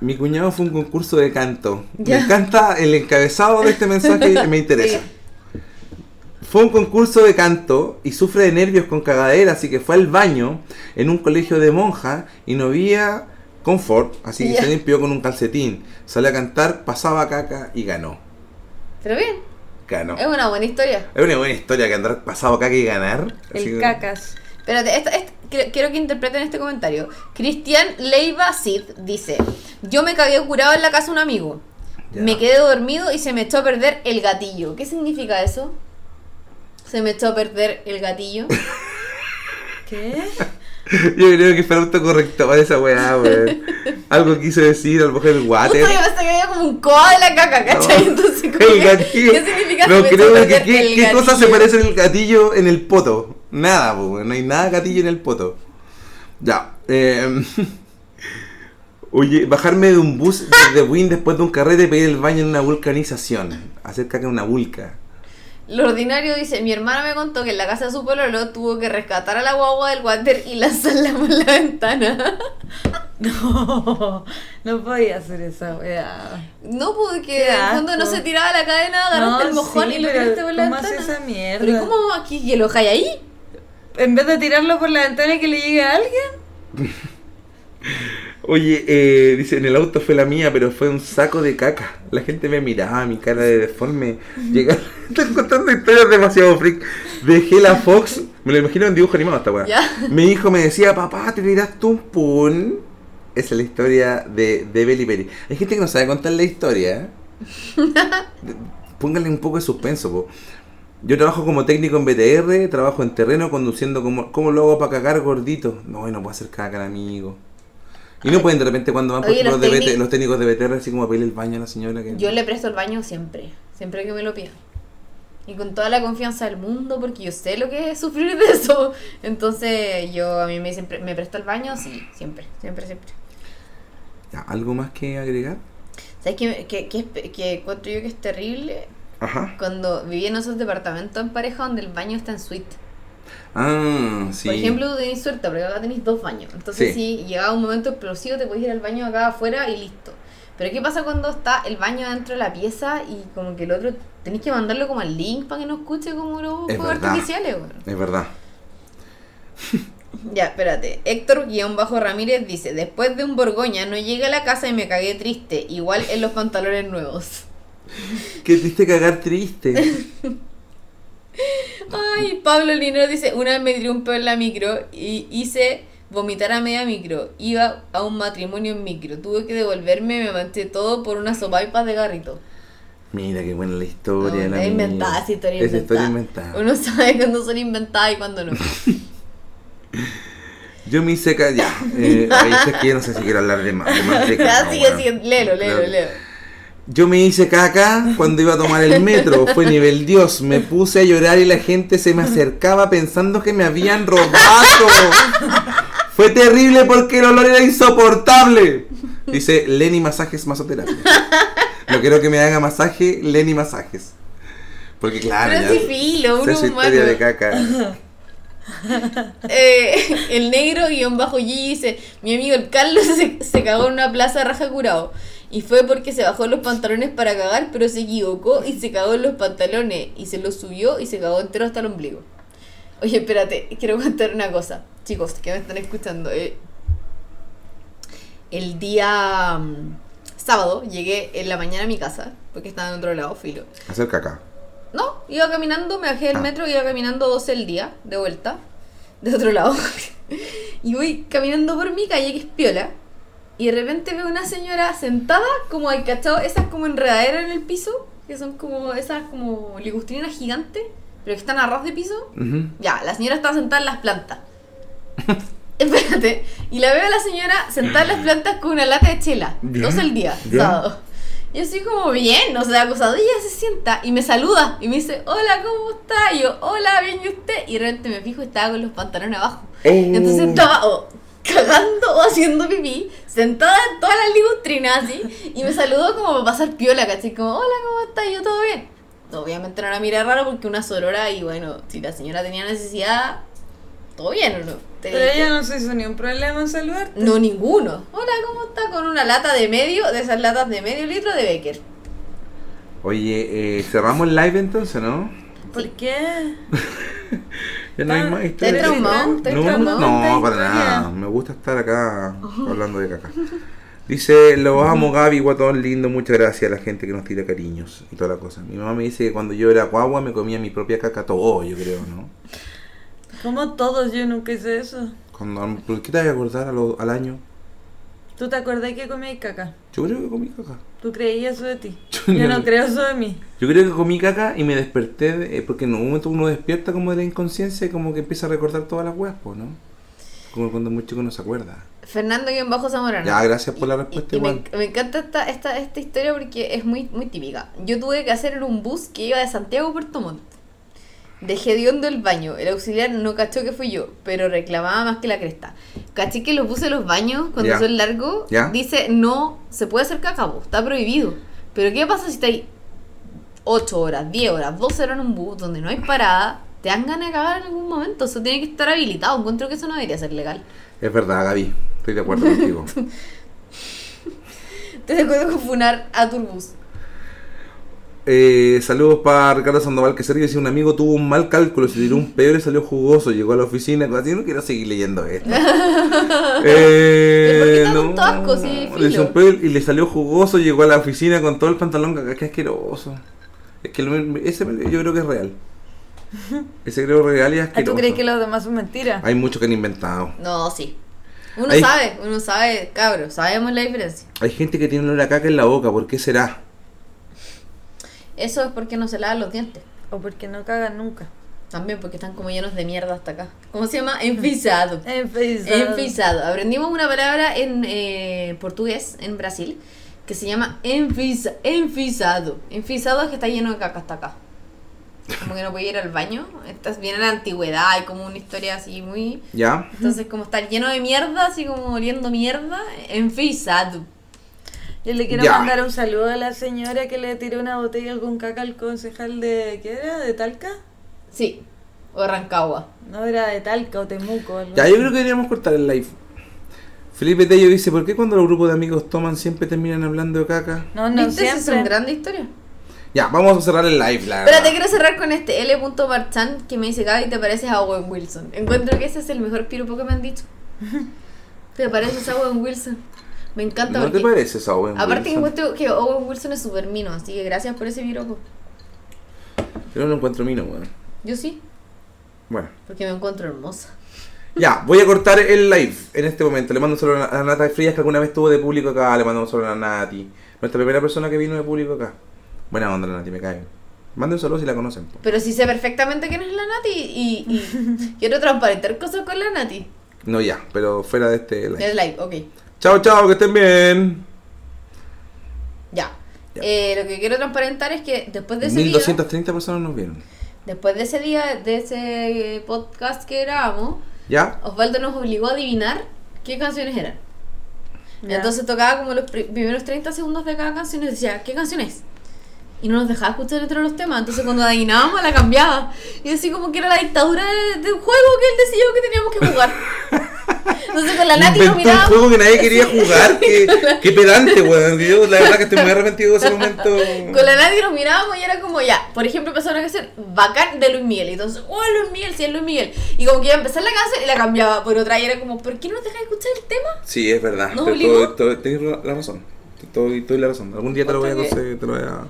C: Mi cuñado fue a un concurso de canto.
E: Ya.
C: Me encanta el encabezado de este mensaje, me
E: *laughs*
C: interesa. Fue a un concurso de canto y sufre de nervios con cagadera, así que fue al baño en un colegio de monja y no había confort, así que
E: Ya.
C: se limpió con un calcetín. Salió a cantar, pasaba caca y ganó.
E: Pero bien,
C: Ganó.
E: es una buena historia.
C: Es una buena historia que andar pasado caca y ganar. así
D: El
C: que-
D: cacas.
E: Espérate, esta- esta- quiero, quiero que interpreten este comentario. Cristian Leiva Cid dice: Yo me cagué curado en la casa de un amigo.
C: Ya.
E: Me quedé dormido y se me echó a perder el gatillo. ¿Qué significa eso? Se me echó a perder el
C: *laughs*
E: gatillo.
D: ¿Qué?
C: *laughs* Yo creo que fue autocorrector esa weá,
E: *laughs*
C: weón. Algo quiso decir, a lo mejor el
E: Justo
C: water.
E: yo pensé que había como un coa de la caca, ¿cachai?
C: No.
E: Entonces, como
C: *laughs* El
E: que-
C: gatillo.
E: ¿Qué significa
C: no
E: se me echó a
C: creo que
E: perder
C: qué,
E: el
C: qué cosa se
E: gatillo?
C: parece el gatillo en el poto. Nada, po, weón, no hay nada gatillo en el poto. Ya. eh, *laughs* Oye, bajarme de un bus desde Win después de un carrete y pedir el baño en una vulcanización. Hacer caca en una vulca.
E: Lo ordinario dice, mi hermana me contó que en la casa de su pololo tuvo que rescatar a la guagua del water y lanzarla por la ventana.
D: *laughs*
E: *laughs*
D: No, no podía hacer esa weá.
E: No, porque
D: Qué
E: en el fondo no
D: asco.
E: se tiraba la cadena, agarraste
D: No,
E: el mojón
D: sí,
E: y lo
D: pero
E: tiraste por la
D: ¿cómo
E: ventana.
D: hace esa mierda?
E: Pero ¿y ¿cómo aquí hielo hay ahí?
D: En vez de tirarlo por la ventana y que le llegue a alguien.
C: Oye, eh, dice, en el auto fue la mía, pero fue un saco de caca. La gente me miraba, mi cara de deforme. Llega... *laughs* Están contando historias demasiado freak. Dejé la Fox, me lo imagino en dibujo animado esta weá.
E: Ya.
C: Mi hijo me decía, papá, te tiraste un pun. Esa es la historia de, de Belly Belly. Hay gente que no sabe contar la historia. ¿eh? De- Pónganle un poco de suspenso, po. Yo trabajo como técnico en BTR, trabajo en terreno conduciendo como... ¿Cómo lo hago para cagar gordito? No, no puedo hacer caca, amigo. Y no pueden de repente cuando van por
E: Oye,
C: ejemplo,
E: los
C: los, de
E: técnic-
C: BT los técnicos de BTR así como a pedirle el baño a la señora que...
E: Yo le presto el baño siempre, siempre que me lo pida. Y con toda la confianza del mundo, porque yo sé lo que es sufrir de eso. Entonces, yo a mí me, siempre, me presto el baño, sí, siempre, siempre, siempre.
C: Ya, ¿Algo más que agregar?
E: ¿Sabes qué, qué, qué, espe- qué encuentro yo que es terrible?
C: Ajá.
E: Cuando viví en esos departamentos en pareja donde el baño está en suite.
C: Ah, sí.
E: Por ejemplo, tú tenés suerte porque acá tenés dos baños. Entonces,
C: Sí.
E: si llegaba un momento explosivo, te podías ir al baño acá afuera y listo. Pero, ¿qué pasa cuando está el baño dentro de la pieza y como que el otro tenés que mandarlo como al link para que no escuche como los
C: Es
E: fuegos
C: verdad.
E: artificiales? weón?
C: Es verdad.
E: Ya, espérate. Héctor-Ramírez dice: Después de un Borgoña, no llegué a la casa y me cagué triste. Igual en los pantalones nuevos.
C: Qué triste cagar
E: *laughs*
C: triste.
E: Ay, Pablo Linero dice, una vez me tiré un pedo en la micro y hice vomitar a media micro. Iba a un matrimonio en micro. Tuve que devolverme, me manché todo por una sopaipa de garrito.
C: Mira qué buena la historia.
E: No,
C: la
E: es
C: mía.
E: inventada, esa historia
C: Esa
E: inventada.
C: historia inventada.
E: Uno sabe cuándo son inventadas y
C: *laughs*
E: cuándo no. *laughs*
C: Yo me hice cagar... Ya. Eh, ahí es que yo no sé si quiero hablar de más. De
E: *laughs*
C: más de caca,
E: Ya, sigue,
C: weón.
E: sigue. Léelo, léelo,
C: Claro.
E: léelo.
C: Yo me hice caca cuando iba a tomar el metro, fue nivel Dios, me puse a llorar y la gente se me acercaba pensando que me habían robado. Fue terrible porque el olor era insoportable. Dice Lenny Masajes Masoterapia. No quiero que me haga masaje, Lenny Masajes. Porque claro,
E: Pero
C: ya,
E: sí, filo,
C: sé
E: uno
C: su
E: humano.
C: historia de caca.
E: *laughs* Eh, el negro guión bajo G dice, mi amigo el Carlos se, se cagó en una plaza raja curado. Y fue porque se bajó los pantalones para cagar, pero se equivocó y se cagó en los pantalones. Y se los subió y se cagó entero hasta el ombligo. Oye, espérate, quiero contar una cosa. Chicos, que me están escuchando. eh. el día mm, sábado llegué en la mañana a mi casa, porque estaba en otro lado, filo.
C: Hacer caca.
E: No, iba caminando, me bajé del
C: Ah.
E: metro, iba caminando 12 el día, de vuelta, de otro lado. *laughs* y voy caminando por mi calle, que es piola, y de repente veo una señora sentada, como hay cachado, esas como enredaderas en el piso, que son como esas como ligustrinas gigantes, pero que están a ras de piso.
C: Ujú.
E: Ya, la señora estaba sentada en las plantas. *laughs* Espérate. Y la veo a la señora sentada en las plantas con una lata de chela.
C: Ya,
E: Dos al día,
C: ya.
E: sábado. Y así como bien, o sea, acosado. Y ella se sienta y me saluda y me dice, hola, ¿cómo está? Y yo, hola, bien, ¿y usted? Y de repente me fijo, estaba con los pantalones abajo.
D: Mm.
E: Entonces
C: Oh.
E: estaba o cagando o haciendo pipí, sentada en todas las ligustrinas así, y me saludó como para pasar piola, ¿cachai? Como, hola, ¿cómo estás? Yo, ¿todo bien? Obviamente no la miré raro porque una sorora y bueno, si la señora tenía necesidad, todo bien, ¿o no? Te
D: Pero
E: dije,
D: ella no se hizo ni un problema en saludarte.
E: no, ninguno. Hola, ¿cómo está? Con una lata de medio, de esas latas de medio litro de Becker.
C: Oye, eh, cerramos el live entonces, ¿no?
D: ¿Por qué?
C: Ya no hay más
E: Ah, ¿Te
C: historias.
E: he traumado? ¿Te he
C: No,
E: traumado?
C: no,
D: Tanta
C: para
D: historia.
C: nada. Me gusta estar acá hablando de caca. Dice, lo amo Gaby, guatón lindo, muchas gracias a la gente que nos tira cariños y toda la cosa. Mi mamá me dice que cuando yo era guagua me comía mi propia caca todo, yo creo, ¿no?
D: Como todos, yo nunca hice eso.
C: Cuando, ¿Por qué te vas a acordar a lo- al año?
D: ¿Tú te acordás que comí caca?
C: Yo creo que comí caca.
D: ¿Tú creías eso de ti?
C: *laughs* Yo
D: Yo no
C: no-
D: creo eso de mí.
C: Yo creo que comí caca y me desperté, de- eh, porque en un momento uno despierta como de la inconsciencia y como que empieza a recordar todas las weas, po, ¿no? Como cuando es muy chico no se acuerda.
E: Fernando guión bajo Zamorano.
C: Ya, gracias por la
E: Y-
C: respuesta
E: y- y me,
C: igual.
E: enc- me encanta esta, esta, esta historia porque es muy, muy típica. Yo tuve que hacer en un bus que iba de Santiago a Puerto Montt. Dejé de hondo el baño. El auxiliar no cachó que fui yo, pero reclamaba más que la cresta. Caché que los buses, los baños, cuando
C: Ya.
E: son largos,
C: Ya.
E: dice no se puede hacer caca, po, está prohibido. Pero ¿qué pasa si está ahí 8 horas, 10 horas, 12 horas en un bus donde no hay parada, te dan ganas de cagar en algún momento. Eso tiene que estar habilitado. Encuentro que eso no debería ser legal.
C: Es verdad, Gaby. Estoy de
E: *laughs*
C: acuerdo contigo.
E: Te acuerdo con funar a Turbus.
C: Eh, saludos para Ricardo Sandoval que se ríe. Si un amigo tuvo un mal cálculo, se tiró
E: *laughs*
C: un peor y salió jugoso, llegó a la oficina. cosas así. Yo no quiero seguir leyendo
E: *laughs*
C: esto.
E: ¿Por qué
C: eh,
E: te da un tosco, sí,
C: le
E: filo?
C: hizo un peor y le salió jugoso, llegó a la oficina con todo el pantalón. caca, Qué asqueroso. Es que lo- ese yo creo que es
E: *laughs*
C: real. Ese creo real y
D: Ah,
C: asqueroso.
D: ¿Tú crees que los demás son mentiras?
C: Hay mucho que han inventado.
E: No, sí. Uno
C: Ahí-
E: sabe, uno sabe, cabro, sabemos la diferencia.
C: Hay gente que tiene una caca en la boca. ¿Por qué será?
E: Eso es porque no se lavan los dientes.
D: O porque no cagan nunca.
E: También porque están como llenos de mierda hasta acá. ¿Cómo se llama? Enfisado.
D: *laughs* Enfisado.
E: Enfisado. Aprendimos una palabra en eh, portugués, en Brasil, que se llama enfisa, enfisado. Enfisado es que está lleno de caca hasta acá. Como que no puede ir al baño. Estás bien en la antigüedad, hay como una historia así muy...
C: ¿Ya?
E: Entonces como estar lleno de mierda, así como oliendo mierda, enfisado.
D: Yo le quiero
C: Ya.
D: mandar un saludo a la señora que le tiró una botella con caca al concejal de. ¿Qué era? ¿De Talca?
E: Sí. O Rancagua.
D: No era de Talca o Temuco. algo
C: Ya,
D: así.
C: yo creo que deberíamos cortar el live. Felipe Tello dice, ¿por qué cuando los grupos de amigos toman siempre terminan hablando de caca?
D: No, no
E: ¿Viste? Esa Es una
D: siempre.
E: grande historia.
C: Ya, vamos a cerrar el live, la
E: Pero te
C: verdad.
E: quiero cerrar con este L. Marchand que me dice, Gaby, te pareces a Owen Wilson. Encuentro que ese es el mejor piropo que me han dicho. Te pareces a Owen Wilson. Me encanta
C: ¿No te
E: porque...
C: parece esa Owen
E: Aparte que
C: Wilson?
E: encuentro que Owen Wilson es súper mino, así que gracias por ese piropo.
C: Yo no lo encuentro mino, weón.
E: Yo sí,
C: Bueno.
E: porque me encuentro hermosa.
C: Ya, voy a cortar el live en este momento. Le mando un saludo a Nata Frías, que alguna vez estuvo de público acá. Le mando un saludo a Nati. Nuestra primera persona que vino de público acá. Buena onda, la Nati, me cae. bien. Manden un saludo si la conocen. po.
E: Pero sí sé perfectamente quién es la Nati y, y- y quiero transparentar cosas con la Nati.
C: No ya, pero fuera de este live.
E: Es like, ok.
C: Chao, chao, que estén bien.
E: Ya.
C: Ya.
E: Eh, lo que quiero transparentar es que después de ese video...
C: 1230 personas nos vieron.
E: Después de ese día, de ese eh, podcast que grabamos,
C: ¿Ya?
E: Osvaldo nos obligó a adivinar qué canciones eran.
D: Ya.
E: Entonces tocaba como los pri- primeros 30 segundos de cada canción y nos decía, ¿qué canción es? Y no nos dejaba escuchar entre los temas. Entonces cuando adivinábamos la cambiaba. Y así como que era la dictadura de- del juego que él decidió que teníamos que jugar.
C: *laughs*
E: Entonces con la Nati nos
C: Inventó un
E: mirábamos.
C: juego que nadie quería jugar.
E: *laughs*
C: Qué, qué pedante, weón. que Yo la verdad que estoy muy arrepentido de ese momento.
E: Con la Nati nos mirábamos y era como ya, por ejemplo, empezó una canción bacán de Luis Miguel. Y entonces, oh, Luis Miguel, sí, es Luis Miguel. Y como que iba a empezar la canción y la cambiaba por otra. Y era como, ¿por qué no nos dejas escuchar el tema?
C: Sí, es verdad.
E: ¿Nos
C: Te-
E: obligó?
C: todo- todo- Tienes la la razón. Estoy, estoy la razón. Algún día te lo voy a
E: Bastante.
C: conseguir, te lo voy a.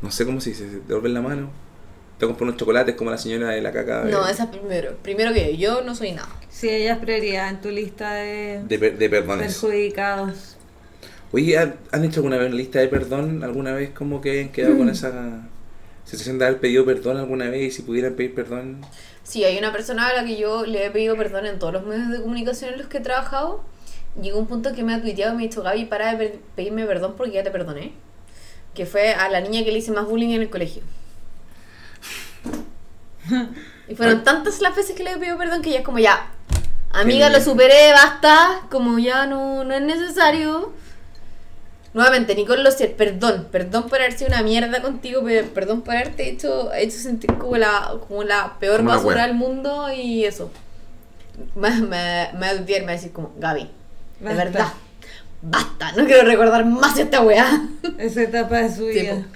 C: No sé cómo se dice, te devuelven la mano. Te compro unos chocolates como la señora de la caca. de-
E: No, esa es primero. Primero que yo, yo no soy nada.
D: Sí, ella es prioridad en tu lista de,
C: de, per- de perdones.
D: perjudicados.
C: Oye, ¿ha- ¿han hecho alguna vez una lista de perdón? ¿Alguna vez como que hayan quedado
E: Mm.
C: con esa sensación de haber pedido perdón alguna vez? Y si pudieran pedir perdón.
E: Sí, hay una persona a la que yo le he pedido perdón en todos los medios de comunicación en los que he trabajado. Llegó un punto que me ha tuiteado y me ha dicho, Gaby, para de pe- pedirme perdón porque ya te perdoné. Que fue a la niña que le hice más bullying en el colegio. Y fueron tantas las veces que le he pedido perdón que ya es como ya, amiga, lo superé, basta, como ya no, no es necesario. Nuevamente, Nicole Lozier, perdón, perdón por haber sido una mierda contigo, pe- perdón por haberte hecho, hecho sentir como la, como la peor
C: Como una
E: basura
C: wea.
E: del mundo y eso. Me, me, me va a tuitear, me va a decir como, Gaby, de
D: Basta.
E: verdad, basta, no quiero recordar más esta weá.
D: Esa etapa de su
E: Sí,
D: vida.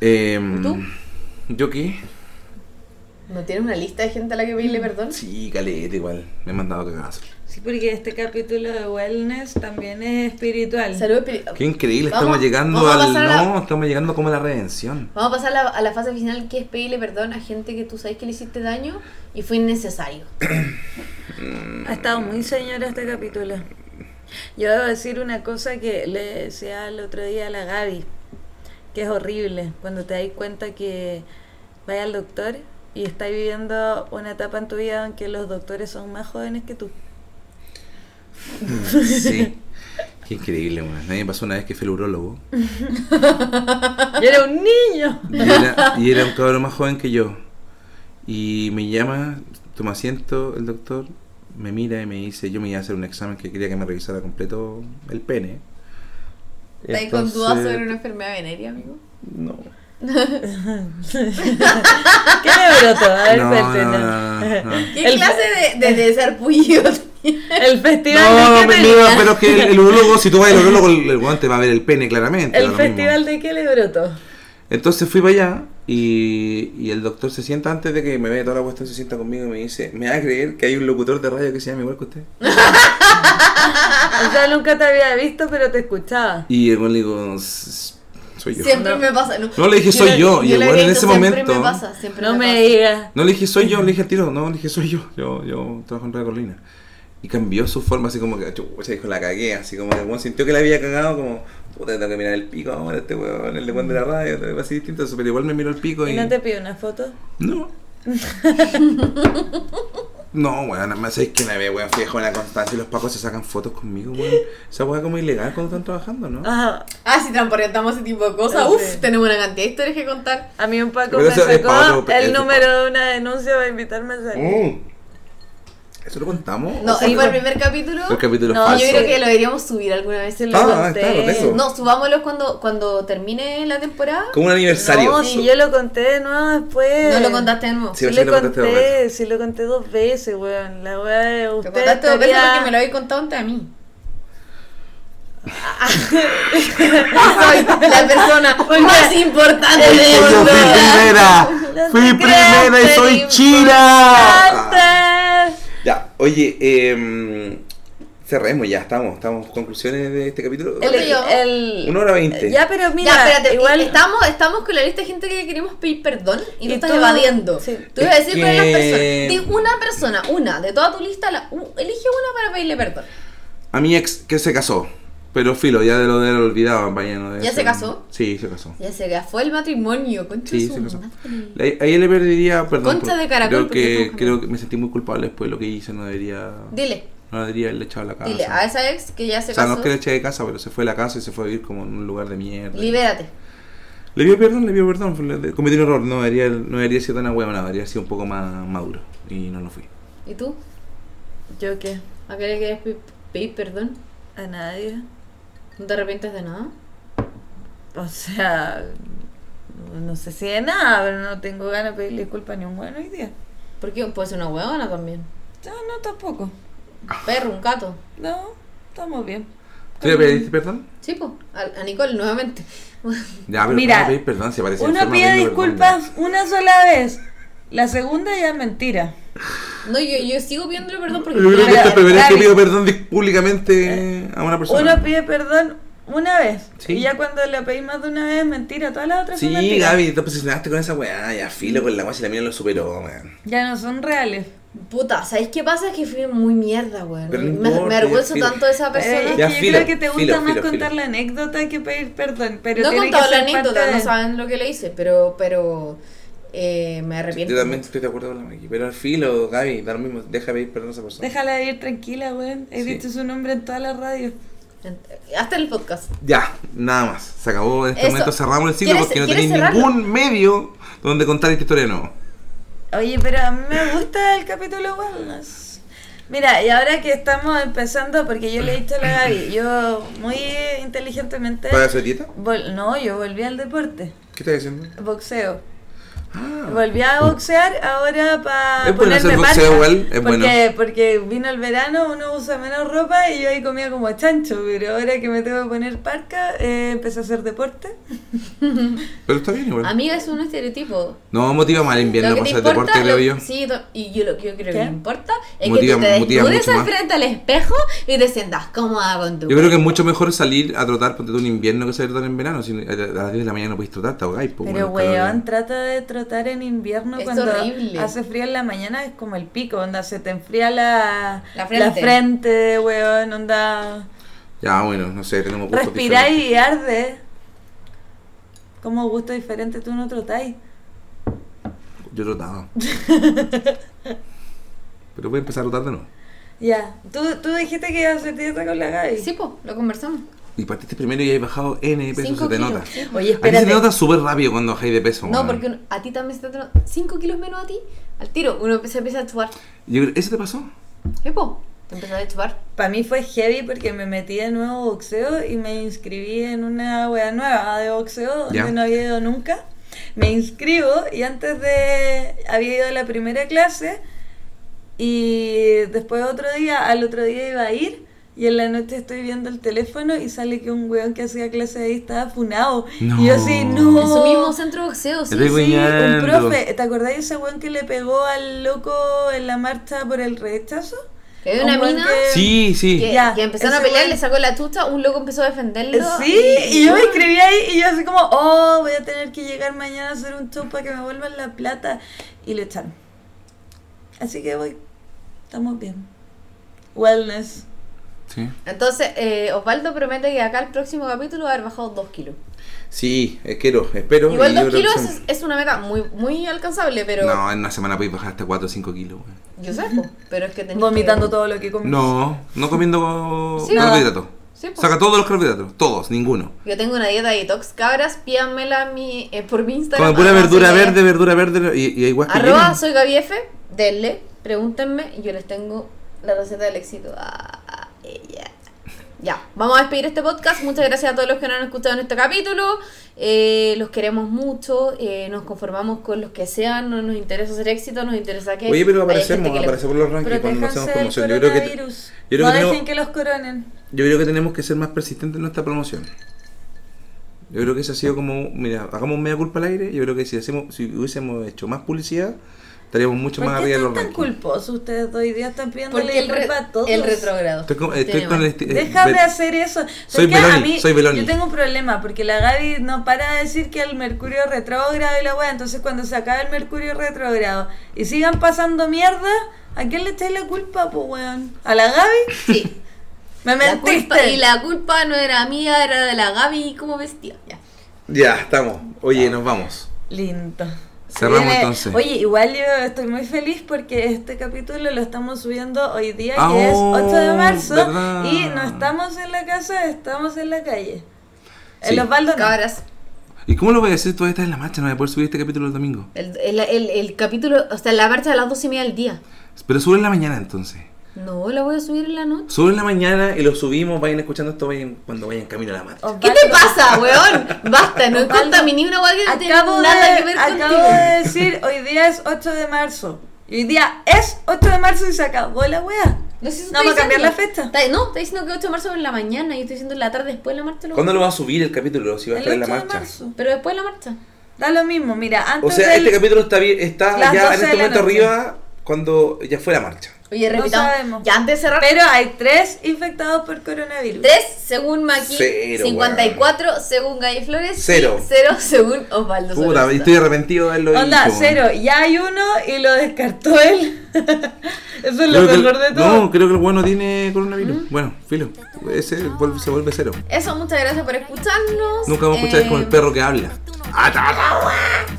C: Em,
E: ¿Tú?
C: ¿Yo qué?
E: *laughs* ¿No tienes una lista de gente a la que pedirle perdón?
C: Sí, calete igual. Me he mandado cagazo.
D: Sí, porque este capítulo de wellness también es espiritual.
E: Salud espiritual.
C: Qué increíble,
E: Vamos-
C: estamos llegando
E: vamos a
C: al.
E: pasar a la-
C: No, estamos llegando como a la
E: *laughs*
C: redención.
E: Vamos a pasar a la, a la fase final que es pedirle perdón a gente que tú sabes que le hiciste daño y fue innecesario.
C: Mm.
D: Ha estado muy señora este capítulo. Yo debo decir una cosa que le decía el otro día a la Gaby, que es horrible cuando te das cuenta que vaya al doctor y estás viviendo una etapa en tu vida en que los doctores son más jóvenes que tú.
C: Sí. Qué increíble, weón. A mí me pasó una vez que fui el
E: *laughs*
C: urólogo.
D: Yo era un niño.
C: Y era, y era un cabrón más joven que yo. Y me llama, toma asiento el doctor, me mira y me dice, yo me iba a hacer un examen que quería que me revisara completo el pene.
E: ¿Estás con dudas sobre una enfermedad venérea, amigo?
C: No. *laughs*
D: ¿Qué le brotó? A ver,
C: No,
D: espérate,
C: no, no,
D: no.
C: no, no.
D: *laughs*
E: ¿Qué
D: El-
E: clase de, de desarpullido *laughs* tiene?
D: El festival
C: No,
D: de
C: pero,
D: Qué Pele-
C: pero es que el, el urologo, si tú vas al urologo, el, el weón te va a ver el pene claramente. da
D: El
C: lo mismo.
D: festival de qué le brotó.
C: Entonces fui para allá y, y el doctor se sienta antes de que me vea toda la cuestión, se sienta conmigo y me dice, ¿me va a creer que hay un locutor de radio que se llama igual que usted?
D: O sea, nunca te había visto, pero te escuchaba.
C: Y el weón le digo, "S- soy yo.
E: Siempre me pasa. No,
C: No, le dije, soy yo, y el
E: le
C: weón en
E: grito,
C: ese momento-
E: Siempre me pasa, siempre
D: No me
E: me
D: digas.
C: No le dije, soy yo, le dije al tiro, no, le dije, soy yo, yo, yo trabajo en Radio Carolina. Y cambió su forma, así como que, chucha, dijo, la cagué, así como que el weón sintió que la había cagado, como, puta, tengo que mirar el pico ahora, este weón, el de weón de la radio, algo así distinto, pero igual me miró el pico y...
D: ¿Y no te pido una foto?
C: No. No, weón, nada más es que una vez, weón, fui a Juana Constancia y los pacos se sacan fotos conmigo, weón. Esa weá es como ilegal cuando están trabajando, ¿no?
D: Ajá.
E: Ah, si transportamos ese tipo de cosas,
D: Sí.
E: uff, tenemos una cantidad de historias que contar.
D: A mí un Paco
C: Pero
D: me
C: eso es para
D: sacó
C: otro-
D: el
C: es-
D: número de una denuncia para invitarme a salir.
C: Mm. ¿Eso lo contamos?
E: No,
C: ¿O sea,
E: ese fue el primer capítulo.
C: Los capítulos
D: No,
E: Yo
C: falsos.
E: creo que lo deberíamos subir alguna vez.
D: Se lo
C: Ah,
D: conté.
C: claro, eso.
E: No, subámoslos cuando, cuando termine la temporada.
C: Como un aniversario.
D: No, si yo lo conté de nuevo después.
E: No lo contaste de nuevo.
C: Sí,
D: Sí,
C: sí
D: lo
C: lo contaste dos
D: conté,
C: veces.
D: sí lo conté dos veces, weón. La weá de
E: Lo
D: usted.
E: contaste dos veces
D: estaría-
E: porque me lo habéis contado antes a mí.
D: Ah, *laughs* Soy
E: *laughs*
D: la persona más importante del
C: Yo
D: mundo.
C: fui primera,
D: No
C: fui
D: te creas,
C: primera y soy
D: Felipe.
C: china.
D: Antes.
C: Ya, oye, eh, cerremos ya, estamos, estamos, conclusiones de este capítulo.
E: El-
D: El- el-
C: Una hora veinte.
D: Ya, pero mira,
E: ya, espérate,
D: igual
E: igual estamos, estamos con la lista de gente que queremos pedir perdón y,
D: Y
E: tú estás
D: tú-
E: evadiendo.
D: sí.
E: Tú ibas a decir
C: Es
E: cuál es la persona.
C: que-
E: De una persona, una, de toda tu lista, la- u- elige una para pedirle perdón.
C: A mi ex que se casó, pero filo, ya de lo de lo olvidado, vaya, no de
E: ¿Ya
C: eso.
E: se casó?
C: Sí, se casó.
E: Ya se fue el matrimonio, concha
C: Sí,
E: su
C: se casó.
E: madre.
C: Le- A ella le pediría perdón.
E: Concha
C: por-
E: de caracol,
C: Creo que,
E: porque tú-
C: creo que me sentí muy culpable después de lo que hice, no debería.
E: Dile,
C: No debería haberle echado la casa.
E: dile a esa ex que ya se
C: Ah, o sea, no
E: casó,
C: es que le eché de casa, pero se fue de la casa y se fue a vivir como en un lugar de mierda.
E: libérate.
C: Le pido perdón, le pido perdón. le- le- Cometí un error, no debería, no debería ser tan huevona, debería ser un poco más maduro. Y no lo fui.
E: ¿Y tú?
D: yo qué,
E: ¿A qué le quieres pe- pedir perdón?
D: a nadie.
E: ¿No te arrepientes de nada?
D: O sea, no sé si de nada, pero no tengo ganas de pedirle disculpas ni un bueno hoy día.
E: Porque puede ser una huevona también.
D: No, no tampoco.
C: Ah.
E: Un perro, un gato.
D: No, estamos bien.
C: ¿Tú le pediste perdón?
E: Sí, pues, a, a Nicole nuevamente. *laughs*
C: Ya, pero
D: Mira,
C: ¿cómo le pedís perdón, se parece
D: Uno
C: enferma
D: pide
C: pidiendo perdón,
D: disculpas una sola vez. La segunda ya es mentira.
E: No, yo, yo sigo pidiéndole perdón porque...
C: Yo creo que este esta
D: Mira,
C: es la primera vez que
D: Gaby.
C: pido perdón di- públicamente a una persona.
D: Uno pide perdón una vez.
C: Sí.
D: Y ya cuando le pedís más de una vez es mentira. Todas las otras son
C: Sí,
D: mentiras.
C: Gaby, te posicionaste con esa weá, ya
E: Mm.
C: filo con la weá, si la mina lo superó, weón.
D: Ya no son reales.
E: Puta, ¿sabéis qué pasa? Es que fui muy mierda, weón.
C: Pero
E: me,
C: no
E: me
C: importa,
E: avergüenzo
C: filo.
E: tanto de esa
D: Eh,
E: persona.
D: es
C: Ya,
D: que yo
C: filo,
D: creo que te gusta
C: filo,
D: más
C: filo,
D: contar
C: filo.
D: la anécdota que pedir perdón. Pero
E: no he
D: tiene que
E: contado la
D: ser parte
E: anécdota, no
D: de-
E: saben lo que le hice, pero, pero eh, me arrepiento.
C: Yo también estoy de acuerdo con la Maki, pero al filo, Gaby, da lo mismo, deja de pedir perdón a esa persona.
D: Déjala ir tranquila, weón. He
C: Sí.
D: dicho su nombre en todas las radios.
E: Hasta el podcast.
C: Ya, nada más, se acabó, en este
E: Eso.
C: momento cerramos el ciclo
E: ¿Quieres-
C: porque no
E: quieres
C: tenéis
E: cerrarlo?
C: ningún medio donde contar esta historia de nuevo.
D: Oye, pero a mí me gusta el capítulo wellness. Mira, y ahora que estamos empezando, porque yo le he dicho a la Gaby, yo muy
E: Eh.
D: inteligentemente...
C: ¿Para hacer dieta?
D: vol- no, yo volví al deporte,
C: ¿Qué estás diciendo?
D: boxeo. Volví a boxear ahora para
C: Ah. Es bueno hacer boxeo igual, es
D: porque,
C: bueno.
D: porque vino el verano, uno usa menos ropa y yo ahí comía como chancho, pero ahora que me tengo que poner parca, eh, empecé a hacer deporte.
C: Pero está bien igual.
E: Amiga, es un estereotipo.
C: No, motiva mal
E: Lo
C: invierno
E: que
C: para
E: te
C: hacer
E: importa,
C: deporte,
E: lo-
C: creo yo.
E: Sí, to- y yo lo que yo creo
D: ¿Qué?
E: que me importa es
C: Motiva-
E: que tú te
C: motiva
E: desnudes
C: mucho
E: al
C: más.
E: frente al espejo y te sientas cómoda con tu
C: Yo creo que es mucho mejor salir a trotar ponte tú en invierno que salir a trotar en verano. Si a a las 10 de la mañana no podéis trotar, te ahogáis. po,
D: Pero
C: Pues bueno, claro.
D: weón, trata de trotar en invierno
E: Es
D: cuando
E: horrible.
D: hace frío en la mañana, es como el pico, onda, se te enfría la,
E: La frente.
D: frente, weón, onda.
C: Ya, bueno, no sé, tenemos gustos
D: Respirar
C: diferentes.
D: y arde. Como gusto diferente tú no trotáis.
C: Yo trotaba. Pero voy a empezar a trotar de nuevo.
D: Ya, tú, tú dijiste que ibas a hacer dieta con la Gaby.
E: Sí, pues, lo conversamos.
C: Y partiste primero y has bajado N pesos,
E: Cinco
C: se te
E: kilos,
C: nota.
E: sí.
C: A
D: Oye,
C: mí se te
D: espérate.
C: nota súper rápido cuando bajáis de peso.
E: No,
C: weón.
E: porque uno- a ti también se te 5 kilos menos a ti. Al tiro, uno se empieza a actuar.
C: Yo creo- ¿Eso te pasó?
E: ¿Qué po? Te empezaba a chupar.
D: Para mí fue heavy porque me metí de nuevo a boxeo y me inscribí en una wea nueva ah, de boxeo donde
C: Ya.
D: no había ido nunca. Me inscribo y antes de. había ido a la primera clase y después otro día, al otro día iba a ir y en la noche estoy viendo el teléfono y sale que un weón que hacía clase ahí estaba funado.
C: No.
D: Y yo así, no.
E: En su mismo centro de boxeo, sí.
C: Estoy
D: Sí, un
C: weñando.
D: profe, ¿te acordás de ese weón que le pegó al loco en la marcha por el rechazo?
E: Que había una
D: Un weón
E: mina
D: que-
C: Sí, sí.
E: que,
D: Ya,
E: que empezaron a
D: ese
E: pelear,
D: weón-
E: le sacó la chucha, un loco empezó a defenderlo.
D: Eh, Sí, y yo me inscribí ahí y yo así como, oh, voy a tener que llegar mañana a hacer un show para que me vuelvan la plata. Y lo echaron. Así que voy, estamos bien. Wellness.
C: Sí.
E: Entonces, eh, Osvaldo promete que acá el próximo capítulo va a haber bajado 2 kilos.
C: Sí, eh, quiero, espero.
E: Igual
C: y yo
E: 2
C: creo que
E: kilos
C: son-
E: es, es una meta muy, muy alcanzable, pero.
C: No, en una semana podéis bajar hasta 4 o 5 kilos, weón.
E: Yo sé, po, pero es que tenés
D: Vomitando
E: que-
D: todo lo que comí.
C: No, no comiendo
E: Sí,
C: carbohidratos.
E: Sí, pues. po.
C: Saca todos los carbohidratos, todos, ninguno.
E: Yo tengo una dieta detox, cabras, pídanmela a mi, eh, por mi Instagram.
C: Con pura
E: arroba
C: verdura
E: soy Gaby-
C: verde, verdura verde y, y hay guas que
E: Ah, Arroba
C: vienen.
E: soy Gaby F, denle, pregúntenme, y yo les tengo la receta del éxito. Ah, ella. Ya, vamos a despedir este podcast. Muchas gracias a todos los que nos han escuchado en este capítulo. Eh, los queremos mucho. eh, nos conformamos con los que sean. No nos interesa ser éxito, nos interesa que.
C: Oye, pero
E: haya
C: aparecemos,
E: gente que le-
C: aparecemos los rankings cuando hacemos
D: Protéjanse
C: promoción.
D: del
C: Yo creo que, yo
D: coronavirus.
C: creo
D: no
C: que
D: dejen
C: tenemos,
D: que los coronen.
C: yo creo que tenemos que ser más persistentes en nuestra promoción. Yo creo que eso ha sido como, mira, hagamos media culpa al aire. Yo creo que si hacemos, si hubiésemos hecho más publicidad, estaríamos mucho más
D: ¿Por
C: arriba de pues.
D: qué
C: los
D: están tan
C: rankings.
D: culposos ustedes dos? Hoy día están
E: Porque
D: pidiéndole
E: el, re-
D: disculpas a todos.
E: el retrógrado.
C: Estoy con, estoy
E: Tiene
C: con
E: mal.
C: el esti- eh,
D: Deja
C: ver-
D: de hacer eso.
C: Soy
D: ¿Sabes qué?
C: Beloni, soy Beloni.
D: Yo tengo un problema porque la Gaby no para de decir que el mercurio es retrógrado y la weá. Entonces, cuando se acabe el mercurio retrógrado y sigan pasando mierda, ¿a quién le echáis la culpa, po weón? ¿A la Gaby?
E: Sí.
D: Me
E: La culpa- y
D: mentiste.
E: la culpa no era mía, era de la Gaby como vestía. Ya.
C: Ya, estamos. Oye, nos vamos.
D: Lindo.
C: Cerramos
D: Viene-
C: entonces.
D: Oye, igual yo estoy muy feliz porque este capítulo lo estamos subiendo hoy día, que
C: Ah,
D: es 8 de marzo,
C: verdad.
D: y no estamos en la casa, estamos en la calle.
C: Sí.
D: En los baldos.
E: Cabras,
C: ¿Y cómo lo voy a decir? Todavía estás en la marcha, no voy a poder subir este capítulo el domingo.
E: el, el- el- el capítulo, o sea, la marcha a las 12 y media del día.
C: Pero sube en la mañana entonces.
E: No, la voy a subir en la noche.
C: Sube en la mañana y lo subimos, vayan escuchando esto vayan- cuando vayan camino a la
D: Oh,
C: marcha.
E: ¿Qué te pasa, weón? Basta, no contaminé una weá que no tiene
D: Acabo,
E: nada
D: de,
E: que ver
D: acabo
E: contigo.
D: de decir, hoy día es 8 de marzo. Y hoy día es 8 de marzo y se acabó la wea.
E: No, sé si
D: No,
E: estoy
D: va a cambiar
E: diciendo.
D: la fecha.
E: Está- no, está diciendo que 8 de marzo en la mañana y estoy diciendo en la tarde después de la marcha. lo-
C: ¿Cuándo lo va a subir el capítulo? Si va a
D: El
C: estar en
D: 8
C: la
D: de
C: marcha.
D: marzo.
E: Pero después de la marcha.
D: Da lo mismo, mira, antes
C: O sea,
D: del-
C: este capítulo está, bien- está
D: Ah, Las
C: ya en
D: 12
C: este
D: de la
C: momento
D: noche.
C: arriba cuando ya fue la marcha.
E: Oye,
D: No
E: repitamos.
D: sabemos.
E: ya antes de cerrar.
D: Pero hay tres infectados por coronavirus.
E: 3 según Maki,
C: Cero,
E: 54 según Gaby Flores,
C: Cero.
E: 0 según Osvaldo
C: Puta,
E: Solasta.
C: estoy arrepentido de haberlo
D: Onda,
C: dicho.
D: cero. Ya hay uno y lo descartó él. *laughs* Eso es lo
C: Creo que el-
D: mejor de todo. Mm.
C: no, creo que el bueno tiene coronavirus. Bueno, filo. Ese vuelve- se vuelve cero.
E: Eso, muchas gracias por escucharnos.
C: Nunca vamos a escuchar es como el
E: Eh,
C: perro que habla. Ah, ¡Ata,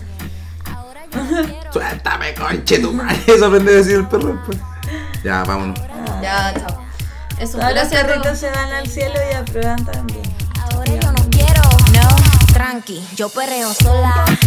F: Ahora yo
D: *laughs*
F: quiero.
C: suéltame conche tu madre! Eso aprende a decir el perro. pues. Ya, vámonos.
E: Ya, chao. Eso,
D: Todos los
E: gracias a todos.
D: carritos se van al cielo y aprueban también.
F: Ahora yo no quiero. No, tranqui, yo perreo sola. Mm,